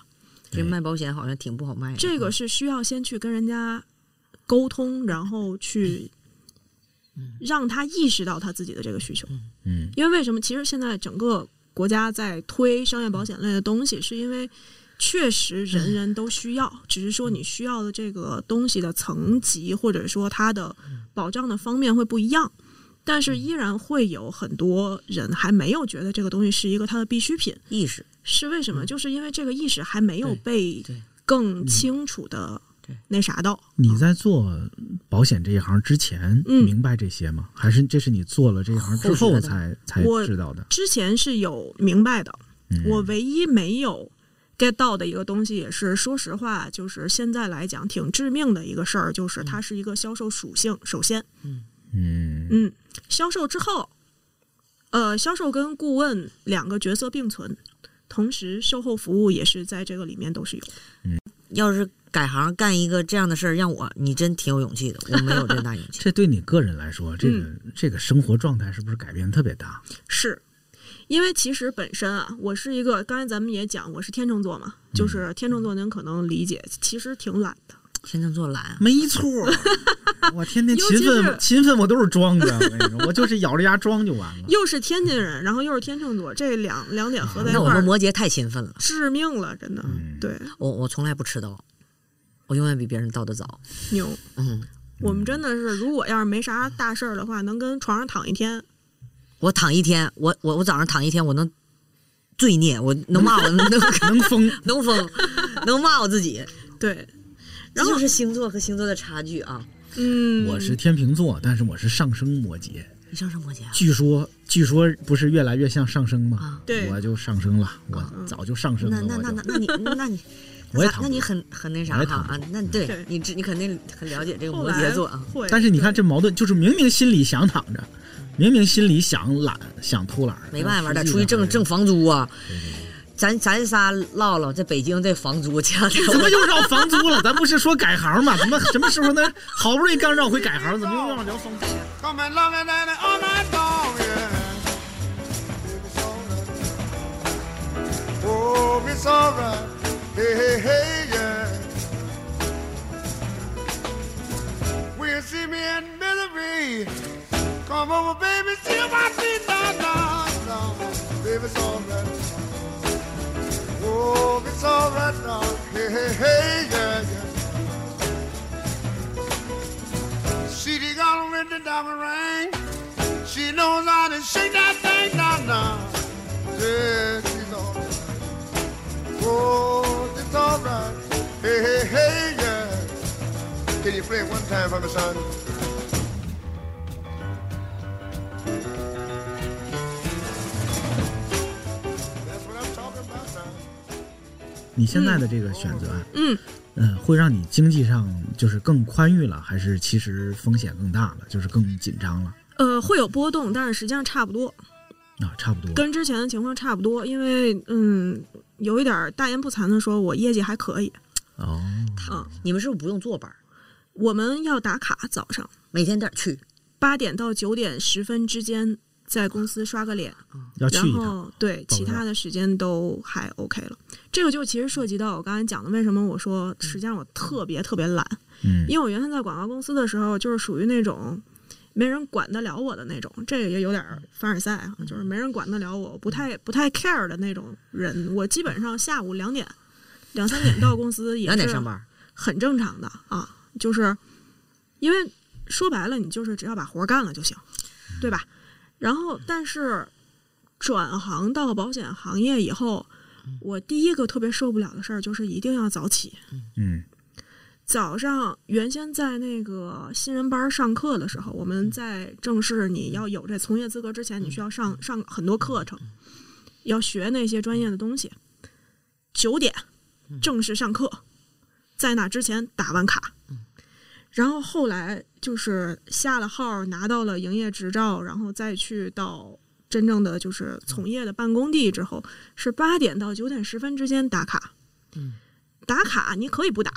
Speaker 4: 这卖保险好像挺不好卖的。
Speaker 5: 这个是需要先去跟人家沟通，然后去让他意识到他自己的这个需求。
Speaker 3: 嗯，
Speaker 5: 因为为什么？其实现在整个国家在推商业保险类的东西，是因为确实人人都需要，只是说你需要的这个东西的层级，或者说它的保障的方面会不一样。但是依然会有很多人还没有觉得这个东西是一个它的必需品，
Speaker 4: 意识
Speaker 5: 是为什么？就是因为这个意识还没有被
Speaker 4: 嗯对嗯
Speaker 5: 更清楚的那啥到。
Speaker 3: 你在做保险这一行之前，
Speaker 5: 嗯
Speaker 3: 明白这些吗？还是这是你做了这一行之
Speaker 5: 后
Speaker 3: 后
Speaker 5: 学的
Speaker 3: 才才
Speaker 5: 我
Speaker 3: 知道的？
Speaker 5: 之前是有明白的，
Speaker 3: 嗯
Speaker 5: 我唯一没有 get 到的一个东西，也是说实话，就是现在来讲挺致命的一个事儿，
Speaker 4: 嗯
Speaker 5: 就是它是一个销售属性。首先，
Speaker 3: 嗯
Speaker 5: 嗯，销售之后，呃，销售跟顾问两个角色并存，同时售后服务也是在这个里面都是有。
Speaker 4: 要是改行干一个这样的事儿，让我你真挺有勇气的，我没有这大勇 气。
Speaker 3: 这对你个人来说，这个、
Speaker 5: 嗯
Speaker 3: 这个生活状态是不是改变特别大？
Speaker 5: 是因为其实本身啊，我是一个，刚才咱们也讲，我是天秤座嘛，就是天秤座您可能理解，其实挺懒的。
Speaker 4: 天秤座懒啊，
Speaker 3: 没错， 我天天勤
Speaker 5: 尤其
Speaker 3: 奋
Speaker 5: 是
Speaker 3: 勤奋，我都是装的。我跟你说，我就是咬着牙装就完 了。
Speaker 5: 又是天津人，然后又是天秤座，这两两点嗯合在一
Speaker 4: 啊那我
Speaker 5: 块
Speaker 4: 们
Speaker 5: 儿，
Speaker 4: 摩羯太勤奋了，
Speaker 5: 致命了，真的。对，
Speaker 4: 我我从来不迟到，我永远比别人到的早。
Speaker 5: 牛。
Speaker 4: 嗯，
Speaker 5: 我们真的是，如果要是没啥大事儿的话，能跟床上躺一天。
Speaker 4: 我躺一天，我我我早上躺一天，我能罪孽，我能骂 我能
Speaker 3: 能疯，
Speaker 4: 能疯，能骂我自己。
Speaker 5: 对，
Speaker 4: 然后就是星座和星座的差距啊。
Speaker 5: 嗯
Speaker 3: 我是天秤座，但是我是上升摩羯。
Speaker 4: 你上升摩羯啊，
Speaker 3: 据说，据说不是越来越像上升
Speaker 5: 啊
Speaker 3: 吗？
Speaker 4: 对
Speaker 3: 我就上升了，我早就上升了。
Speaker 4: 那那那
Speaker 3: 我就
Speaker 4: 那那你那 你。
Speaker 3: 我也
Speaker 4: 那
Speaker 3: 躺
Speaker 4: 那你很很那
Speaker 3: 我
Speaker 4: 啥哈
Speaker 3: 也躺
Speaker 4: 啊？那对你知你肯定很了解这个摩羯座啊。
Speaker 3: 但是你看这矛盾，就是明明心里想躺着，明明心里想懒，想偷懒，
Speaker 4: 没办法，
Speaker 3: 但
Speaker 4: 得
Speaker 3: 实
Speaker 4: 出
Speaker 3: 际
Speaker 4: 去
Speaker 3: 上
Speaker 4: 挣挣房租啊。咱咱仨唠唠，在北京这房租，这两天
Speaker 3: 怎么又绕房租了？咱不是说改行吗？怎么什么时候呢？好不容易刚绕回改行，怎么又让聊房租？
Speaker 8: Come and love me, daddy, all night long, yeah. Oh, it's alright. Hey, hey, hey, yeah. We'll see me in misery. Come over, baby, see my feet down, down, down. Baby, it's alright. Oh, it's alright now. Hey, hey, hey, yeah, yeah. See, they got a ring, the diamond ring. She knows how to shake that thing down, down. Yeah, she's alright. Oh, it's alright. Hey, hey, hey, yeah. Can you play it one time for me, son? That's what I'm talking about now.
Speaker 3: 你现在的这个选择，
Speaker 5: 嗯，
Speaker 3: 嗯，会让你经济上就是更宽裕了，还是其实风险更大了，就是更紧张了
Speaker 5: 呃，会有波动，但是实际上差不多，
Speaker 3: 啊？差不多，
Speaker 5: 跟之前的情况差不多。因为嗯，有一点儿大言不惭的说，我业绩还可以。嗯
Speaker 3: 哦，
Speaker 4: 你们是不是不用坐班儿？
Speaker 5: 我们要打卡，早上
Speaker 4: 每天点儿去，
Speaker 5: 八点到九点十分之间在公司刷个脸，
Speaker 3: 要啊去
Speaker 5: 然
Speaker 3: 一趟，
Speaker 5: 后对
Speaker 3: 报
Speaker 5: 其
Speaker 3: 个到
Speaker 5: 他的时间都还 OK 了。这个就其实涉及到我刚才讲的，为什么我说实际上我特别特别懒，
Speaker 3: 嗯，
Speaker 5: 因为我原先在广告公司的时候，就是属于那种没人管得了我的那种，这个也有点儿凡尔赛啊，就是没人管得了我，不太不太 care 的那种人。我基本上下午两点、两三点到公司也
Speaker 4: 两点
Speaker 5: 是
Speaker 4: 上班儿，
Speaker 5: 很正常的啊，就是因为说白了，你就是只要把活儿干了就行，对吧？然后，但是转行到保险行业以后，我第一个特别受不了的事儿就是一定要早起。
Speaker 3: 嗯
Speaker 5: 早上原先在那个新人班上课的时候，我们在正式你要有这从业资格之前，你需要上上很多课程，要学那些专业的东西。九点正式上课，在那之前打完卡，
Speaker 3: 嗯
Speaker 5: 然后后来就是下了号，拿到了营业执照，然后再去到真正的就是
Speaker 3: 嗯
Speaker 5: 从业的办公地之后，是八点到九点十分之间打卡。
Speaker 3: 嗯
Speaker 5: 打卡你可以不打，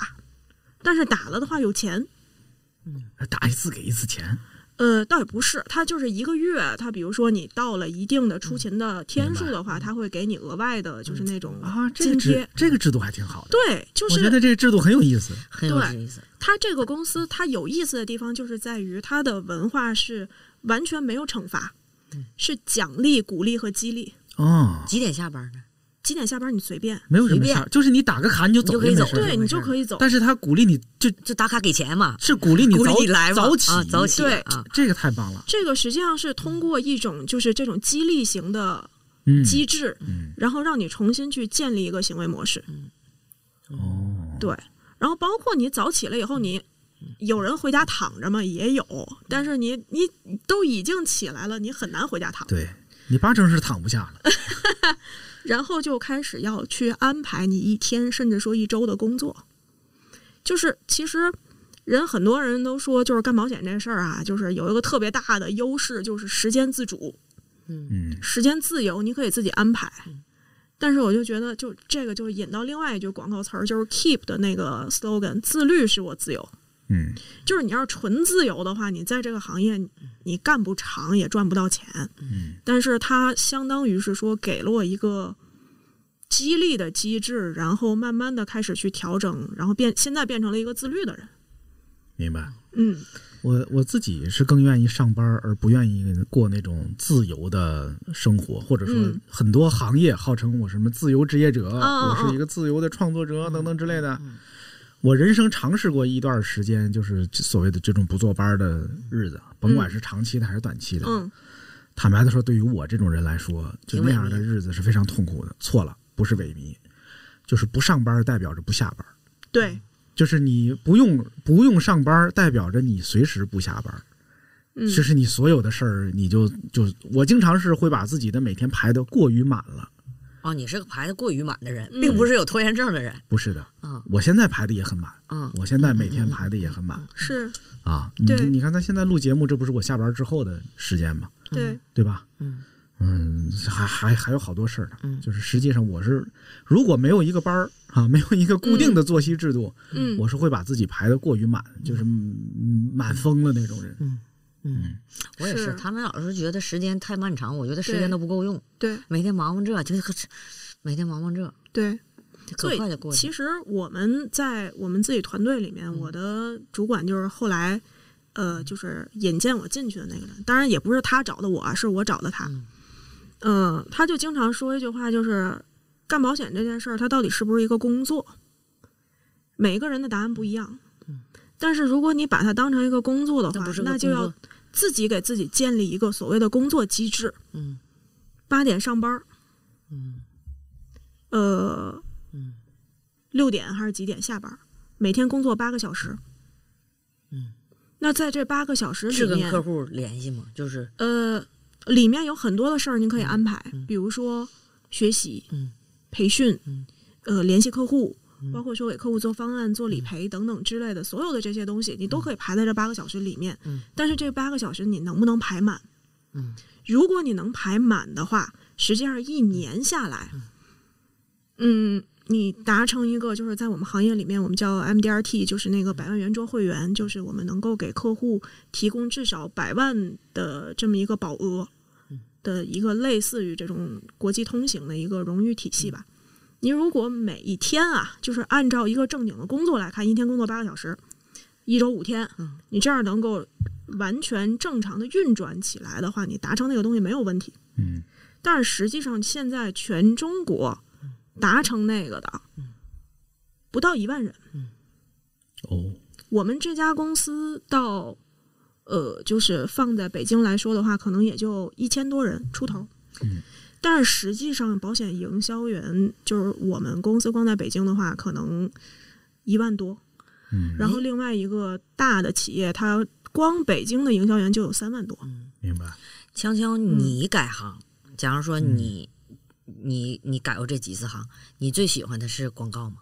Speaker 5: 但是打了的话有钱。
Speaker 3: 打一次给一次钱，
Speaker 5: 呃，倒也不是，它就是一个月，它比如说你到了一定的出勤
Speaker 3: 嗯
Speaker 5: 的天数的话，它会给你额外的，就是那种
Speaker 3: 啊，这
Speaker 5: 津
Speaker 3: 个
Speaker 5: 贴。
Speaker 3: 制这个制度还挺好的，
Speaker 5: 对，就
Speaker 3: 我觉得
Speaker 5: 是
Speaker 3: 这个制度很有意思。
Speaker 4: 很有
Speaker 5: 对
Speaker 4: 意思。
Speaker 5: 它这个公司，它有意思的地方就是在于它的文化是完全没有惩罚，
Speaker 3: 嗯
Speaker 5: 是奖励、鼓励和激励。
Speaker 3: 哦，
Speaker 4: 几点下班呢？
Speaker 5: 几点下班你随便，
Speaker 3: 没有什么
Speaker 4: 随
Speaker 3: 事
Speaker 4: 便
Speaker 3: 儿，就是你打个卡你就
Speaker 4: 你
Speaker 3: 走
Speaker 4: 就可以
Speaker 3: 没
Speaker 4: 走
Speaker 3: 事儿
Speaker 5: 对你就
Speaker 4: 没事儿
Speaker 5: 可以走。
Speaker 3: 但是他鼓励你，就
Speaker 4: 就打卡给钱嘛，
Speaker 3: 是鼓励你
Speaker 4: 鼓励
Speaker 3: 早
Speaker 4: 你来嘛
Speaker 3: 早起
Speaker 4: 啊，早起
Speaker 5: 对
Speaker 4: 啊，
Speaker 3: 这个太棒了，
Speaker 5: 这个实际上是通过一种就是这种激励型的
Speaker 3: 嗯，
Speaker 5: 机制，
Speaker 3: 嗯
Speaker 5: 然后让你重新去建立一个行为模式。
Speaker 3: 哦，
Speaker 5: 对，然后包括你早起了以后，你有人回家躺着吗？也有，但是你你都已经起来了，你很难回家躺。
Speaker 3: 对你八成是躺不下了，
Speaker 5: 然后就开始要去安排你一天，甚至说一周的工作。就是其实人很多人都说，就是干保险这事儿啊，就是有一个特别大的优势，就是时间自主、
Speaker 3: 嗯，
Speaker 5: 时间自由，你可以自己安排。但是我就觉得，就这个就是引到另外一句广告词儿，就是 Keep 的那个 slogan：“ 自律使我自由。”
Speaker 3: 嗯，
Speaker 5: 就是你要是纯自由的话，你在这个行业你你干不长也赚不到钱。
Speaker 3: 嗯，
Speaker 5: 但是它相当于是说给了我一个激励的机制，然后慢慢的开始去调整，然后变现在变成了一个自律的人。
Speaker 3: 明白。
Speaker 5: 嗯，
Speaker 3: 我我自己是更愿意上班，而不愿意过那种自由的生活，或者说
Speaker 5: 嗯
Speaker 3: 很多行业号称我什么自由职业者，
Speaker 5: 哦
Speaker 3: 我是一个自由的创作
Speaker 4: 嗯
Speaker 3: 者等等之类的。我人生尝试过一段时间，就是所谓的这种不坐班的日子，
Speaker 4: 嗯
Speaker 3: 甭管是长期的还是短期的。
Speaker 5: 嗯
Speaker 3: 坦白的说，对于我这种人来说，就
Speaker 4: 挺
Speaker 3: 那
Speaker 4: 萎
Speaker 3: 样的
Speaker 4: 靡
Speaker 3: 日子是非常痛苦的。错了，不是萎靡，就是不上班代表着不下班。
Speaker 5: 对，
Speaker 3: 就是你不用不用上班，代表着你随时不下班。
Speaker 5: 嗯
Speaker 3: 就是你所有的事儿，你就就我经常是会把自己的每天排得过于满了。
Speaker 4: 哦，你是个排的过于满的人，
Speaker 5: 嗯
Speaker 4: 并不是有拖延症的人
Speaker 3: 不是的，
Speaker 4: 啊
Speaker 3: 我现在排的也很满，
Speaker 4: 啊，
Speaker 3: 我现在每天排的也
Speaker 5: 嗯
Speaker 3: 很满
Speaker 5: 是
Speaker 3: 啊。你
Speaker 5: 对
Speaker 3: 你看，咱现在录节目，这不是我下班之后的时间吗？
Speaker 5: 对，
Speaker 3: 对吧？
Speaker 4: 嗯
Speaker 3: 嗯还还还有好多事儿呢。
Speaker 4: 嗯
Speaker 3: 就是实际上，我是如果没有一个班儿啊，没有一个固定的作息制度，
Speaker 5: 嗯，
Speaker 3: 我是会把自己排得过于满，就是嗯满疯了那种人。
Speaker 4: 嗯，我也是。
Speaker 5: 是
Speaker 4: 他们老是觉得时间太漫长，我觉得时
Speaker 5: 对
Speaker 4: 间都不够用，
Speaker 5: 对
Speaker 4: 每天忙忙这，就就 每天忙忙这，
Speaker 5: 对。所
Speaker 4: 可
Speaker 5: 以
Speaker 4: 快就过嗯去
Speaker 5: 其
Speaker 4: 了。
Speaker 5: 实我们在我们自己团队里面，我的主管就是后来，呃，就是引荐我进去的那个人。当然也不是他找的我啊，是我找的他。
Speaker 4: 嗯
Speaker 5: 嗯、他就经常说一句话，就是干保险这件事儿，它到底是不是一个工作？每个人的答案不一样。但是如果你把它当成一个工作的
Speaker 4: 嗯那
Speaker 5: 话
Speaker 4: 不是，个
Speaker 5: 那就
Speaker 4: 工
Speaker 5: 要
Speaker 4: 作
Speaker 5: 自己给自己建立一个所谓的工作机制。
Speaker 4: 嗯
Speaker 5: 八点上班儿，
Speaker 4: 嗯
Speaker 5: 呃，
Speaker 4: 嗯
Speaker 5: 六点还是几点下班儿？每天工作八个小时。
Speaker 4: 嗯，
Speaker 5: 那在这八个小时
Speaker 4: 是
Speaker 5: 里
Speaker 4: 跟
Speaker 5: 面，
Speaker 4: 客户联系吗？就是
Speaker 5: 呃，里面有很多的事儿您可以安排，比如说学习、
Speaker 4: 嗯
Speaker 5: 培训、
Speaker 4: 嗯
Speaker 5: 呃联系客户，包括说给客户做方案、做理
Speaker 4: 嗯
Speaker 5: 赔等等之类的，所有的这些东西，你都可以排在这八个小时里面。
Speaker 4: 嗯
Speaker 5: 但是这八个小时你能不能排满？
Speaker 4: 嗯
Speaker 5: 如果你能排满的话，实际上一年下来，嗯，你达成一个就是在我们行业里面我们叫 MDRT，就是那个百万圆桌会员，就是我们能够给客户提供至少百万的这么一个保额的一个类似于这种国际通行的一个荣誉体系吧。您如果每一天啊，就是按照一个正经的工作来看，一天工作八个小时，一周五天，
Speaker 4: 嗯
Speaker 5: 你这样能够完全正常的运转起来的话，你达成那个东西没有问题。
Speaker 3: 嗯，
Speaker 5: 但是实际上现在全中国达成那个的
Speaker 3: 嗯
Speaker 5: 不到一万人。
Speaker 3: 哦，
Speaker 5: 我们这家公司到呃，就是放在北京来说的话，可能也就一千多人出头。
Speaker 3: 嗯
Speaker 5: 但是实际上，保险营销员就是我们公司光在北京的话，可能一万多。
Speaker 3: 嗯，
Speaker 5: 然后另外一个大的企业，它光北京的营销员就有三万多。
Speaker 3: 明白。
Speaker 4: 锵锵，你改行，假如说你、你你改过这几次行，你最喜欢的是广告吗？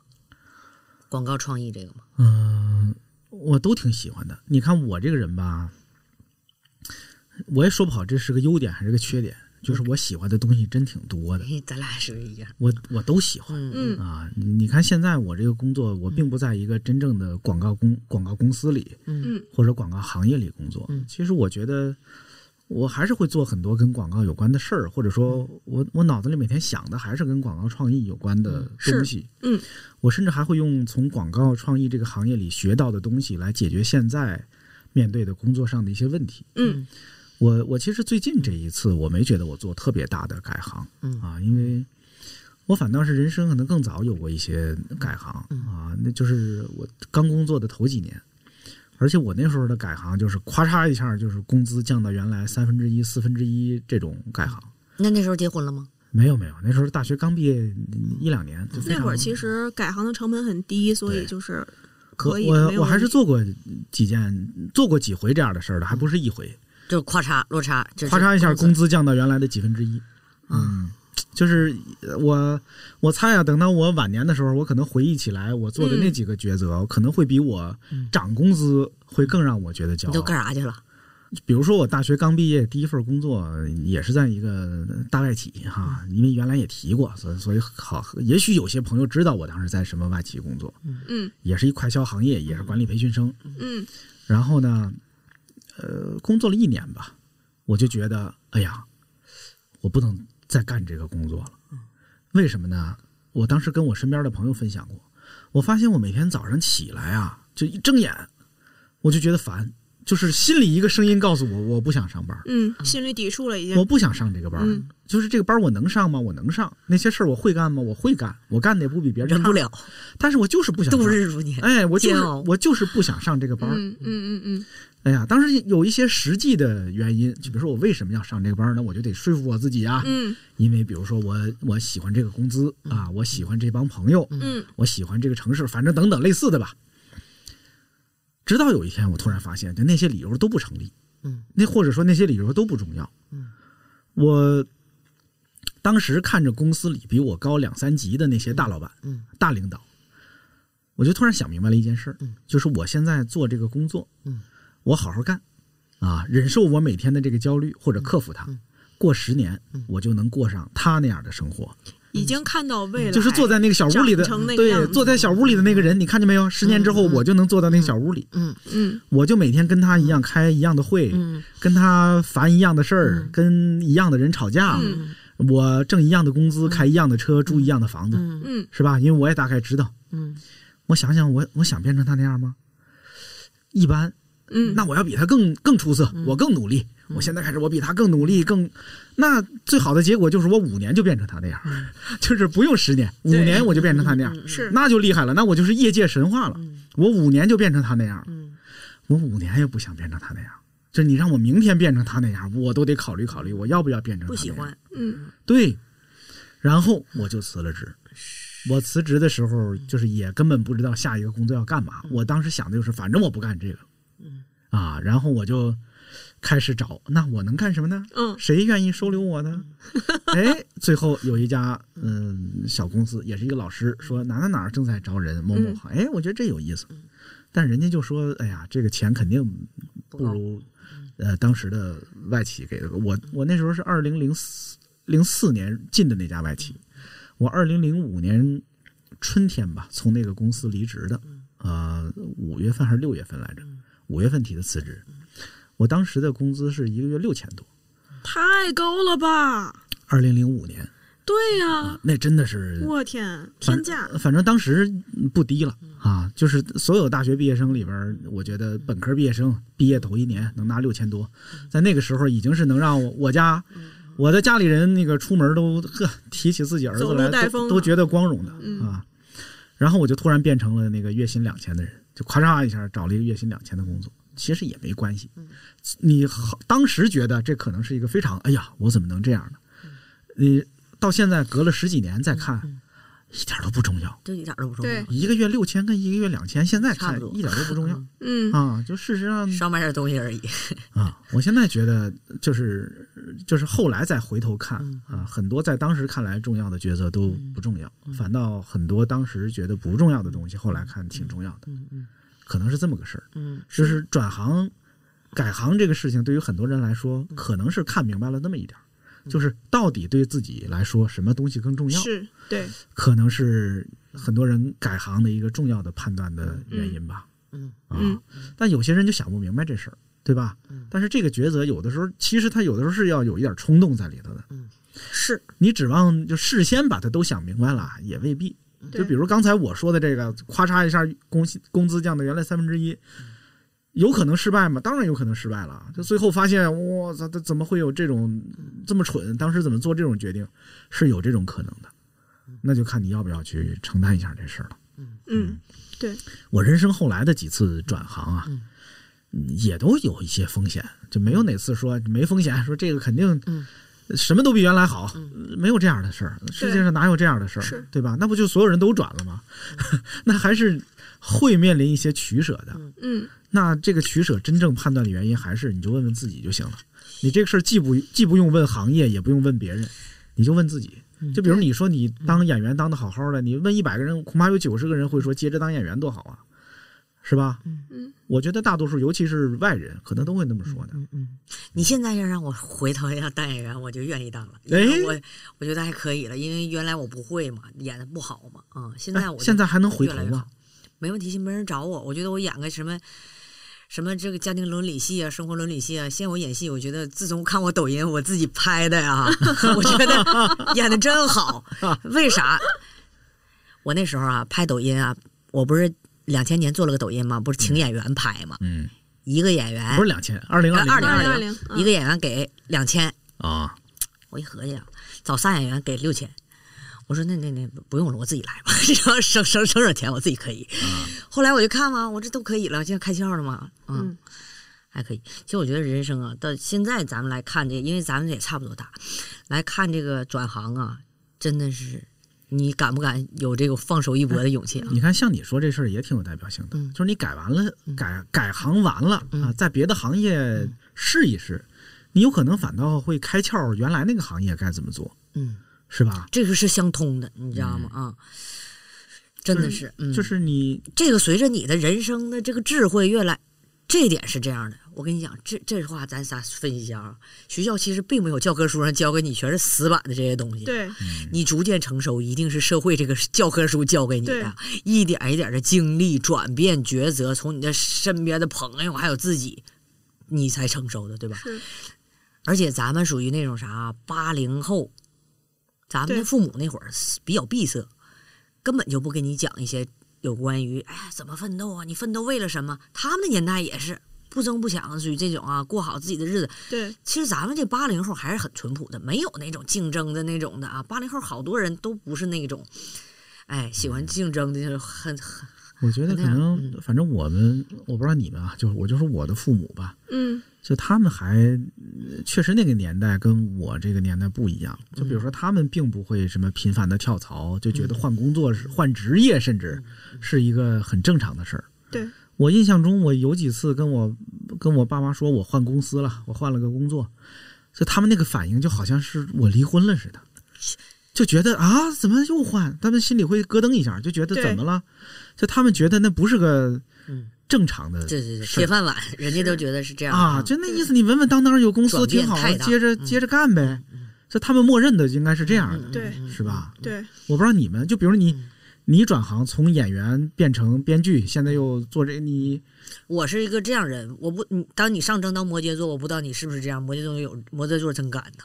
Speaker 4: 广告创意这个吗？
Speaker 3: 嗯，我都挺喜欢的。你看我这个人吧，我也说不好这是个优点还是个缺点，
Speaker 4: 嗯
Speaker 3: 就是我喜欢的东西真挺多的，
Speaker 4: 咱俩属于一样。
Speaker 3: 我我都喜欢。
Speaker 4: 嗯
Speaker 5: 嗯
Speaker 3: 啊，你你看现在我这个工作，我并不在一个真正的广告公广告公司里，
Speaker 4: 嗯
Speaker 5: 嗯
Speaker 3: 或者广告行业里工作。
Speaker 4: 嗯
Speaker 3: 其实我觉得，我还是会做很多跟广告有关的事儿，或者说
Speaker 5: 嗯
Speaker 3: 我我脑子里每天想的还是跟广告创意有关的
Speaker 5: 是
Speaker 3: 东西。
Speaker 5: 嗯，
Speaker 3: 我甚至还会用从广告创意这个行业里学到的东西来解决现在面对的工作上的一些问题。
Speaker 5: 嗯
Speaker 3: 我我其实最近这一次，我没觉得我做特别大的改行，
Speaker 4: 嗯
Speaker 3: 啊，因为我反倒是人生可能更早有过一些改行、
Speaker 5: 嗯
Speaker 3: 啊，那就是我刚工作的头几年，而且我那时候的改行就是咔嚓一下，就是工资降到原来三分之一、四分之一这种改行。
Speaker 4: 那那时候结婚了吗？
Speaker 3: 没有没有，那时候大学刚毕业一两年，就非
Speaker 5: 那
Speaker 3: 常
Speaker 5: 会儿其实改行的成本很低，所以
Speaker 3: 对
Speaker 5: 就是可以
Speaker 3: 我
Speaker 5: 没
Speaker 3: 我
Speaker 5: 有
Speaker 3: 我还
Speaker 5: 问
Speaker 3: 是
Speaker 5: 题
Speaker 3: 做过几件，做过几回这样的事儿的，还不
Speaker 5: 嗯
Speaker 3: 是一回。
Speaker 4: 就是咔嚓落差，这是
Speaker 3: 咔嚓一下，工
Speaker 4: 工资
Speaker 3: 资降到原来的几分之一。嗯，就是呃我我猜啊，等到我晚年的时候，我可能回忆起来我做的那几个抉择，可能会比我涨工资会更让我觉得骄
Speaker 4: 你都干
Speaker 3: 傲。
Speaker 4: 啥去了？
Speaker 3: 比如说，我大学刚毕业，第一份工作也是在一个大外企哈，
Speaker 4: 嗯
Speaker 3: 因为原来也提过，所以所以好，也许有些朋友知道我当时在什么外企工作，
Speaker 5: 嗯
Speaker 3: 也是一快销行业，也是管理培训生。
Speaker 5: 嗯
Speaker 3: 然后呢，呃，工作了一年吧，我就觉得，哎呀，我不能再干这个工作了。
Speaker 4: 嗯
Speaker 3: 为什么呢？我当时跟我身边的朋友分享过，我发现我每天早上起来啊，就一睁眼，我就觉得烦，就是心里一个声音告诉我，我不想上班，
Speaker 5: 嗯，心里抵触了已经
Speaker 3: 我。不想上这个班。
Speaker 5: 嗯
Speaker 3: 就是这个班我能上吗？我能上。那些事儿我会干吗？我会干，我干的也不比别人
Speaker 4: 忍
Speaker 3: 差
Speaker 4: 不，了，
Speaker 3: 但是我就是不想上
Speaker 4: 度。日如年。
Speaker 3: 哎，我就
Speaker 4: 煎
Speaker 3: 是
Speaker 4: 熬
Speaker 3: 我就是不想上这个班儿。
Speaker 5: 嗯嗯嗯嗯
Speaker 3: 哎呀，当时有一些实际的原因，就比如说我为什么要上这个班呢？我就得说服我自己啊，
Speaker 5: 嗯
Speaker 3: 因为比如说我我喜欢这个工资啊，我喜欢这帮朋友，
Speaker 5: 嗯
Speaker 3: 我喜欢这个城市，反正等等类似的吧。直到有一天，我突然发现，就那些理由都不成立，
Speaker 4: 嗯，
Speaker 3: 那或者说那些理由都不重要，
Speaker 4: 嗯，
Speaker 3: 我当时看着公司里比我高两三级的那些大老板，
Speaker 4: 嗯
Speaker 3: 大领导，我就突然想明白了一件事儿，
Speaker 4: 嗯
Speaker 3: 就是我现在做这个工作，
Speaker 4: 嗯，
Speaker 3: 我好好干，啊，忍受我每天的这个焦虑或者克服它，
Speaker 4: 嗯
Speaker 3: 过十年、
Speaker 4: 嗯
Speaker 3: 我就能过上他那样的生活，
Speaker 5: 已经看到未来，
Speaker 3: 就是坐在那个小屋里的
Speaker 5: 长成那，个样
Speaker 3: 对，
Speaker 5: 子
Speaker 3: 坐在小屋里的那个人，你看见没有？十年之后，我就能坐到那个小屋里，
Speaker 4: 嗯
Speaker 5: 嗯
Speaker 3: 我就每天跟他一样开一样的会，
Speaker 4: 嗯
Speaker 3: 跟他烦一样的事儿，跟一样的人吵架，
Speaker 5: 嗯
Speaker 3: 我挣一样的工资，开一样的车，住一样的房子，
Speaker 4: 嗯
Speaker 5: 嗯
Speaker 3: 是吧？因为我也大概知道，
Speaker 4: 嗯
Speaker 3: 我想想我，我想变成他那样吗？一般，
Speaker 5: 嗯，
Speaker 3: 那我要比他更更出色，
Speaker 4: 嗯
Speaker 3: 我更努力。我现在开始，我比他更努力，更那最好的结果就是我五年就变成他那样，
Speaker 4: 嗯
Speaker 3: 就是不用十年，五
Speaker 5: 对
Speaker 3: 年我就变成他那样，
Speaker 5: 是
Speaker 3: 那就厉害了，那我就是业界神话了。我五年就变成他那样了，
Speaker 4: 嗯
Speaker 3: 我五年也不想变成他那样。就你让我明天变成他那样，我都得考虑考虑，我要不要变成他
Speaker 4: 不
Speaker 3: 那样
Speaker 4: 喜欢。
Speaker 5: 嗯
Speaker 3: 对，然后我就辞了职。我辞职的时候，就是也根本不知道下一个工作要干嘛。我当时想的就是，反正我不干这个，啊，然后我就开始找，那我能干什么呢？
Speaker 5: 嗯
Speaker 3: 谁愿意收留我呢？哎，最后有一家嗯小公司，也是一个老师，说哪哪哪儿正在招人某某行，哎，我觉得这有意思，但人家就说，哎呀，这个钱肯定不如呃当时的外企给的，我我那时候是二零零四零四年进的那家外企，我二零零五年春天吧从那个公司离职的，呃，五月份还是六月份来着，五月份提的辞职。我当时的工资是一个月六千多，
Speaker 5: 太高了吧？
Speaker 3: 二零零五年，
Speaker 5: 对呀、
Speaker 3: 那真的是
Speaker 5: 我天，
Speaker 3: 反
Speaker 5: 天价！嗯
Speaker 3: 反正当时不低了啊，就是所有大学毕业生里边儿，我觉得本科毕业生毕业头一年能拿六千多，在那个时候已经是能让我我家
Speaker 5: 嗯
Speaker 3: 我的家里人那个出门都呵提起自己儿子
Speaker 5: 走路
Speaker 3: 来
Speaker 5: 带风
Speaker 3: 都
Speaker 5: 啊
Speaker 3: 都觉得光荣的
Speaker 5: 嗯
Speaker 3: 啊。然后我就突然变成了那个月薪两千的人，就咔嚓一下找了一个月薪两千的工作，其实也没关系。
Speaker 5: 嗯
Speaker 3: 你好，当时觉得这可能是一个非常，哎呀，我怎么能这样呢？
Speaker 5: 嗯
Speaker 3: 你到现在隔了十几年再看，一点都不重要。
Speaker 4: 这一点都不重要
Speaker 5: 对。
Speaker 3: 一个月六千跟一个月两千，现在
Speaker 4: 差
Speaker 3: 看
Speaker 4: 不多
Speaker 3: 一点都不重要
Speaker 5: 嗯，
Speaker 3: 啊！就事实上
Speaker 4: 少买点东西而已。
Speaker 3: 啊，我现在觉得就是就是后来再回头看
Speaker 4: 嗯
Speaker 3: 啊，很多在当时看来重要的角色都不重要，反倒很多当时觉得不重要的东西，后来看挺重要的，可能是这么个事儿。
Speaker 4: 嗯，
Speaker 3: 就是转行、改行这个事情，对于很多人来说，
Speaker 4: 嗯
Speaker 3: 可能是看明白了那么一点儿，就是到底对自己来说什么东西更重要，
Speaker 5: 是对，
Speaker 3: 可能是很多人改行的一个重要的判断的原因吧。
Speaker 4: 嗯
Speaker 5: 嗯
Speaker 3: 啊，但有些人就想不明白这事儿，对吧？但是这个抉择有的时候，其实他有的时候是要有一点冲动在里头的。
Speaker 5: 嗯是
Speaker 3: 你指望就事先把它都想明白了，也未必。
Speaker 5: 对
Speaker 3: 就比如刚才我说的这个，咔嚓一下工薪工资降到原来三分之一，
Speaker 5: 嗯
Speaker 3: 有可能失败吗？当然有可能失败了。就最后发现，我操，这怎么会有这种
Speaker 5: 嗯
Speaker 3: 这么蠢？当时怎么做这种决定？是有这种可能的，那就看你要不要去承担一下这事儿了。
Speaker 5: 嗯
Speaker 3: 我人生后来的几次转行啊，嗯也都有一些风险，就没有哪次说没风险，说这个肯定
Speaker 4: 嗯
Speaker 3: 什么都比原来好，没有这样的事儿，世界上哪有这样的事
Speaker 5: 是
Speaker 3: 儿，对吧？那不就所有人都转了吗？ 那还是会面临一些取舍的。
Speaker 5: 嗯
Speaker 3: 那这个取舍真正判断的原因，还是你就问问自己就行了。你这个事儿既不既不用问行业，也不用问别人，你就问自己。就比如你说你当演员当的好好的，你问一百个人，恐怕有九十个人会说接着当演员多好啊，是吧？
Speaker 5: 嗯，
Speaker 3: 我觉得大多数，尤其是外人，可能都会那么说的。
Speaker 4: 你现在要让我回头要当演员，我就愿意当了。因
Speaker 3: 哎
Speaker 4: 为我我觉得还可以了，因为原来我不会嘛，演的不好嘛。啊、现在
Speaker 3: 哎
Speaker 4: 我就
Speaker 3: 现在还能回
Speaker 4: 越来
Speaker 3: 头
Speaker 4: 越
Speaker 3: 吗
Speaker 4: 好？没问题，没人找我。我觉得我演个什么什么这个家庭伦理戏啊、生活伦理戏啊，现在我演戏，我觉得自从看我抖音我自己拍的呀， 我觉得演的真好。为啥？我那时候啊拍抖音啊，我不是两千年做了个抖音嘛，不是请演员拍嘛，
Speaker 3: 嗯，
Speaker 4: 一个演员
Speaker 3: 不是两千，二零
Speaker 4: 二
Speaker 3: 二
Speaker 4: 零
Speaker 5: 二零
Speaker 4: 二
Speaker 5: 二
Speaker 4: 零
Speaker 5: 零，嗯
Speaker 4: 一个演员给两千，
Speaker 3: 啊，
Speaker 4: 我一合计啊，找仨演员给六千，我说那那那不用了，我自己来吧， 然后省省省省钱，我自己可以。后来我就看嘛，我这都可以了，现在开窍了嘛，嗯
Speaker 5: 嗯
Speaker 4: 还可以。其实我觉得人生啊，到现在咱们来看这个，因为咱们也差不多大，来看这个转行啊，真的是你敢不敢有这个放手一搏的勇气啊？
Speaker 5: 嗯
Speaker 3: 你看，像你说这事儿也挺有代表性的，
Speaker 4: 嗯嗯
Speaker 3: 就是你改完了，改改行完了、啊，在别的行业试一试，你有可能反倒会开窍，原来那个行业该怎么做，
Speaker 4: 嗯，
Speaker 3: 是吧？
Speaker 4: 这个是相通的，你知道吗？啊、真的是，嗯，
Speaker 3: 就是你
Speaker 4: 这个随着你的人生的这个智慧越来，这点是这样的。我跟你讲，这这话咱仨分析一下啊。学校其实并没有教科书上教给你全是死板的这些东西，，
Speaker 5: 对，
Speaker 4: 你逐渐成熟，一定是社会这个教科书教给你的，一点一点的经历、转变、抉择，从你的身边的朋友还有自己，你才成熟的，对吧？
Speaker 5: 是
Speaker 4: 而且咱们属于那种啥啊八零后，咱们的
Speaker 5: 对
Speaker 4: 父母那会儿比较闭塞，根本就不跟你讲一些有关于哎呀怎么奋斗啊，你奋斗为了什么？他们的年代也是不争不抢，属于这种啊，过好自己的日子。
Speaker 5: 对，
Speaker 4: 其实咱们这八零后还是很淳朴的，没有那种竞争的那种的啊。八零后好多人都不是那种，哎，喜
Speaker 3: 嗯
Speaker 4: 欢竞争的，就是很很嗯
Speaker 3: 我觉得可
Speaker 4: 那样
Speaker 3: 能，反正我们，我不知道你们啊，就是我就说我的父母吧，
Speaker 5: 嗯
Speaker 3: 就他们还呃确实那个年代跟我这个年代不一样。就比如
Speaker 4: 嗯
Speaker 3: 说，他们并不会什么频繁的跳槽，就觉得换工作是、换职业，
Speaker 4: 嗯
Speaker 3: 甚至是一个很正常的事儿。
Speaker 5: 对，
Speaker 3: 我印象中，我有几次跟我跟我爸妈说我换公司了，我换了个工作，就他们那个反应就好像是我离婚了似的，就觉得啊怎么又换？他们心里会咯噔一下，就觉得
Speaker 5: 对
Speaker 3: 怎么了？就他们觉得那不是个
Speaker 4: 嗯
Speaker 3: 正常的
Speaker 4: 对对对，
Speaker 3: 事
Speaker 4: 铁
Speaker 3: 儿
Speaker 4: 饭碗，人家都觉得是这样
Speaker 3: 啊，就那意思，你稳稳当当有公司
Speaker 4: 转变
Speaker 3: 挺好
Speaker 4: 太，大
Speaker 3: 接着
Speaker 4: 嗯
Speaker 3: 接着干呗。就他们默认的应该是这样的，
Speaker 5: 对
Speaker 3: 是吧？
Speaker 5: 对，
Speaker 3: 我不知道你们，就比如你
Speaker 4: 嗯，
Speaker 3: 你转行从演员变成编剧，现在又做这，你
Speaker 4: 我是一个这样人，我不，你当你上升到摩羯座，我不知道你是不是这样。摩羯座有摩羯座真敢呐，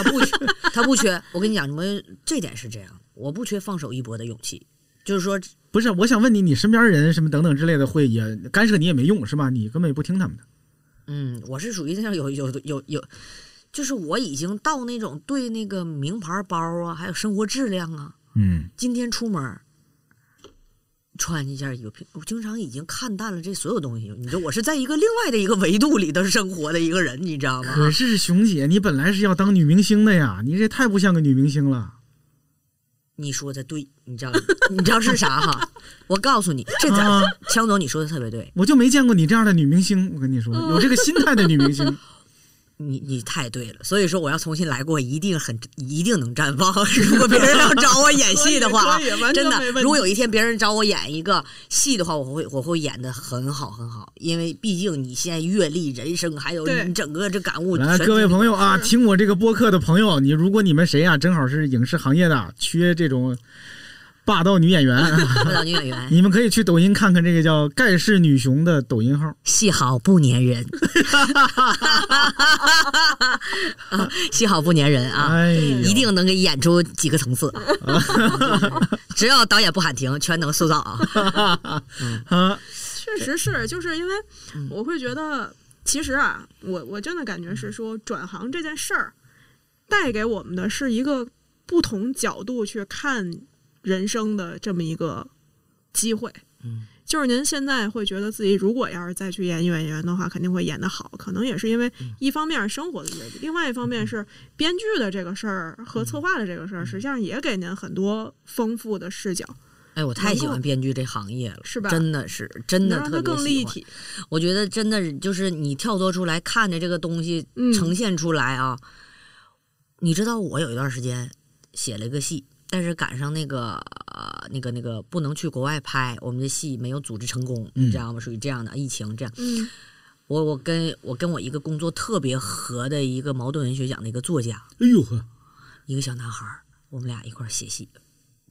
Speaker 4: 他不缺，他不缺。我跟你讲，摩羯这点是这样，我不缺放手一搏的勇气。就是说，
Speaker 3: 不是？我想问你，你身边人什么等等之类的，会也干涉你也没用是吧？你根本也不听他们的。
Speaker 4: 嗯，我是属于那样有有有有，就是我已经到那种对那个名牌包啊，还有生活质量啊，
Speaker 3: 嗯，
Speaker 4: 今天出门儿穿一件衣服，我经常已经看淡了这所有东西。你说我是在一个另外的一个维度里头生活的一个人，你知道吗？
Speaker 3: 可是熊姐，你本来是要当女明星的呀，你这太不像个女明星 了。
Speaker 4: 你说的对，你知道你知道是啥哈？我告诉你，这咱
Speaker 3: 啊
Speaker 4: 强总你说的特别对，
Speaker 3: 我就没见过你这样的女明星，我跟
Speaker 4: 嗯
Speaker 3: 你说，有这个心态的女 明星，
Speaker 4: 你你太对了。所以说我要重新来过，一定很一定能绽放。 如果别人要找我演戏的话啊
Speaker 5: 可以可以完，全
Speaker 4: 真
Speaker 5: 没
Speaker 4: 的
Speaker 5: 问，题
Speaker 4: 如果有一天别人找我演一个戏的话，我会我会演的很好很好，因为毕竟你现在阅历、人生还有
Speaker 5: 对
Speaker 4: 你整个这感悟，
Speaker 3: 来，
Speaker 4: 全
Speaker 3: 各位朋友啊，听我这个播客的朋友，你如果你们谁呀、正好是影视行业的，缺这种霸道女演员，
Speaker 4: 舞蹈女演员，
Speaker 3: 你们可以去抖音看看这个叫“盖世女雄”的抖音号。
Speaker 4: 戏好不粘人，啊戏好不粘人啊。
Speaker 3: 哎呦，
Speaker 4: 一定能给演出几个层次 啊！只要导演不喊停，全能塑造啊！
Speaker 3: 啊！
Speaker 5: 确实是，就是因为
Speaker 4: 嗯
Speaker 5: 我会觉得，其实啊，我我真的感觉是说，转行这件事儿带给我们的是一个不同角度去看人生的这么一个机会。
Speaker 4: 嗯，
Speaker 5: 就是您现在会觉得自己如果要是再去演演员的话，肯定会演得好，可能也是因为
Speaker 4: 嗯
Speaker 5: 一方面是生活的阅历，另外一方面是编剧的这个事儿
Speaker 4: 嗯
Speaker 5: 和策划的这个事儿，实际上也给您很多丰富的视角，
Speaker 4: 哎，我太喜欢编剧这行业了，
Speaker 5: 是吧
Speaker 4: 真的是，真
Speaker 5: 能
Speaker 4: 的
Speaker 5: 让它
Speaker 4: 特别
Speaker 5: 更立
Speaker 4: 喜欢。
Speaker 5: 体。
Speaker 4: 我觉得真的就是你跳脱出来，看着这个东西
Speaker 5: 嗯
Speaker 4: 呈现出来啊。你知道我有一段时间写了一个戏，但是赶上那个呃那个那个不能去国外拍，我们的戏没有组织成功，
Speaker 3: 嗯
Speaker 4: 你知道吗？属于这样的疫情这样。
Speaker 5: 嗯
Speaker 4: 我我跟我跟我一个工作特别合的一个茅盾文学奖的一个作家，
Speaker 3: 哎呦呵，
Speaker 4: 一个小男孩儿，我们俩一块儿写戏，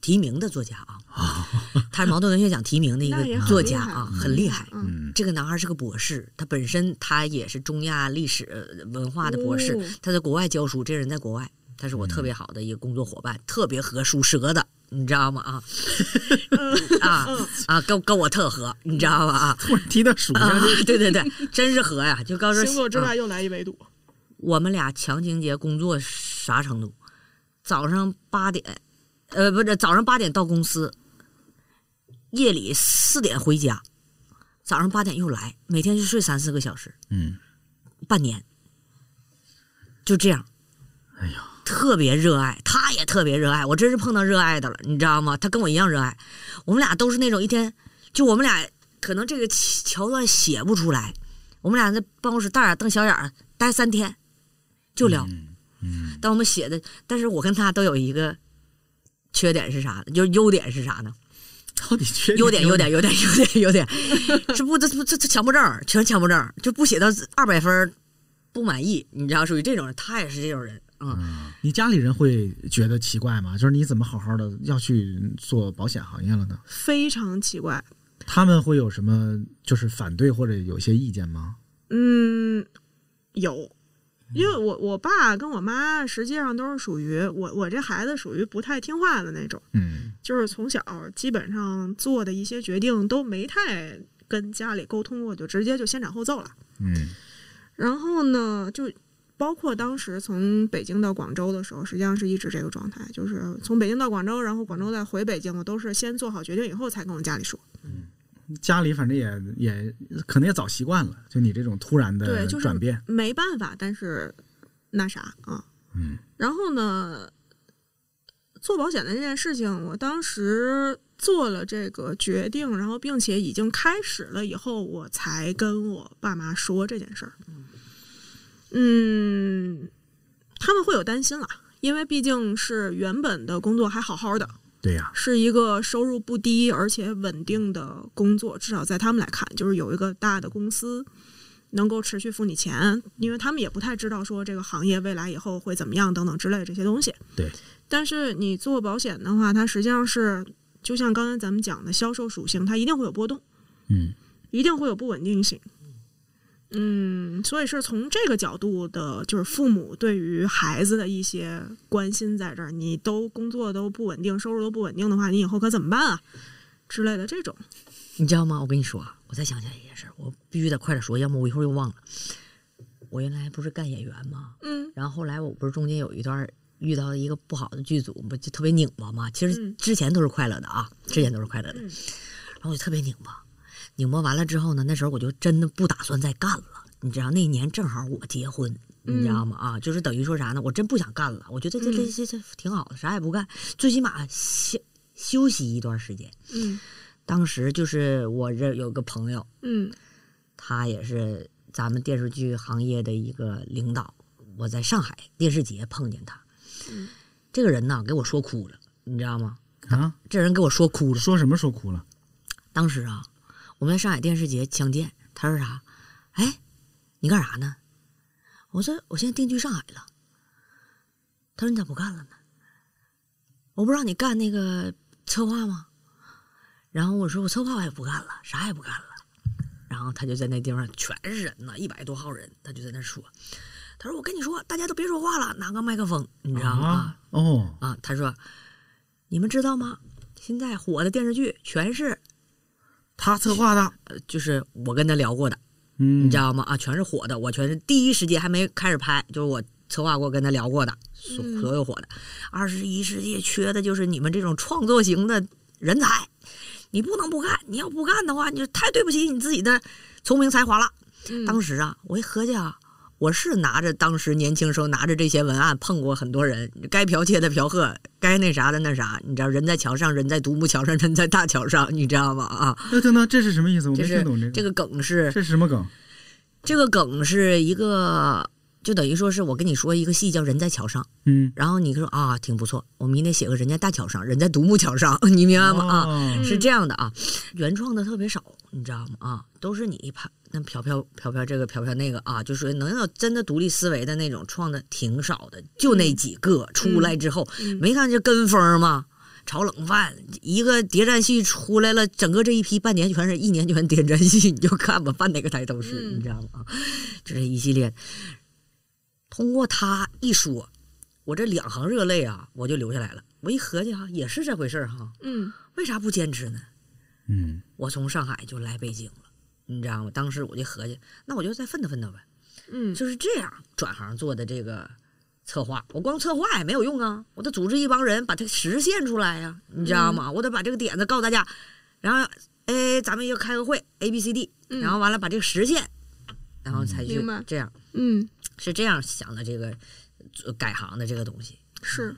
Speaker 4: 提名的作家啊，他是茅盾文学奖提名的一
Speaker 5: 那也
Speaker 4: 个
Speaker 5: 很
Speaker 4: 作
Speaker 5: 厉
Speaker 4: 家
Speaker 5: 害
Speaker 4: 啊，很厉害。
Speaker 5: 嗯，
Speaker 4: 这个男孩儿是个博士，他本身他也是中亚历史呃文化的博士，
Speaker 5: 哦
Speaker 4: 他在国外教书，这人在国外，他是我特别好的一个工作伙伴，特别合属蛇的，你知道吗？啊 啊啊，跟跟我特合，你知道吗？啊
Speaker 3: 突然提到属
Speaker 4: 啊
Speaker 3: 相，，
Speaker 4: 对对对，真是合呀！就告诉
Speaker 5: 星座之
Speaker 4: 啊
Speaker 5: 外又来一维度。
Speaker 4: 我们俩强情节工作啥程度？早上八点，呃，不是早上八点到公司，夜里四点回家，早上八点又来，每天就睡三四个小时，
Speaker 3: 嗯，
Speaker 4: 半年，就这样。
Speaker 3: 哎呀，
Speaker 4: 特别热爱，他也特别热爱，我真是碰到热爱的了，你知道吗？他跟我一样热爱，我们俩都是那种一天，就我们俩可能这个桥段写不出来，我们俩在办公室大眼瞪小眼儿待三天，就聊。但我们写的，但是我跟他都有一个缺点是啥呢？就是优点是啥呢？
Speaker 3: 到底缺
Speaker 4: 优点，优点，优点，优点，优点， 是不？这不这这强迫症儿，全是强迫症儿，就不写到二百分儿不满意，你知道，属于这种人，他也是这种人，嗯，
Speaker 3: 你家里人会觉得奇怪吗？就是你怎么好好的要去做保险行业了呢？
Speaker 5: 非常奇怪。
Speaker 3: 他们会有什么就是反对或者有些意见吗？
Speaker 5: 嗯，有，因为我我爸跟我妈实际上都是属于我我这孩子属于不太听话的那种，
Speaker 3: 嗯
Speaker 5: 就是从小基本上做的一些决定都没太跟家里沟通过，就直接就先斩后奏了。
Speaker 3: 嗯
Speaker 5: 然后呢，就包括当时从北京到广州的时候，实际上是一直这个状态，就是从北京到广州，然后广州再回北京，我都是先做好决定以后才跟我家里说。
Speaker 3: 家里反正也也可能也早习惯了，就你这种突然的
Speaker 5: 对，就是
Speaker 3: 转变，
Speaker 5: 没办法，但是那啥啊，
Speaker 3: 嗯，
Speaker 5: 然后呢，做保险的这件事情，我当时做了这个决定，然后并且已经开始了以后，我才跟我爸妈说这件事儿。嗯，他们会有担心啦，因为毕竟是原本的工作还好好的，
Speaker 3: 对呀、
Speaker 5: 是一个收入不低而且稳定的工作，至少在他们来看，就是有一个大的公司能够持续付你钱，因为他们也不太知道说这个行业未来以后会怎么样等等之类这些东西。
Speaker 3: 对。
Speaker 5: 但是你做保险的话，它实际上是就像刚才咱们讲的销售属性，它一定会有波动，
Speaker 3: 嗯，
Speaker 5: 一定会有不稳定性。嗯，所以是从这个角度的，就是父母对于孩子的一些关心在这儿。你都工作都不稳定，收入都不稳定的话，你以后可怎么办啊？之类的这种，
Speaker 4: 你知道吗？我跟你说啊，我才想起来一件事儿，我必须得快点说，要么我一会儿又忘了。我原来不是干演员吗？
Speaker 5: 嗯
Speaker 4: 然后后来我不是中间有一段儿遇到一个不好的剧组，不就特别拧巴嘛？其实
Speaker 5: 嗯
Speaker 4: 之前都是快乐的啊，之前都是快乐的，然后我就特别拧巴，拧巴完了之后呢，那时候我就真的不打算再干了。你知道那一年正好我结婚，你知道吗？啊，就是等于说啥呢？我真不想干了，我觉得这这这这挺好的，啥也不干，最起码休休息一段时间。
Speaker 5: 嗯
Speaker 4: 当时就是我这有个朋友，
Speaker 5: 嗯
Speaker 4: 他也是咱们电视剧行业的一个领导。我在上海电视节碰见他，这个人呢给我说哭了，你知道吗？
Speaker 3: 啊，
Speaker 4: 这人给我说哭了。
Speaker 3: 说什么说哭了？
Speaker 4: 当时啊，我们在上海电视节相见，他说啥？哎，你干啥呢？我说我现在定居上海了。他说你咋不干了呢？我不让你干那个策划吗？然后我说我策划我也不干了，啥也不干了。然后他就在那地方全是人呐，一百多号人，他就在那说，他说我跟你说，大家都别说话了，拿个麦克风，你知道吗？
Speaker 3: 啊，哦，
Speaker 4: 啊，他说：“你们知道吗？现在火的电视剧全是，
Speaker 3: 他策划的，
Speaker 4: 呃就是我跟他聊过的，
Speaker 3: 嗯，
Speaker 4: 你知道吗？啊，全是火的，我全是第一时间还没开始拍，就是我策划过跟他聊过的，所
Speaker 3: 嗯
Speaker 4: 所有火的。二十一世纪缺的就是你们这种创作型的人才，你不能不干，你要不干的话，你就太对不起你自己的聪明才华了。
Speaker 5: 嗯
Speaker 3: 嗯
Speaker 4: 当时啊，我一合计啊，我是拿着当时年轻时候拿着这些文案碰过很多人，该剽窃的剽窃，该那啥的那啥，你知道人在桥上，人在独木桥上，人在大桥上，你知道吗？啊，
Speaker 3: 那等等，哎这是什么意思？我
Speaker 4: 就
Speaker 3: 没
Speaker 4: 是
Speaker 3: 听懂这
Speaker 4: 这
Speaker 3: 个，
Speaker 4: 个梗是
Speaker 3: 这是什么梗？
Speaker 4: 这个梗是一个，就等于说是我跟你说一个戏叫《人在桥上》，
Speaker 3: 嗯，
Speaker 4: 然后你说啊挺不错，我们也得写个人在大桥上，人在独木桥上，你明白吗？啊，
Speaker 3: 哦
Speaker 4: 是这样的啊，原创的特别少，你知道吗？啊，都是你拍那飘飘飘飘这个飘飘那个啊，就属于能有真的独立思维的那种创的挺少的，就那几个出来之后，没看这跟风吗？炒冷饭，一个谍战戏出来了，整个这一批半年全是一年全谍战戏，你就看吧，办哪个台都是，
Speaker 5: 嗯
Speaker 4: 你知道吗？啊，就这一系列。通过他一说，我这两行热泪啊，我就流下来了。我一合计哈、啊也是这回事儿、哈。
Speaker 5: 嗯
Speaker 4: 为啥不坚持呢？
Speaker 3: 嗯，
Speaker 4: 我从上海就来北京了，你知道吗？当时我就合计，那我就再奋斗奋斗呗。
Speaker 5: 嗯
Speaker 4: 就是这样转行做的这个策划，我光策划也没有用啊，我得组织一帮人把它实现出来呀、你知道吗？
Speaker 5: 嗯
Speaker 4: 我得把这个点子告诉大家，然后哎，咱们要开个会，A B C D，
Speaker 5: 嗯
Speaker 4: 然后完了把这个实现，然后才去
Speaker 5: 明白
Speaker 4: 这样
Speaker 5: 嗯，
Speaker 4: 是这样想的这个呃改行的这个东西。
Speaker 5: 是，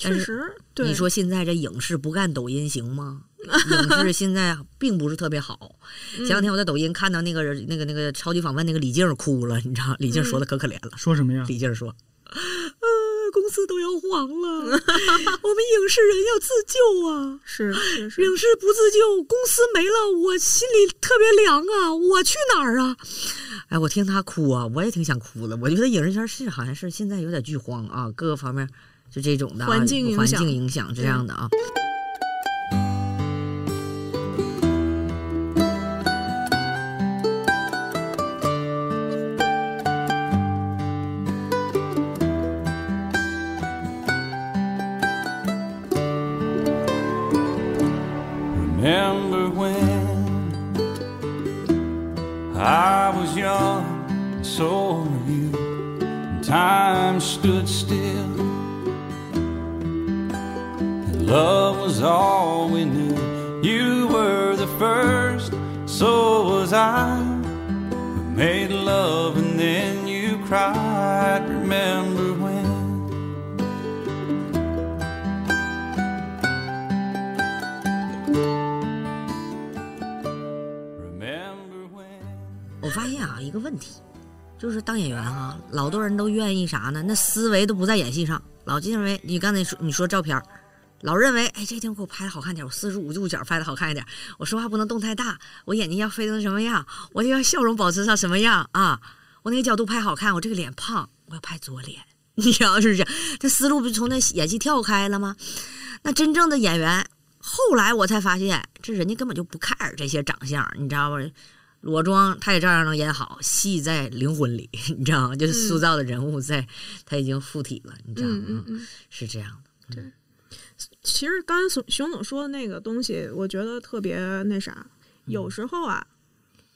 Speaker 4: 但
Speaker 5: 确
Speaker 4: 是
Speaker 5: 实，对，
Speaker 4: 你说现在这影视不干抖音行吗？ 影视现在并不是特别好。
Speaker 5: 嗯
Speaker 4: 前两天我在抖音看到那个人，那个那个超级访问那个李静哭了，你知道，李静说的可可怜了。
Speaker 3: 说什么呀？
Speaker 5: 嗯
Speaker 4: 李静说：“呃，公司都要 黄了，我们影视人要自救啊！
Speaker 5: 是确实，
Speaker 4: 影视不自救，公司没了，我心里特别凉啊！我去哪儿啊？”哎，我听他哭啊，我也挺想哭的。我觉得影视圈是好像是现在有点剧荒啊，各个方面就这种的、啊、
Speaker 5: 环境影
Speaker 4: 环
Speaker 5: 响
Speaker 4: 境影响这样的啊。
Speaker 6: Remember when I was young, and so were you, and time stood still, and love was all we knew. You were the first, so was I. We made love and then you cried. Remember when
Speaker 4: 啊一个问题，就是当演员啊，老多人都愿意啥呢？那思维都不在演戏上，老就认为你刚才说你说照片儿，老认为哎这地方给我拍的好看点儿，我四十五度角拍的好看一点儿，我说话不能动太大，我眼睛要飞成什么样，我就要笑容保持上什么样啊，我那个角度拍好看，我这个脸胖，我要拍左脸。 你知道是不是？这思路不是从那演戏跳开了吗？那真正的演员，后来我才发现，这人家根本就不 care 这些长相，你知道吗？裸妆他也照样能演好，戏在灵魂里， 你知道吗？就是塑造的人物在，他已经附体了，你知道吗？
Speaker 5: 嗯嗯嗯嗯，
Speaker 4: 是这样的，
Speaker 5: 其实刚才熊熊总说的那个东西，我觉得特别那啥，
Speaker 3: 嗯
Speaker 5: 有时候啊。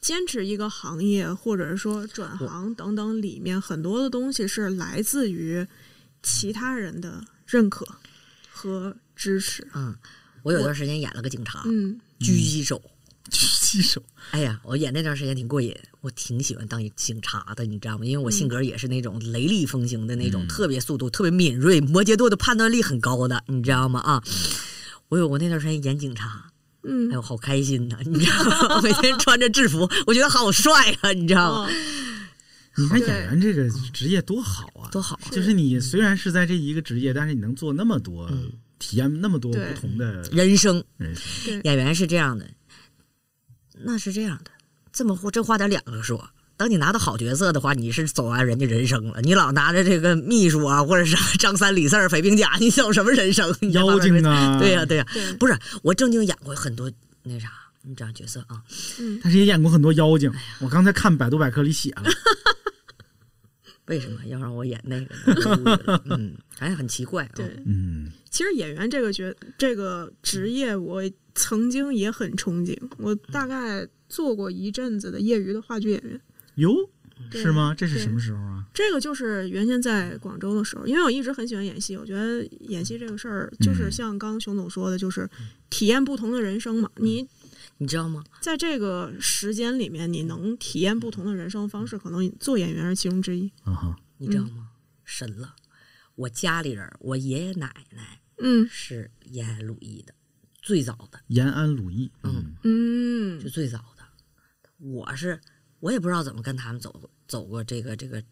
Speaker 5: 坚持一个行业，或者是说转行等等，里面很多的东西是来自于其他人的认可和支持。
Speaker 4: 嗯。我有段时间演了个警察，
Speaker 5: 嗯，
Speaker 4: 狙击手。
Speaker 3: 洗手，
Speaker 4: 哎呀，我演那段时间挺过瘾，我挺喜欢当警察的，你知道吗？因为我性格也是那种雷厉风行的那种，特别速度、特别敏锐，摩羯座的判断力很高的，你知道吗？啊，我有过那段时间演警察，
Speaker 5: 嗯
Speaker 4: 哎呦，好开心呐、你知道吗？我每天穿着制服，我觉得好帅啊，你知道
Speaker 5: 哦
Speaker 4: 吗？
Speaker 3: 你看演员这个职业多好啊，
Speaker 4: 多好啊
Speaker 3: 就是你虽然是在这一个职业，但是你能做那么多，
Speaker 4: 嗯
Speaker 3: 体验那么多
Speaker 5: 对
Speaker 3: 不同的
Speaker 4: 人生
Speaker 3: 人生。
Speaker 4: 演员是这样的，那是这样的，这么话这话得两个说。等你拿到好角色的话，你是走完人家人生了。你老拿着这个秘书啊，或者是 张三李四儿匪兵甲，你走什么人生？你在旁
Speaker 3: 妖
Speaker 4: 边
Speaker 3: 精 啊，
Speaker 4: 对 呀、对呀、
Speaker 5: 对
Speaker 4: 不是我正经演过很多那啥，你知道角色啊，
Speaker 5: 嗯
Speaker 3: 但是也演过很多妖精。
Speaker 4: 哎
Speaker 3: 我刚才看百度百科里 写了，
Speaker 4: 为什么要让我演那个呢？我就无语了 嗯，反正很奇怪啊。
Speaker 5: 对，
Speaker 3: 嗯，
Speaker 5: 其实演员这个角这个职业，我曾经也很憧憬。我
Speaker 3: 嗯
Speaker 5: 大概做过一阵子的业余的话剧演员，
Speaker 3: 哟，
Speaker 5: 对
Speaker 3: 嗯是吗？这是
Speaker 5: 对
Speaker 3: 什么时候啊？
Speaker 5: 这个就是原先在广州的时候，因为我一直很喜欢演戏，我觉得演戏这个事儿就是
Speaker 3: 嗯
Speaker 5: 像刚刚熊总说的，就是体验不同的人生嘛。你
Speaker 4: 你知道吗？
Speaker 5: 在这个时间里面，你能体验不同的人生方式，可能做演员是其中之一。
Speaker 3: 啊哈，
Speaker 4: 你知道吗？神了！我家里人儿，我爷爷奶奶
Speaker 5: 嗯
Speaker 4: 是延安鲁艺的，最早的，
Speaker 3: 延安鲁艺，
Speaker 4: 嗯，
Speaker 5: 嗯
Speaker 4: 就，最早的。我是我也不知道怎么跟他们走走过这个这个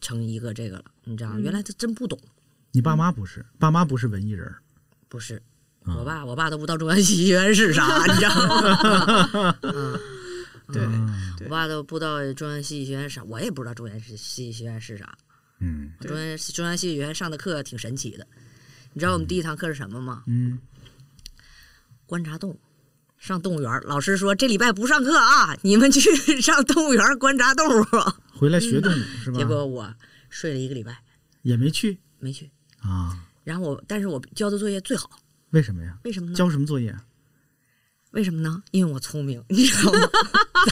Speaker 4: 成一个这个了，你知道吗？原
Speaker 5: 嗯
Speaker 4: 来他真不懂，
Speaker 3: 你爸妈不是，爸妈不是文艺人儿，
Speaker 4: 不是。
Speaker 3: 啊
Speaker 4: 我爸，我爸都不知道中央戏剧院是啥，你知道 吗？嗯，
Speaker 5: 对，
Speaker 3: 啊
Speaker 5: 对
Speaker 4: 我爸都不知道中央戏剧学院是啥，我也不知道中央戏戏剧学院是啥。
Speaker 3: 嗯
Speaker 5: 对
Speaker 4: 中央中央戏剧学院上的课挺神奇的，你知道我们第一堂课是什么吗？
Speaker 3: 嗯，
Speaker 4: 观察动物，上动物园儿。老师说这礼拜不上课啊，你们去 上动物园儿观察动物。
Speaker 3: 回来学动物是
Speaker 4: 嗯
Speaker 3: 吧
Speaker 4: 结？果我睡了一个礼拜
Speaker 3: 也没去
Speaker 4: 没去，
Speaker 3: 啊？
Speaker 4: 然后我但是我交的作业最好，
Speaker 3: 为什么呀？
Speaker 4: 为什么呢？
Speaker 3: 交什么作业？
Speaker 4: 为什么呢？因为我聪明， 你知道吗？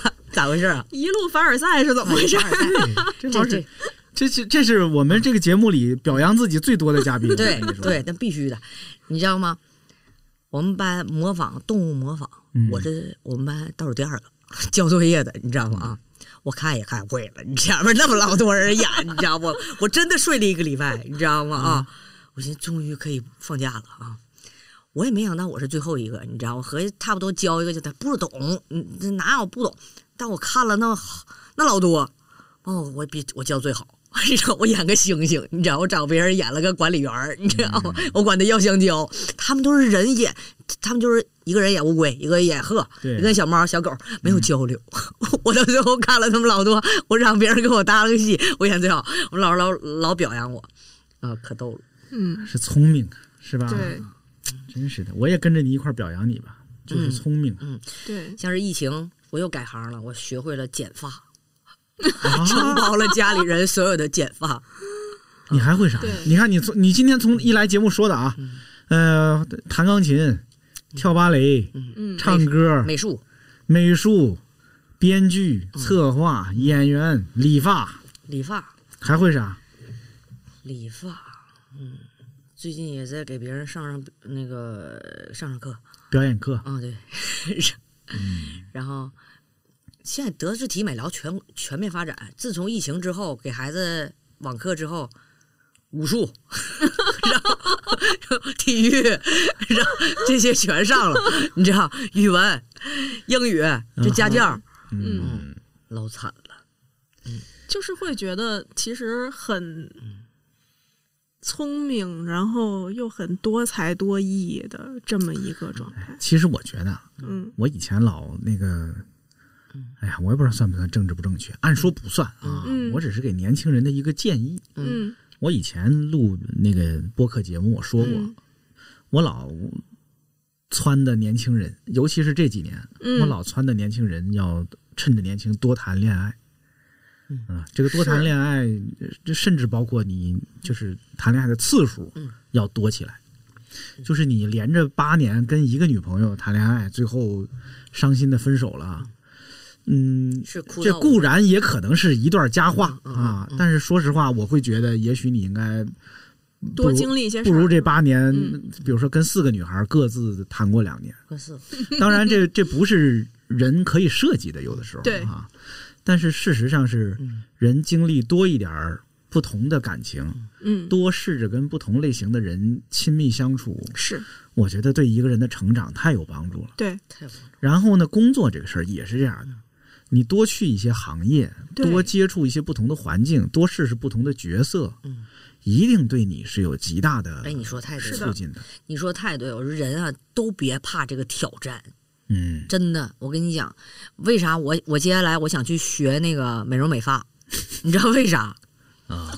Speaker 4: 咋咋回事啊？
Speaker 5: 一路凡尔赛是怎么回事？
Speaker 3: 这玩
Speaker 4: 这
Speaker 3: 意儿
Speaker 4: 这。
Speaker 3: 这是这是我们这个节目里表扬自己最多的嘉宾。我
Speaker 4: 对
Speaker 3: 跟 你说
Speaker 4: 对，，那必须的，你知道吗？我们班模仿动物模仿，
Speaker 3: 嗯
Speaker 4: 我这我们班倒数第二个 交作业的，你知道吗？啊，我看也看不会了，你前面那么老多 人演，你知道不？我真的睡了一个礼拜，你知道吗？啊，
Speaker 3: 嗯
Speaker 4: 我寻思终于可以放假了啊。我也没想到我是最后一个，你知道，我合计差不多交一个就得不懂，嗯，这哪有不懂？但我看了那好那老多，哦，我比我教最好。 你知道我演个猩猩，你知道我找别人演了个管理员儿，你知道吗？我管他要香蕉，他们都是人演，他们就是一个人演乌龟，一个演鹤，
Speaker 3: 对
Speaker 4: 一个小猫、小狗，没有交流。 我到最后看了他们老多，我让别人给我搭了个戏，我演最好，我老老老表扬我，啊，可逗了。
Speaker 5: 嗯，
Speaker 3: 是聪明是吧？
Speaker 5: 对，
Speaker 3: 真是的，我也跟着你一块儿表扬你吧，就是聪明、
Speaker 5: 对，嗯
Speaker 4: 像是疫情，我又改行了，我学会了剪发， 承
Speaker 3: 啊！
Speaker 4: 包了家里人所有的剪发。
Speaker 3: 你还会啥呀？
Speaker 5: 对
Speaker 3: 你看你从你今天从一来节目说的啊，呃，弹钢琴、跳芭蕾、
Speaker 5: 嗯
Speaker 3: 唱歌、
Speaker 4: 美术，
Speaker 3: 美术、编剧、策划、演员、理发，
Speaker 4: 理发，
Speaker 3: 还会啥？
Speaker 4: 理发，嗯，最近也在给别人上上那个上上课，
Speaker 3: 表演课
Speaker 4: 啊、对，
Speaker 3: 嗯
Speaker 4: 然后现在德智体美劳全全面发展。自从疫情之后，给孩子网课之后，武术，然后体育，然后这些全上了，你知道，语文、英语这家教，
Speaker 3: 嗯
Speaker 4: 老惨了。
Speaker 5: 就是会觉得其实很聪明，然后又很多才多艺的这么一个状态。
Speaker 3: 其实我觉得，啊
Speaker 5: 嗯，
Speaker 3: 我以前老那个，哎呀，我也不知道算不算政治不正确，按说不算啊，
Speaker 5: 嗯
Speaker 3: 我只是给年轻人的一个建议。
Speaker 5: 嗯
Speaker 3: 我以前录那个播客节目，我说过，
Speaker 5: 嗯
Speaker 3: 我老撺的年轻人，尤其是这几年，
Speaker 5: 嗯
Speaker 3: 我老撺的年轻人要趁着年轻多谈恋爱。
Speaker 5: 嗯
Speaker 3: 啊，这个多谈恋爱，这甚至包括你就是谈恋爱的次数要多起来。
Speaker 5: 嗯
Speaker 3: 就是你连着八年跟一个女朋友谈恋爱，最后伤心的分手了，嗯，
Speaker 4: 是枯燥
Speaker 3: 这
Speaker 4: 无
Speaker 3: 固
Speaker 4: 味
Speaker 3: 然也可能是一段佳话
Speaker 5: 嗯
Speaker 3: 啊，但是说实话，我会觉得也许你应该不
Speaker 5: 多
Speaker 3: 如
Speaker 5: 经历一些事
Speaker 3: 不
Speaker 5: 儿
Speaker 3: 如这八年
Speaker 5: 嗯，
Speaker 3: 比如说跟四个女孩各自谈过两年。
Speaker 4: 可是
Speaker 3: 当然这，这不是人可以设计的，有的时候
Speaker 5: 对
Speaker 3: 啊。但是事实上是，人经历多一点儿不同的感情，
Speaker 5: 嗯，
Speaker 3: 多试着跟不同类型的人亲密相处，
Speaker 5: 是
Speaker 3: 我觉得对一个人的成长太有帮助了。
Speaker 5: 对，
Speaker 4: 太不
Speaker 3: 然后呢，工作这个事儿也是这样的，你多去一些行业，
Speaker 5: 对
Speaker 3: 多接触一些不同的环境，多试试不同的角色，一定对你是有极大的
Speaker 4: 哎，你说太对
Speaker 3: 促
Speaker 4: 了，
Speaker 3: 进的。
Speaker 4: 你说太对了。我说人啊，都别怕这个挑战，
Speaker 3: 嗯，
Speaker 4: 真的。我跟你讲，为啥我我接下来我想去学那个美容美发， 你知道为啥？
Speaker 3: 啊，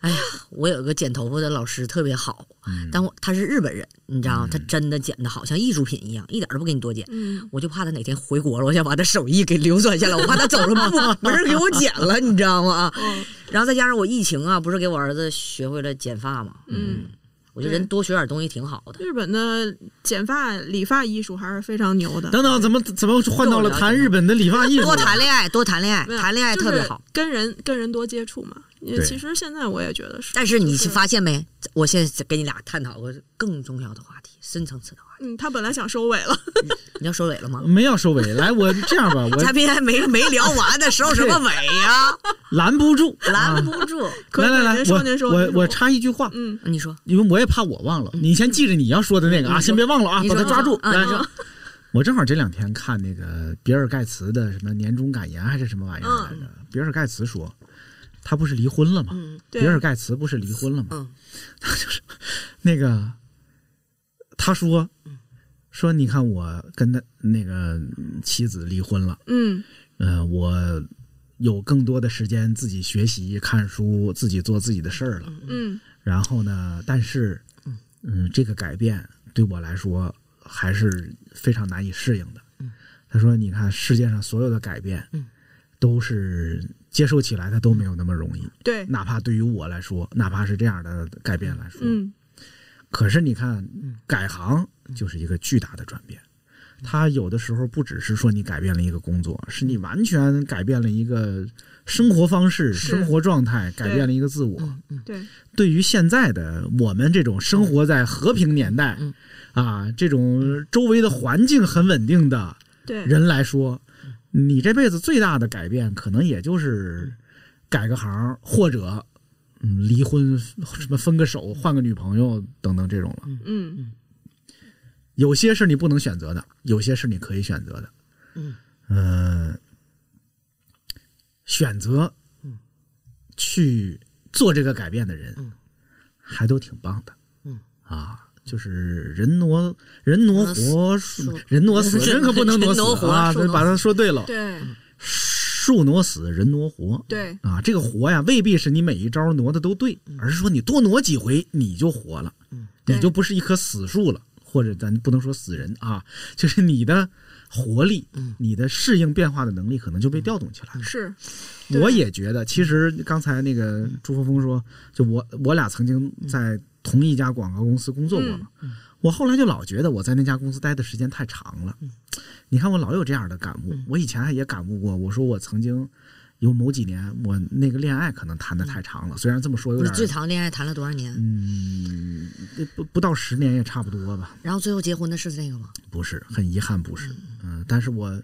Speaker 4: 哎呀，我有一个剪头发的老师特别好，
Speaker 3: 嗯
Speaker 4: 但我他是日本人，你知道吗？他真的剪的好像艺术品一样，一点都不给你多剪。
Speaker 5: 嗯
Speaker 4: 我就怕他哪天回国了，我想把他手艺给流传下来，我怕他走了不没人给我剪了，你知道吗？啊
Speaker 5: 嗯
Speaker 4: 然后再加上我疫情啊，不是给我儿子学会了剪发嘛，
Speaker 5: 嗯，
Speaker 4: 我觉得人多学点东西挺好的。
Speaker 5: 日本的剪发理发艺术还是非常牛的。
Speaker 3: 等等，怎么怎么换到了谈日本的理发艺 术？
Speaker 4: 多谈恋爱，多谈恋爱，
Speaker 5: 没有
Speaker 4: 谈恋爱特别好。，
Speaker 5: 就是跟人跟人多接触嘛。也
Speaker 3: 对
Speaker 5: 其实现在我也觉得是，
Speaker 4: 但是你
Speaker 5: 就是
Speaker 4: 发现没？我现在跟你俩探讨个更重要的话题，深层次的话题。
Speaker 5: 嗯，他本来想收尾了，
Speaker 4: 你要收尾了吗？
Speaker 3: 没要收尾，来，我这样吧，
Speaker 4: 嘉
Speaker 3: 我
Speaker 4: 宾还 没没聊完呢，收什么尾呀、
Speaker 3: 拦不住，
Speaker 4: 拦
Speaker 3: 啊。
Speaker 4: 不住。
Speaker 5: 可以
Speaker 3: 来来来
Speaker 5: 您，说您
Speaker 3: 我
Speaker 5: 说
Speaker 3: 我
Speaker 5: 您说
Speaker 3: 我插一句话，
Speaker 5: 嗯
Speaker 4: 你说，
Speaker 3: 因为我也怕我忘了，你先记着你要说的那个啊，
Speaker 4: 嗯
Speaker 3: 先别忘了啊，
Speaker 4: 你
Speaker 3: 把
Speaker 4: 说
Speaker 3: 它抓住。
Speaker 4: 嗯
Speaker 3: 来
Speaker 4: 你说，
Speaker 3: 我正好这两天看那个比尔盖茨的什么年终感言还是什么玩意儿来着？比尔盖茨说，他不是离婚了吗？
Speaker 4: 嗯，
Speaker 5: 对
Speaker 3: 比尔盖茨不是离婚了吗？
Speaker 4: 嗯
Speaker 3: 他就是那个，他说
Speaker 4: 嗯
Speaker 3: 说你看我跟他那个妻子离婚了，
Speaker 5: 嗯
Speaker 3: 呃，我有更多的时间自己学习、看书，自己做自己的事儿了。
Speaker 5: 嗯
Speaker 3: 然后呢，但是，嗯，这个改变对我来说还是非常难以适应的。他说：“你看，世界上所有的改变，都是接受起来，它都没有那么容易。
Speaker 5: 对，
Speaker 3: 哪怕对于我来说，哪怕是这样的改变来说，
Speaker 5: 嗯
Speaker 3: 可是你看，改行就是一个巨大的转变。它有的时候不只是说你改变了一个工作，是你完全改变了一个生活方式、生活状态，改变了一个自我。
Speaker 5: 对，
Speaker 3: 对于现在的我们这种生活在和平年代，
Speaker 4: 嗯
Speaker 3: 啊，这种周围的环境很稳定的
Speaker 5: 对
Speaker 3: 人来说，你这辈子最大的改变，可能也就是改个行，或者嗯离婚，什么分个手、换个女朋友等等这种了。
Speaker 5: 嗯
Speaker 3: 有些是你不能选择的，有些是你可以选择的。
Speaker 4: 嗯
Speaker 3: 呃选择去做这个改变的人，
Speaker 4: 嗯
Speaker 3: 还都挺棒的。
Speaker 4: 嗯
Speaker 3: 啊，就是人挪人挪活，
Speaker 4: 树
Speaker 3: 人挪死，
Speaker 4: 人
Speaker 3: 人可不能
Speaker 4: 人
Speaker 3: 挪
Speaker 4: 挪
Speaker 3: 死
Speaker 4: 活
Speaker 3: 啊！
Speaker 4: 树
Speaker 3: 这
Speaker 4: 挪
Speaker 3: 把它说对了，
Speaker 5: 对
Speaker 3: 树挪死，人挪活。
Speaker 5: 对
Speaker 3: 啊，这个活呀，未必是你每一招挪的都对，而是说你多挪几回，你就活了，你就不是一棵死树了，或者咱不能说死人啊，就是你的活力，你的适应变化的能力可能就被调动起来了。
Speaker 5: 是，对
Speaker 3: 我也觉得，其实刚才那个朱峰峰说，就我我俩曾经在同一家广告公司工作过嘛，
Speaker 4: 嗯
Speaker 3: 我后来就老觉得我在那家公司待的时间太长了。
Speaker 4: 嗯
Speaker 3: 你看我老有这样的感悟，我以前还也感悟过，我说我曾经有某几年我那个恋爱可能谈的太长了，虽然这么说有
Speaker 4: 嗯你
Speaker 3: 点
Speaker 4: 最长恋爱谈了多少年？
Speaker 3: 嗯不不到十年也差不多吧，
Speaker 4: 然后最后结婚的是那个吗？
Speaker 3: 不是，很遗憾不是，嗯，但是我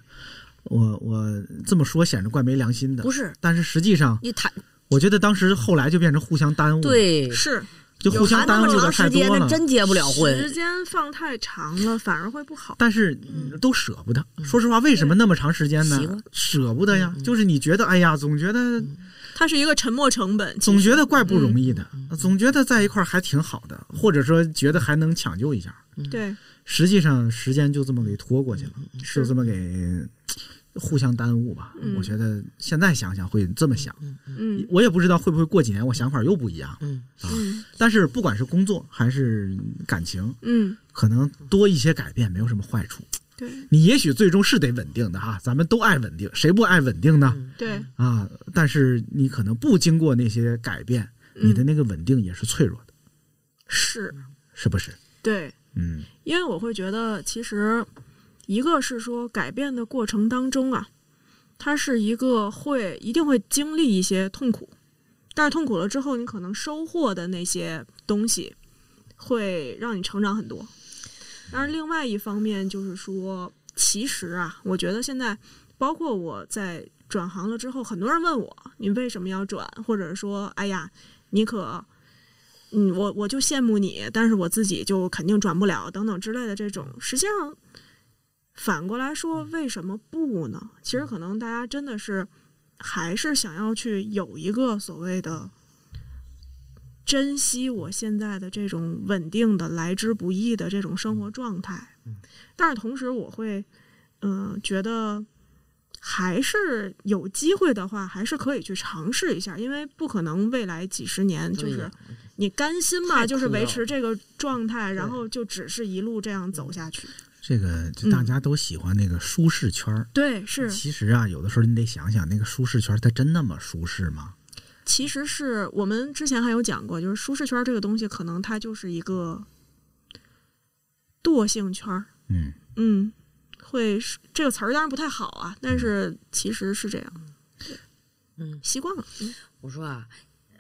Speaker 3: 我我这么说显着怪没良心的，
Speaker 4: 不是
Speaker 3: 但是实际上。
Speaker 4: 你谈
Speaker 3: 我觉得当时后来就变成互相耽误。，
Speaker 4: 对，
Speaker 5: 是，
Speaker 3: 就互相
Speaker 4: 有谈那
Speaker 3: 耽误
Speaker 4: 么
Speaker 3: 的
Speaker 4: 长
Speaker 3: 太
Speaker 4: 时间，
Speaker 3: 多
Speaker 4: 那
Speaker 3: 了。
Speaker 4: 真结不了
Speaker 5: 时
Speaker 4: 婚。
Speaker 5: 间放太长了反而会不好。
Speaker 3: 但是都舍不得。说实话，为什么那么长时间
Speaker 4: 嗯习
Speaker 3: 呢
Speaker 4: 惯？嗯
Speaker 3: 舍不得呀，就是你觉得，哎呀，总觉得
Speaker 5: 它是一个沉没成本，其
Speaker 3: 总
Speaker 5: 实
Speaker 3: 觉得怪不容易
Speaker 4: 嗯
Speaker 3: 的，呃总觉得在一块儿还挺好的，或者说觉得还能抢救一下。
Speaker 5: 对
Speaker 3: 实际上，时间就这么给拖过去
Speaker 4: 嗯
Speaker 3: 了，就是这么给互相耽误吧。
Speaker 5: 嗯
Speaker 3: 我觉得现在想想会这么想，
Speaker 5: 嗯
Speaker 3: 我也不知道会不会过几年我想法又不一样。
Speaker 4: 嗯
Speaker 5: 嗯
Speaker 3: 但是不管是工作还是感情，
Speaker 5: 嗯，
Speaker 3: 可能多一些改变没有什么坏处。
Speaker 5: 对
Speaker 3: 你也许最终是得稳定的哈，咱们都爱稳定，谁不爱稳定呢？
Speaker 5: 对
Speaker 3: 啊，但是你可能不经过那些改变，
Speaker 5: 嗯
Speaker 3: 你的那个稳定也是脆弱的，
Speaker 5: 是，
Speaker 3: 是不是？
Speaker 5: 对，
Speaker 3: 嗯
Speaker 5: 因为我会觉得，其实一个是说改变的过程当中啊，它是一个会一定会经历一些痛苦，但是痛苦了之后，你可能收获的那些东西会让你成长很多。但是另外一方面就是说，其实啊，我觉得现在包括我在转行了之后，很多人问我你为什么要转，或者说哎呀，你可嗯，我我就羡慕你，但是我自己就肯定转不了，等等之类的这种，实际上反过来说，为什么不呢？其实可能大家真的是还是想要去有一个所谓的珍惜我现在的这种稳定的、来之不易的这种生
Speaker 4: 嗯
Speaker 5: 活状态。但是同时，我会嗯、呃觉得还是有机会的话，还是可以去尝试一下，因为不可能未来几十年就
Speaker 4: 对
Speaker 5: 是
Speaker 4: 呀
Speaker 5: 你甘心
Speaker 4: 太
Speaker 5: 嘛，
Speaker 4: 苛
Speaker 5: 就是维
Speaker 4: 了
Speaker 5: 持这个状态，然后就只是一路这样走下去。
Speaker 3: 这个就大家都喜欢那个舒适圈儿，
Speaker 5: 对，是，
Speaker 3: 其实啊，有的时候你得想想，那个舒适圈儿它真那么舒适吗？
Speaker 5: 其实是我们之前还有讲过，就是舒适圈这个东西，可能它就是一个惰性圈儿。
Speaker 3: 嗯，
Speaker 5: 嗯，会是这个词儿当然不太好啊，
Speaker 3: 嗯
Speaker 5: 但是其实是这样。
Speaker 4: 嗯，
Speaker 5: 习惯了。嗯
Speaker 4: 我说啊，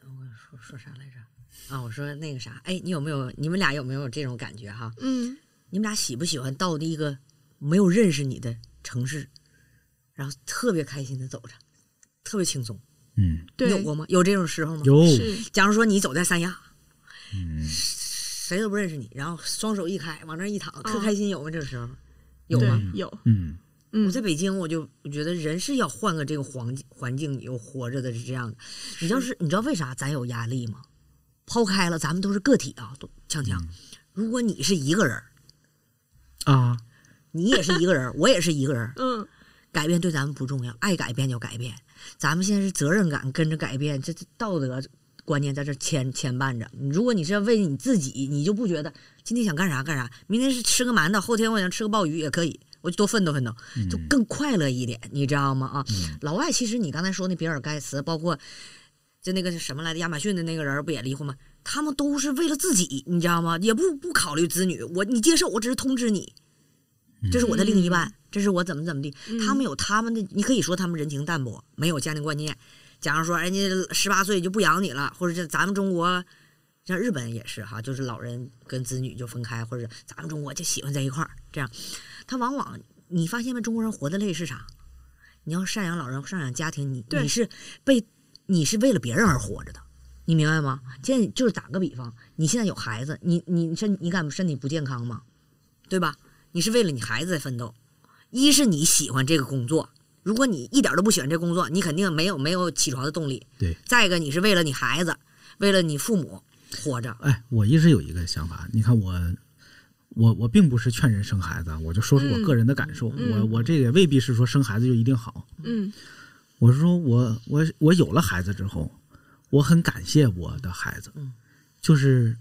Speaker 4: 我说说啥来着？啊，我说那个啥，哎，你有没有你们俩有没有这种感觉哈？
Speaker 5: 嗯，
Speaker 4: 你们俩喜不喜欢到一个没有认识你的城市，然后特别开心的走着，特别轻松？
Speaker 3: 嗯，
Speaker 4: 你有
Speaker 5: 对，
Speaker 4: 过吗？有这种时候吗？
Speaker 3: 有，
Speaker 5: 哦是，
Speaker 4: 假如说你走在三亚，
Speaker 3: 嗯，
Speaker 4: 谁都不认识你，然后双手一开往那儿一躺，可
Speaker 5: 啊
Speaker 4: 开心有吗？这种时候有
Speaker 5: 对
Speaker 4: 吗？，
Speaker 5: 有，
Speaker 3: 嗯，
Speaker 5: 嗯
Speaker 4: 我，在北京，我就我觉得人是要换个这个环境环境，你又活着的是这样的。你要是你知道为啥咱有压力吗？抛开了，咱们都是个体啊，都强
Speaker 3: 嗯
Speaker 4: 强。如果你是一个人儿，
Speaker 3: 啊，
Speaker 4: 你也是一个人儿，我也是一个人儿，
Speaker 5: 嗯，
Speaker 4: 改变对咱们不重要，爱改变就改变。咱们现在是责任感跟着改变，这这道德观念在这牵牵绊着。你如果你是要为你自己，你就不觉得今天想干啥干啥，明天是吃个馒头，后天我想吃个鲍鱼也可以，我就多奋斗奋斗，就更快乐一点，你知道吗？啊，老外其实你刚才说那比尔盖茨，包括就那个什么来着，亚马逊的那个人儿不也离婚吗？他们都是为了自己，你知道吗？也不不考虑子女，我你接受，我只是通知你，这是我的另一半，这是我怎么怎么地。他们有他们的，你可以说他们人情淡薄，没有家庭观念。假如说人家十八岁就不养你了，或者是咱们中国，像日本也是哈，就是老人跟子女就分开，或者咱们中国就喜欢在一块儿这样。他往往你发现没，中国人活得累是啥？你要赡养老人、赡养家庭，你
Speaker 5: 对
Speaker 4: 你是被你是为了别人而活着的，你明白吗？现在就是打个比方，你现在有孩子，你你身你敢身体不健康吗？对吧？你是为了你孩子在奋斗，一是你喜欢这个工作，如果你一点都不喜欢这工作，你肯定没有没有起床的动力。
Speaker 3: 对。
Speaker 4: 再一个，你是为了你孩子，为了你父母活着。
Speaker 3: 哎，我一直有一个想法，你看我，我我并不是劝人生孩子，啊，我就说说我个人的感受，我我这个也未必是说生孩子就一定好。
Speaker 5: 嗯，
Speaker 3: 我是说我我我有了孩子之后，我很感谢我的孩子，
Speaker 4: 嗯
Speaker 3: 就是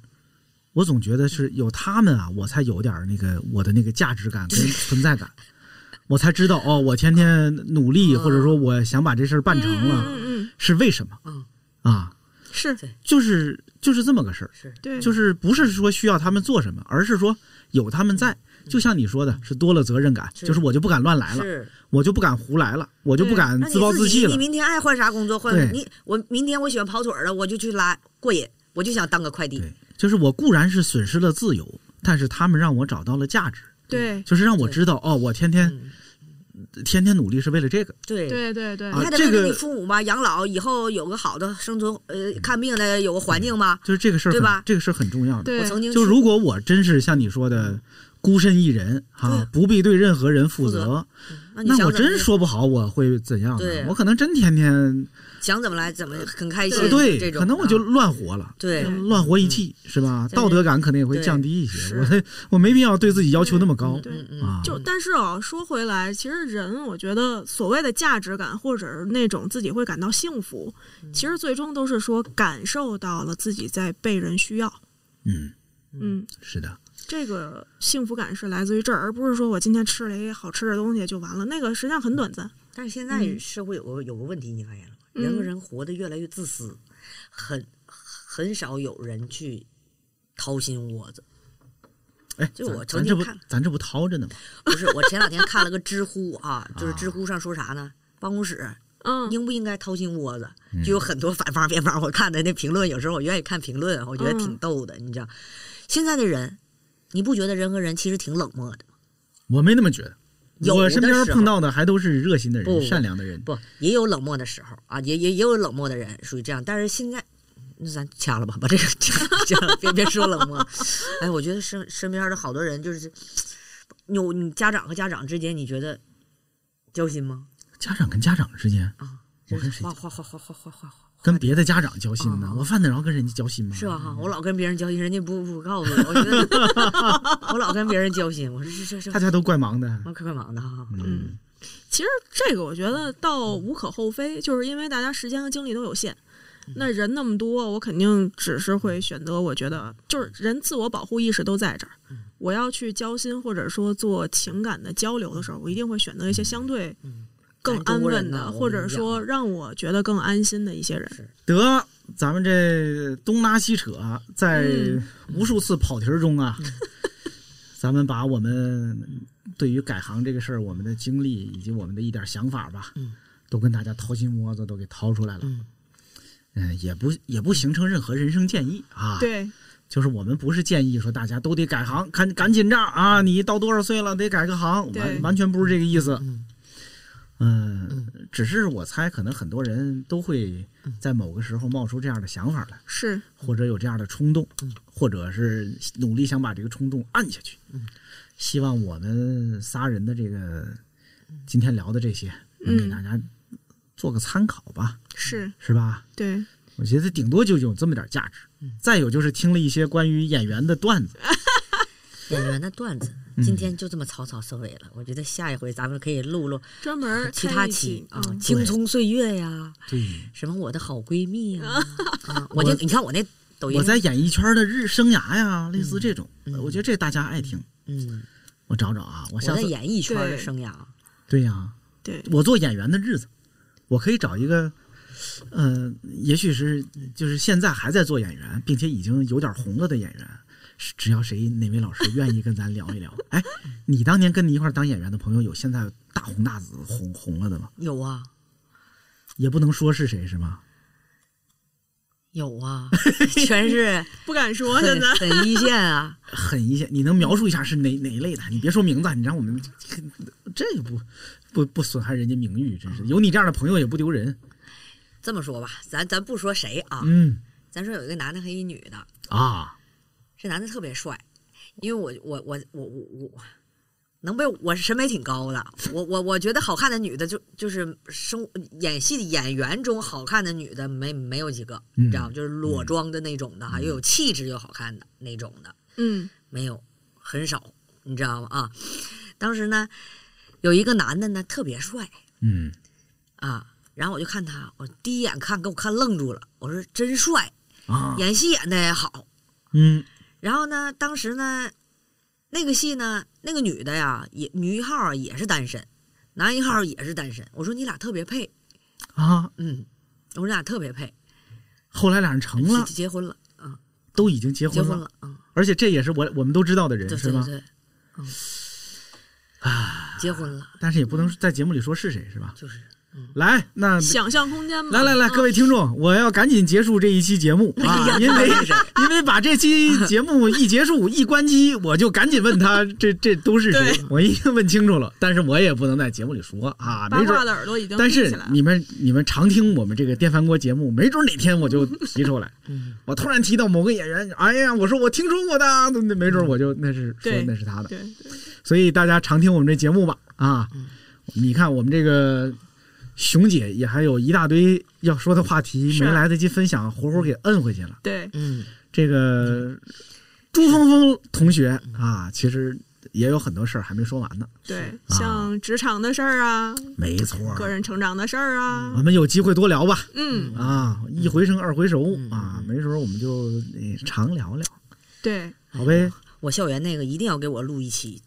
Speaker 3: 我总觉得是有他们啊，我才有点儿那个我的那个价值感 跟存在感。我才知道哦，我天天努
Speaker 4: 嗯
Speaker 3: 力，或者说我想把这事儿办成了，
Speaker 5: 嗯嗯，
Speaker 3: 是为什么
Speaker 4: 嗯？
Speaker 3: 啊，
Speaker 5: 是
Speaker 3: 就是就是这么个事儿。
Speaker 5: 对，
Speaker 4: 嗯
Speaker 3: 就是不是说需要他们做什么，而是说有他们在，就像你说的，是多了责任感，
Speaker 4: 嗯是
Speaker 3: 就是我就不敢乱来了，
Speaker 4: 是，
Speaker 3: 我就不敢胡来了，我就不敢
Speaker 4: 那你
Speaker 3: 自暴自弃
Speaker 4: 己
Speaker 3: 了
Speaker 4: 你。明天爱换啥工作
Speaker 3: 对
Speaker 4: 换你，我明天我喜欢跑腿儿了，我就去拉过瘾，我就想当个快递。
Speaker 3: 对，就是我固然是损失了自由，但是他们让我找到了价值，
Speaker 5: 对，
Speaker 3: 就是让我知道哦，我天天
Speaker 4: 嗯
Speaker 3: 天天努力是为了这个。
Speaker 4: 对
Speaker 5: 对对对，
Speaker 3: 啊
Speaker 4: 你还得
Speaker 3: 这
Speaker 4: 为了
Speaker 3: 个
Speaker 4: 你父母吧，养老以后有个好的生存，呃，看病的有个环境吧。
Speaker 3: 就是这个事儿很，
Speaker 4: 对吧
Speaker 3: 这个事儿很重要的。
Speaker 5: 对
Speaker 4: 我曾经
Speaker 3: 就
Speaker 4: 去
Speaker 3: 如果我真是像你说的孤身一人啊
Speaker 4: 嗯对，
Speaker 3: 不必对任何人负责，
Speaker 4: 那你
Speaker 3: 那
Speaker 4: 想
Speaker 3: 我
Speaker 4: 怎么
Speaker 3: 真
Speaker 4: 地
Speaker 3: 说不好我会怎样
Speaker 4: 对
Speaker 3: 呢？我可能真天天呃
Speaker 4: 想怎么来怎么很开心，这
Speaker 3: 对，
Speaker 4: 种
Speaker 3: 可能我就
Speaker 4: 啊
Speaker 3: 乱活了。嗯
Speaker 4: 对嗯
Speaker 3: 乱活一气是吧？
Speaker 4: 是
Speaker 3: 道德感可能也会降低一些。我的我没必要对自己要求那么高
Speaker 5: 对
Speaker 4: 嗯嗯
Speaker 3: 啊。
Speaker 5: 就但是啊，说回来，其实人我觉得所谓的价值感，或者是那种自己会感到幸福，其实最终都是说感受到了自己在被人需要。
Speaker 3: 嗯，
Speaker 5: 嗯，
Speaker 3: 是的，
Speaker 5: 这个幸福感是来自于这儿，而不是说我今天吃了一个好吃的东西就完了，那个实际上很短暂。
Speaker 4: 但是现在社会有个有个问题，你发现了吗？人和人活得越来越自私，很很少有人去掏心窝子。
Speaker 3: 哎，
Speaker 4: 就
Speaker 3: 咱
Speaker 4: 我曾
Speaker 3: 咱这
Speaker 4: 经
Speaker 3: 不
Speaker 4: 看
Speaker 3: 咱这不掏着呢吗？
Speaker 4: 不是，我前两天看了个知乎啊，就是知乎上说啥呢？办公室
Speaker 5: 嗯，
Speaker 4: 应不应该掏心窝子？就有很多反方辩方。我看的那评论，有时候我愿意看评论，啊我觉得挺逗的。你知道，现在的人，你不觉得人和人其实挺冷漠的？
Speaker 3: 我没那么觉得。
Speaker 4: 有
Speaker 3: 我身
Speaker 4: 的
Speaker 3: 边
Speaker 4: 时候
Speaker 3: 碰到的还都是热心的
Speaker 4: 不
Speaker 3: 人、善良的人。
Speaker 4: 不，也有冷漠的时候啊，也也也有冷漠的人，属于这样。但是现在，那咱掐了吧，把这个掐掐，别别说冷漠。哎，我觉得身身边的好多人就是，有你家长和家长之间，你觉得交心吗？
Speaker 3: 家长跟家长之间，
Speaker 4: 啊，就
Speaker 3: 我
Speaker 4: 是
Speaker 3: 跟谁
Speaker 4: 哗哗哗哗哗哗哗哗。
Speaker 3: 跟别的家长交心呢
Speaker 4: 啊？
Speaker 3: 我犯得着跟人家交心吗？
Speaker 4: 是吧？啊哈，我老跟别人交心，人家不不告诉我，我觉得 我老跟别人交心，我说这这这，
Speaker 3: 大家都怪忙的。
Speaker 4: 我可快忙的哈。
Speaker 3: 嗯，
Speaker 5: 其实这个我觉得倒无可厚非，就是因为大家时间和精力都有限。那人那么多，我肯定只是会选择，我觉得就是人自我保护意识都在这儿。我要去交心或者说做情感的交流的时候，我一定会选择一些相对更安
Speaker 4: 咱中国
Speaker 5: 稳
Speaker 4: 人呢
Speaker 5: 的，
Speaker 4: 我
Speaker 5: 或者
Speaker 4: 们
Speaker 3: 啊
Speaker 5: 说让我觉得更安心的一些人。
Speaker 3: 得，咱们这东拉西扯，在
Speaker 5: 嗯
Speaker 3: 无数次跑题儿中
Speaker 4: 嗯
Speaker 3: 啊，咱们把我们对于改行这个事儿，我们的经历以及我们的一点想法吧，
Speaker 4: 嗯
Speaker 3: 都跟大家掏心窝子都给掏出来了。
Speaker 4: 嗯
Speaker 3: 嗯，也不也不形成任何人生建议啊。
Speaker 5: 对，
Speaker 3: 就是我们不是建议说大家都得改行，赶赶紧这儿啊！你到多少岁了得改个行，
Speaker 5: 对
Speaker 3: 完完全不是这个意思。
Speaker 4: 嗯
Speaker 3: 嗯、只是我猜，可能很多人都会在某个时候冒出这样的想法来，
Speaker 5: 是
Speaker 3: 或者有这样的冲动，或者是努力想把这个冲动按下去。希望我们仨人的这个今天聊的这些，能给
Speaker 5: 嗯
Speaker 3: 大家做个参考吧，
Speaker 5: 是，
Speaker 3: 是吧？
Speaker 5: 对，
Speaker 3: 我觉得顶多就有这么点价值。再有就是听了一些关于演员的段子，
Speaker 4: 演员的段子
Speaker 3: 嗯
Speaker 4: 今天就这么草草收尾了，我觉得下一回咱们可以录录
Speaker 5: 专门
Speaker 4: 其
Speaker 5: 开
Speaker 4: 他
Speaker 5: 一
Speaker 4: 期
Speaker 5: 期
Speaker 4: 啊，
Speaker 5: 嗯
Speaker 4: 青葱岁月》呀，
Speaker 3: 对
Speaker 4: 什么我的好闺蜜 呀，啊，我就你看我那抖音，
Speaker 3: 我在演艺圈的日生涯呀，类似这种，我觉得这大家爱听。
Speaker 4: 嗯，
Speaker 3: 我找找啊，我
Speaker 4: 我
Speaker 3: 下
Speaker 4: 在
Speaker 3: 次
Speaker 4: 演艺圈的
Speaker 5: 对
Speaker 4: 生涯，
Speaker 3: 对呀、
Speaker 5: 对，
Speaker 3: 我做演员的日子，我可以找一个，呃，也许是就是现在还在做演员，并且已经有点红了的演员。是只要谁哪位老师愿意跟咱聊一聊， 哎，你当年跟你一块儿当演员的朋友有现在大红大紫红红了的吗？
Speaker 4: 有啊
Speaker 3: 也不能说是谁是吗？
Speaker 4: 有 啊，全是
Speaker 5: 不敢说现
Speaker 4: 很
Speaker 5: 在。
Speaker 4: 很一线 啊，
Speaker 3: 很一些，你能描述一下是哪哪一类的？你别说名字，你让我们这个不不不损害人家名誉，真是有你这样的朋友也不丢人。
Speaker 4: 这么说吧，咱咱不说谁啊，
Speaker 3: 嗯
Speaker 4: 咱说有一个男的和一女的，
Speaker 3: 啊，
Speaker 4: 这男的特别帅，因为我我我我我我能被我审美挺高的，我我我觉得好看的女的就就是生演戏的演员中好看的女的没没有几个，你知道吗？就是裸妆的那种的哈，又有气质又好看的那种的
Speaker 5: 嗯
Speaker 4: 没有，很少，你知道吗？啊，当时呢有一个男的呢特别帅
Speaker 3: 嗯
Speaker 4: 啊，然后我就看他，我第一眼看给我看愣住了，我说真帅，
Speaker 3: 啊，
Speaker 4: 演戏演的也好，
Speaker 3: 嗯
Speaker 4: 然后呢，当时呢，那个戏呢，那个女的呀，也女一号啊也是单身，男一号也是单身。我说你俩特别配，
Speaker 3: 啊，
Speaker 4: 嗯，我说你俩特别配，
Speaker 3: 后来俩人成了，
Speaker 4: 结结婚了，啊、
Speaker 3: 都已经结
Speaker 4: 结
Speaker 3: 婚
Speaker 4: 婚
Speaker 3: 了，
Speaker 4: 了，嗯，
Speaker 3: 而且这也是我我们都知道的人
Speaker 4: 对
Speaker 3: 是
Speaker 4: 对
Speaker 3: 吧？
Speaker 4: 对，嗯，结婚了，
Speaker 3: 但是也不能在节目里说是谁是吧？
Speaker 4: 就是
Speaker 3: 来，那
Speaker 5: 想象空间嘛。嗯
Speaker 3: 来来来，各位听众，我要赶紧结束这一期 节目
Speaker 5: 哎
Speaker 3: 啊，因为 因为把这期节目一结束一关机，我就赶紧问他这这都是谁
Speaker 5: 对，
Speaker 3: 我一定问清楚了。但是我也不能在节目里说啊，
Speaker 5: 八
Speaker 3: 没准
Speaker 5: 卦
Speaker 3: 儿。
Speaker 5: 的耳朵已经
Speaker 3: 但
Speaker 5: 立
Speaker 3: 是
Speaker 5: 起来了。
Speaker 3: 你们你们常听我们这个电饭锅节目，没准哪天我就提出来，
Speaker 5: 嗯
Speaker 3: 我突然提到某个演员，哎呀，我说我听说过的，那没准我就那是说
Speaker 5: 对
Speaker 3: 那是他的。
Speaker 5: 对，对
Speaker 3: 所以大家常听我们这节目吧啊！
Speaker 5: 嗯
Speaker 3: 你看我们这个熊姐也还有一大堆要说的话题
Speaker 5: 是啊
Speaker 3: 没来得及分享，活活给摁回去了。
Speaker 5: 对，
Speaker 4: 嗯，
Speaker 3: 这个
Speaker 5: 嗯
Speaker 3: 朱峰峰同学啊，其实也有很多事儿还没说完呢。
Speaker 5: 对，
Speaker 3: 啊
Speaker 5: 像职场的事儿啊，
Speaker 3: 没错儿，
Speaker 5: 个人成长的事儿
Speaker 3: 我
Speaker 5: 啊，
Speaker 3: 们有机会多聊吧。
Speaker 5: 嗯，
Speaker 3: 啊，一回生二回熟
Speaker 4: 嗯
Speaker 3: 啊
Speaker 4: 嗯，
Speaker 3: 没准儿我们就哎常聊聊，
Speaker 5: 对，
Speaker 3: 好呗。
Speaker 4: 我校园那个一定要给我录一 期，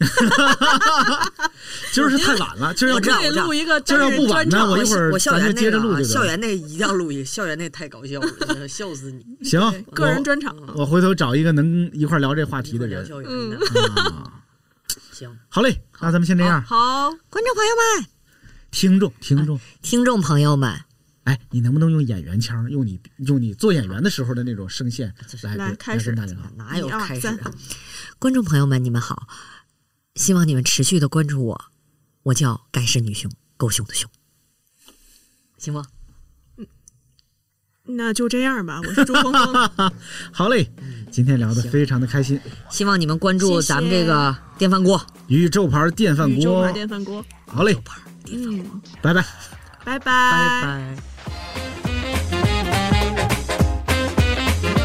Speaker 3: 今儿是太 晚了，今儿要
Speaker 4: 我知道
Speaker 5: 可以
Speaker 4: 我知道
Speaker 5: 录一个
Speaker 3: 今儿要
Speaker 5: 单人
Speaker 3: 不晚
Speaker 5: 专
Speaker 3: 呢，
Speaker 5: 场
Speaker 3: 我一
Speaker 4: 校
Speaker 3: 会儿
Speaker 4: 我校
Speaker 3: 咱就
Speaker 4: 园
Speaker 3: 接
Speaker 4: 那
Speaker 3: 着
Speaker 4: 个
Speaker 3: 录
Speaker 4: 啊，
Speaker 3: 就
Speaker 4: 校
Speaker 3: 得了。
Speaker 4: 园那个一定要录一，校园那太搞笑了， 笑死 你！
Speaker 3: 行
Speaker 5: 对，个人专场，
Speaker 3: 我回头找一个能一块儿聊这话
Speaker 4: 一
Speaker 3: 题
Speaker 4: 会
Speaker 3: 的
Speaker 4: 儿聊
Speaker 3: 人。
Speaker 4: 校园的，
Speaker 3: 啊，
Speaker 4: 行，
Speaker 3: 好嘞，那咱们先这样。
Speaker 5: 好，
Speaker 4: 观众朋友们、
Speaker 3: 听众，听众，
Speaker 4: 听众朋友们，
Speaker 3: 哎，你能不能用演员腔，用你用你做演员的时候的那种声线来
Speaker 5: 啊来
Speaker 3: 跟
Speaker 5: 开始
Speaker 3: 跟大家好？
Speaker 4: 哪有
Speaker 5: 一二
Speaker 4: 开始
Speaker 5: 三
Speaker 4: 啊？观众朋友们，你们好，希望你们持续的关注我，我叫盖世女雄，狗熊的熊，行吗？
Speaker 5: 那就这样吧。我是朱峰峰，
Speaker 3: 好嘞，
Speaker 5: 嗯
Speaker 3: 今天聊的非常的开心，
Speaker 4: 希望你们关
Speaker 5: 谢
Speaker 4: 注
Speaker 5: 谢
Speaker 4: 咱们这个电饭锅，
Speaker 3: 宇宙牌电 饭
Speaker 5: 宇宙
Speaker 3: 锅
Speaker 5: 牌，电饭锅，
Speaker 3: 好嘞，
Speaker 5: 嗯，
Speaker 3: 拜拜。
Speaker 5: 拜
Speaker 4: 拜
Speaker 5: 拜
Speaker 4: 拜。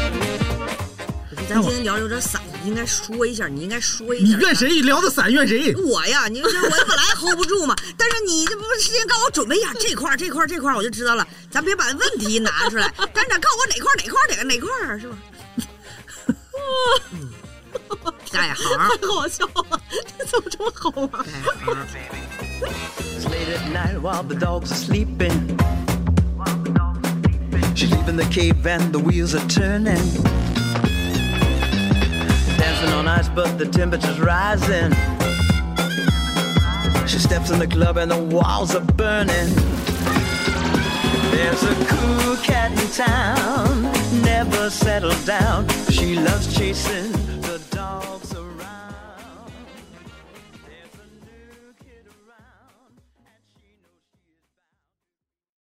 Speaker 4: 我觉得咱今天聊的有点散，你应该说一下，你应该说一下。
Speaker 3: 你怨谁？聊的散怨谁？
Speaker 4: 我呀，你说我本来 hold 不住嘛，但是你这不是事先告诉我准备一下这块儿、这块儿、这块儿，我就知道了。咱别把问题拿 出来，但是得告诉我哪块儿、哪块儿、哪个哪块儿是 吧？嗯，改行儿，
Speaker 5: 太好笑了，这怎么这么好玩？
Speaker 4: 改行儿。
Speaker 10: It's late at night while the dogs are sleeping. She's leaving the cave and the wheels are turning. Dancing on ice, but the temperature's rising. She steps in the club and the walls are burning. There's a cool cat in town, never settled down. She loves chasing